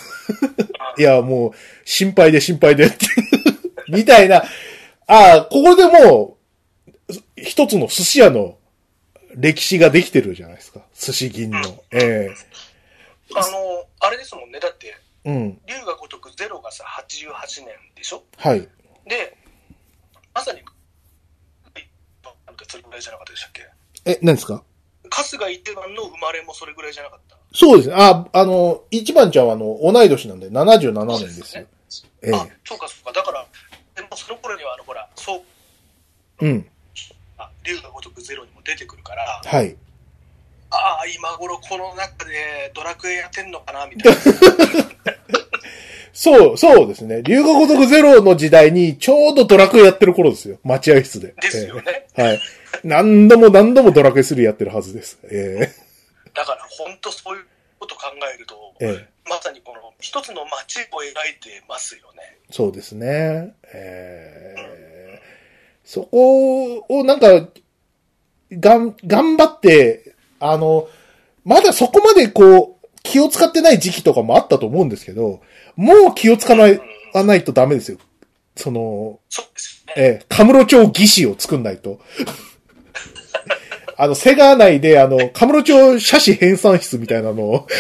[SPEAKER 1] や、もう、心配で心配で [laughs] って、みたいな。ああ、ここでもう、一つの寿司屋の歴史ができてるじゃないですか。寿司銀の。え
[SPEAKER 2] あの、あれですもんね。だって、
[SPEAKER 1] えうん。
[SPEAKER 2] 龍が如くゼロがさ、88年でしょ
[SPEAKER 1] はい。
[SPEAKER 2] で、まさに、なんかそれぐらいじゃなかったでしたっけ
[SPEAKER 1] え、何ですか
[SPEAKER 2] 春日一番の生まれもそれぐらいじゃなかった。
[SPEAKER 1] そうですね。あ、あの、一番ちゃんはあの、同い年なんで、77年ですよ。え
[SPEAKER 2] あ、そうかそうか。だから、でもその頃には、あの、ほら、そう、
[SPEAKER 1] え。うん。
[SPEAKER 2] あ龍が如くゼロにも出てくるから、
[SPEAKER 1] はい。
[SPEAKER 2] ああ、今頃この中でドラクエやってんのかな、み
[SPEAKER 1] [laughs]
[SPEAKER 2] たいな。
[SPEAKER 1] そう、そうですね。留学如くゼロの時代に、ちょうどドラクエやってる頃ですよ。待合室で。
[SPEAKER 2] ですよね。
[SPEAKER 1] ええはい。何度も何度もドラクエ3やってるはずです。え
[SPEAKER 2] だから、本当そういうこと考えると、
[SPEAKER 1] え
[SPEAKER 2] [laughs]
[SPEAKER 1] ええ
[SPEAKER 2] まさにこの一つの街を描いてますよね。
[SPEAKER 1] そうですね。ええそこを、なんか、がん、頑張って、あの、まだそこまでこう、気を使ってない時期とかもあったと思うんですけど、もう気をつかな
[SPEAKER 2] う
[SPEAKER 1] い
[SPEAKER 2] ん、
[SPEAKER 1] かないとダメですよ。その、
[SPEAKER 2] そうですよね。
[SPEAKER 1] ええ、カムロ町義士を作んないと。 [laughs] あの、セガ内で、あの、カムロ町写真編纂室みたいなのを [laughs]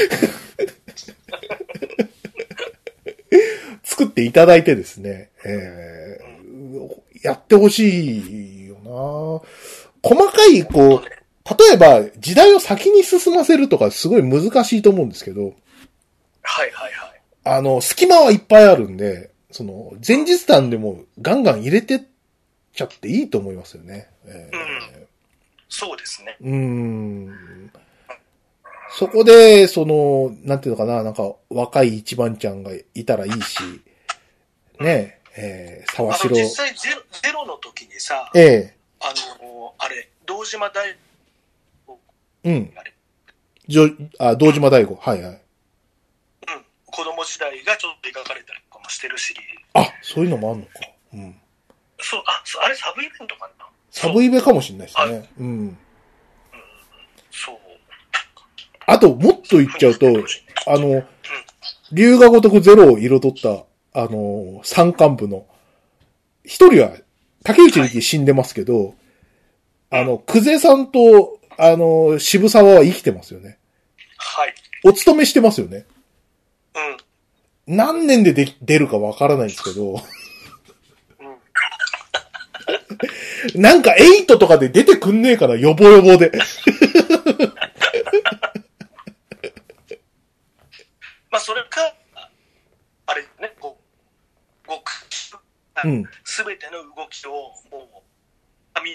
[SPEAKER 1] 作っていただいてですね、えーやってほしいよな細かい、こう、例えば、時代を先に進ませるとか、すごい難しいと思うんですけど、
[SPEAKER 2] はいはいはい。
[SPEAKER 1] あの、隙間はいっぱいあるんで、その、前日談でもガンガン入れてっちゃっていいと思いますよね。え
[SPEAKER 2] そうですね。
[SPEAKER 1] ーうん。そこで、その、なんていうのかな、なんか、若い一番ちゃんがいたらいいし、ねえ、えー、
[SPEAKER 2] あ
[SPEAKER 1] 沢
[SPEAKER 2] の
[SPEAKER 1] 城。
[SPEAKER 2] 実際ゼロ、ゼロの時にさ、あ
[SPEAKER 1] え
[SPEAKER 2] の、あれ、堂島大、
[SPEAKER 1] えうん。
[SPEAKER 2] あれ、
[SPEAKER 1] じょ、あ、道島大吾。はいはい。
[SPEAKER 2] うん、子供時代がちょっと描かれたりとかもしてるし、
[SPEAKER 1] あ、そういうのもあんのか。うん。
[SPEAKER 2] そう、あ、そうあれサブイベントかな
[SPEAKER 1] サブイベかもしれないですね。うん。
[SPEAKER 2] そう。
[SPEAKER 1] あと、もっと言っちゃうと、
[SPEAKER 2] う
[SPEAKER 1] あの、龍が如くゼロを彩った、あの、山間部の、一人は、竹内力死んでますけど、あの、久世さんと、あの、渋沢は生きてますよね。
[SPEAKER 2] はい。
[SPEAKER 1] お勤めしてますよね。
[SPEAKER 2] うん。
[SPEAKER 1] 何年ででき出るかわからないんですけど、
[SPEAKER 2] うん、
[SPEAKER 1] なんかエイトとかで出てくんねえかな、よぼよぼで。
[SPEAKER 2] まあ、それか、あれね、こう、動く、
[SPEAKER 1] うん。
[SPEAKER 2] すべての動きを、もう、紙、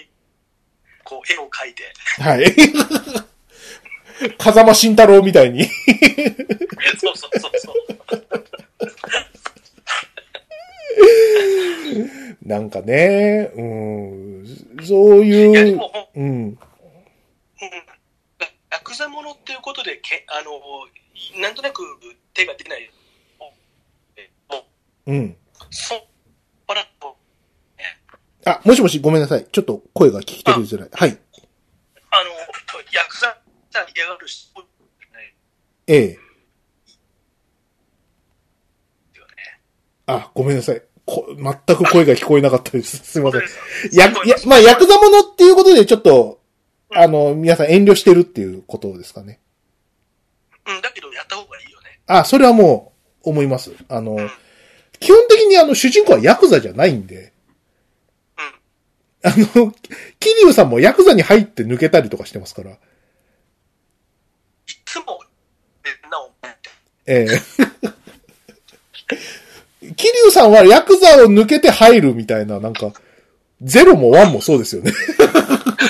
[SPEAKER 2] こう、絵を描いて、
[SPEAKER 1] [laughs] はい。風間慎太郎みたいに。
[SPEAKER 2] そうそうそうそう。
[SPEAKER 1] なんかね、うん、そう
[SPEAKER 2] いや、で
[SPEAKER 1] いう
[SPEAKER 2] も、、ほん
[SPEAKER 1] うん、
[SPEAKER 2] うん、ヤクザものっていうことでけ、あの、なんとなく手が出ない、えもう、
[SPEAKER 1] うん。
[SPEAKER 2] そっからと、
[SPEAKER 1] あ、もしもし、ごめんなさい。ちょっと声が聞き取りづらい。はい。
[SPEAKER 2] あの、ヤクザさん嫌がる人、ね、
[SPEAKER 1] ええ。
[SPEAKER 2] よね。
[SPEAKER 1] あ、ごめんなさい。こ全く声が聞こえなかった
[SPEAKER 2] [laughs]
[SPEAKER 1] です。すいません。や、
[SPEAKER 2] すごい
[SPEAKER 1] や、まあ、ヤクザ者っていうことで、ちょっと、あの、皆さん遠慮してるっていうことですかね。
[SPEAKER 2] うん、だけどやった方がいいよね。
[SPEAKER 1] あ、それはもう、思います。あの、基本的にあの、主人公はヤクザじゃないんで、
[SPEAKER 2] うん。
[SPEAKER 1] あの、キリュウさんもヤクザに入って抜けたりとかしてますから。
[SPEAKER 2] いつも、えなお、
[SPEAKER 1] え
[SPEAKER 2] [laughs]
[SPEAKER 1] え。キリュウさんはヤクザを抜けて入るみたいな、なんか、ゼロもワンもそうですよね。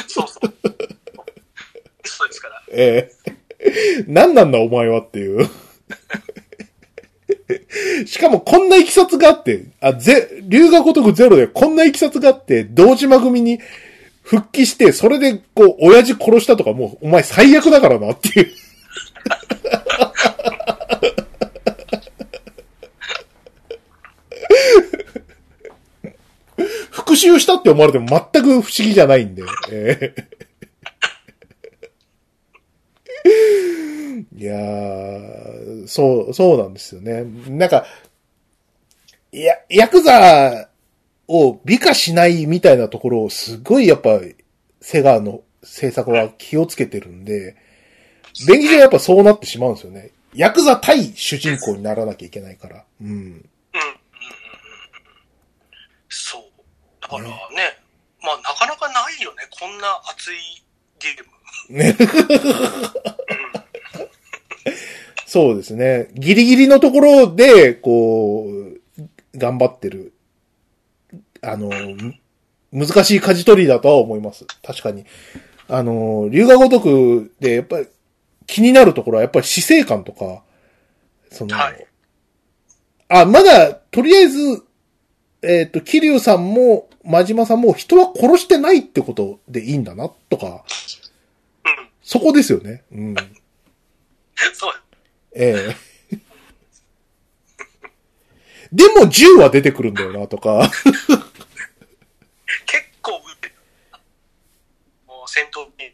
[SPEAKER 2] そうそう。そうですから。
[SPEAKER 1] ええ。何なんだお前はっていう。しかもこんないきさつがあって、あ、ぜ、龍が如くゼロでこんないきさつがあって、道島組に復帰して、それでこう、親父殺したとかもう、お前最悪だからなっていう。復讐したって思われても全く不思議じゃないんで。ええいやー、そう、そうなんですよね。なんか、いや、ヤクザを美化しないみたいなところをすごいやっぱ、セガの制作は気をつけてるんで、便宜上やっぱそうなってしまうんですよね。ヤクザ対主人公にならなきゃいけないから。うん。
[SPEAKER 2] うん。うんうんうんうん。そう。だからね、まあなかなかないよね。こんな熱いゲーム。
[SPEAKER 1] ね。そうですね。ギリギリのところで、こう、頑張ってる。あの、む難しい舵取りだとは思います。確かに。あの、龍が如くで、やっぱり気になるところは、やっぱり死生観とか、その、
[SPEAKER 2] はい
[SPEAKER 1] あ、まだ、とりあえず、えっ、と、桐生さんも、真島さんも人は殺してないってことでいいんだな、とか、
[SPEAKER 2] うん。
[SPEAKER 1] そこですよね。うん。
[SPEAKER 2] [laughs] そう。
[SPEAKER 1] ええ。でも銃は出てくるんだよな、とか。
[SPEAKER 2] 結構撃てる、もう戦闘ゲ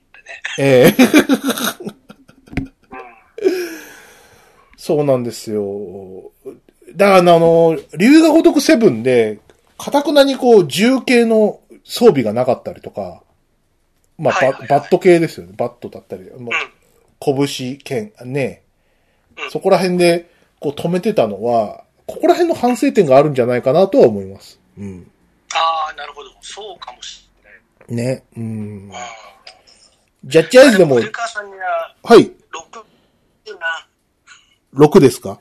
[SPEAKER 2] ームで
[SPEAKER 1] え
[SPEAKER 2] ね。
[SPEAKER 1] え。
[SPEAKER 2] うん。
[SPEAKER 1] そうなんですよ。だから、あの、竜が如くセブンで、かたくなにこう、銃系の装備がなかったりとか、まあ、
[SPEAKER 2] はいはいはい
[SPEAKER 1] ババット系ですよね。バットだったり、も
[SPEAKER 2] うん
[SPEAKER 1] う、拳、剣、ね
[SPEAKER 2] う。ん
[SPEAKER 1] そこら辺で、こう止めてたのは、ここら辺の反省点があるんじゃないかなとは思います。うん。
[SPEAKER 2] ああ、なるほど。そうかもしれない。
[SPEAKER 1] ね。うん。
[SPEAKER 2] うん
[SPEAKER 1] ジャッジアイズでも、
[SPEAKER 2] 古川さんには、
[SPEAKER 1] はい、
[SPEAKER 2] 6、な、
[SPEAKER 1] 6ですか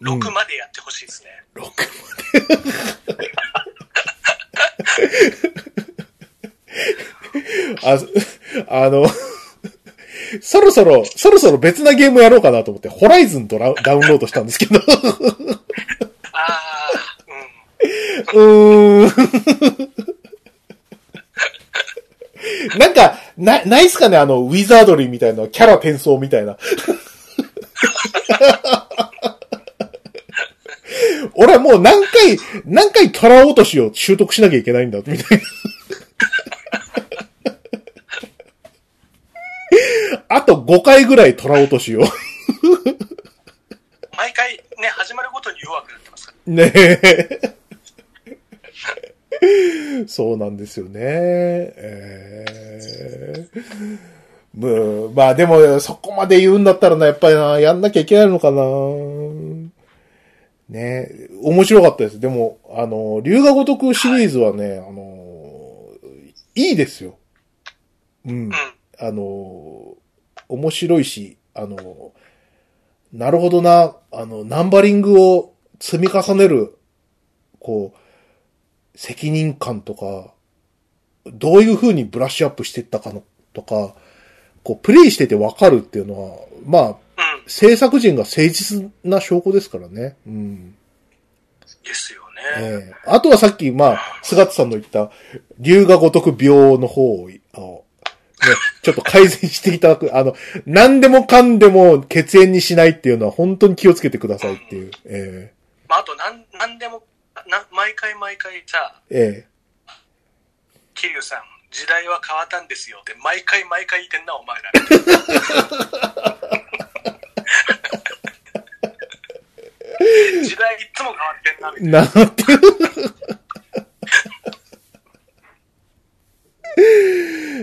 [SPEAKER 2] うん、6までやってほしいですね。
[SPEAKER 1] ?6 まで。あ、あ [laughs] の、 [laughs] そろそろ、そろそろ別なゲームやろうかなと思って、ホライズンとラダウンロードしたんですけど。
[SPEAKER 2] ああ、うん。
[SPEAKER 1] うーん。 [laughs] なんか、な、ないっすかねあの、ウィザードリーみたいな、キャラ転送みたいな。 [laughs] 俺はもう何回、何回トラ落としを習得しなきゃいけないん [laughs] だ、みたいな。あと5回ぐらいトラ落としを。
[SPEAKER 2] 毎回ね、始まるごとに弱くなってますから。
[SPEAKER 1] ねえ。そうなんですよね。えーむまあでも、そこまで言うんだったらな、やっぱりな、やんなきゃいけないのかな。ねえ面白かったです。でも、あの、龍が如くシリーズはね、あの、いいですよ。うん
[SPEAKER 2] う。ん。
[SPEAKER 1] あの、面白いし、あの、なるほどな、あの、ナンバリングを積み重ねる、こう、責任感とか、どういう風にブラッシュアップしていったかの、とか、こう、プレイしててわかるっていうのは、まあ、
[SPEAKER 2] うん。
[SPEAKER 1] 制作人が誠実な証拠ですからね。うん。
[SPEAKER 2] ですよね。
[SPEAKER 1] ええあとはさっき、まあ、菅田さんの言った、龍が如く病の方を、あのね、ちょっと改善していただく。あの、何でもかんでも血縁にしないっていうのは本当に気をつけてくださいっていう。え
[SPEAKER 2] まあ、あと、なん、なんでも、な、毎回毎回さ、
[SPEAKER 1] ええ
[SPEAKER 2] 桐生さん、時代は変わったんですよって、毎回毎回言ってんな、お前ら。時代いつも変わってんな、みた
[SPEAKER 1] え
[SPEAKER 2] いな。
[SPEAKER 1] なんてい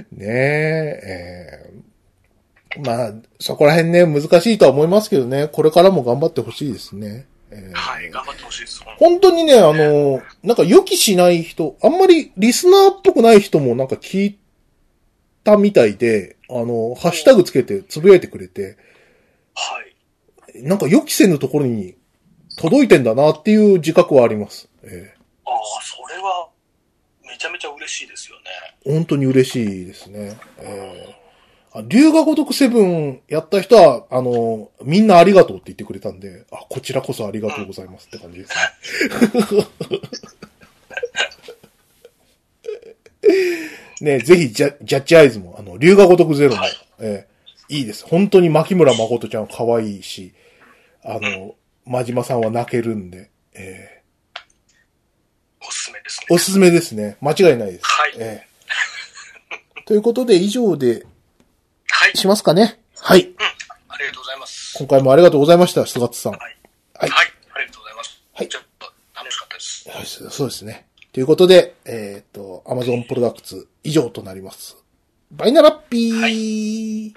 [SPEAKER 1] う。 [laughs] ねえ、ええまあ、そこら辺ね、難しいとは思いますけどね、これからも頑張ってほしいですね。ええ
[SPEAKER 2] はい、頑張ってほしいです。
[SPEAKER 1] 本当にね、あの、なんか予期しない人、あんまりリスナーっぽくない人もなんか聞いたみたいで、あの、ハッシュタグつけてつぶやいてくれて、
[SPEAKER 2] はい。
[SPEAKER 1] なんか予期せぬところに届いてんだなっていう自覚はあります。え
[SPEAKER 2] ああ、それは、めちゃめちゃ嬉しいですよね。
[SPEAKER 1] え本当に嬉しいですね。ええあ龍が如くセブンやった人は、あの、みんなありがとうって言ってくれたんで、あ、こちらこそありがとうございますって感じですね。ね、 [laughs] ぜひジャ、ジャッジアイズも、あの、龍が如くゼロも、
[SPEAKER 2] はい
[SPEAKER 1] ええいいです。本当に牧村誠ちゃん可愛いし、あの、真島さんは泣けるんで、え
[SPEAKER 2] おすすめです
[SPEAKER 1] えお
[SPEAKER 2] ね。
[SPEAKER 1] すすめですね。間違いないです。
[SPEAKER 2] はい
[SPEAKER 1] ええということで、以上で
[SPEAKER 2] はい。
[SPEAKER 1] しますかね。はい。
[SPEAKER 2] うん。ありがとうございます。
[SPEAKER 1] 今回もありがとうございました、菅津さん。
[SPEAKER 2] はい。
[SPEAKER 1] はい
[SPEAKER 2] はい。ありがとうございます。
[SPEAKER 1] はい
[SPEAKER 2] ちょっと楽しかったです。
[SPEAKER 1] はい、そうですね。ということで、えーっと、Amazon プロダクツ以上となります。バイナラッピー、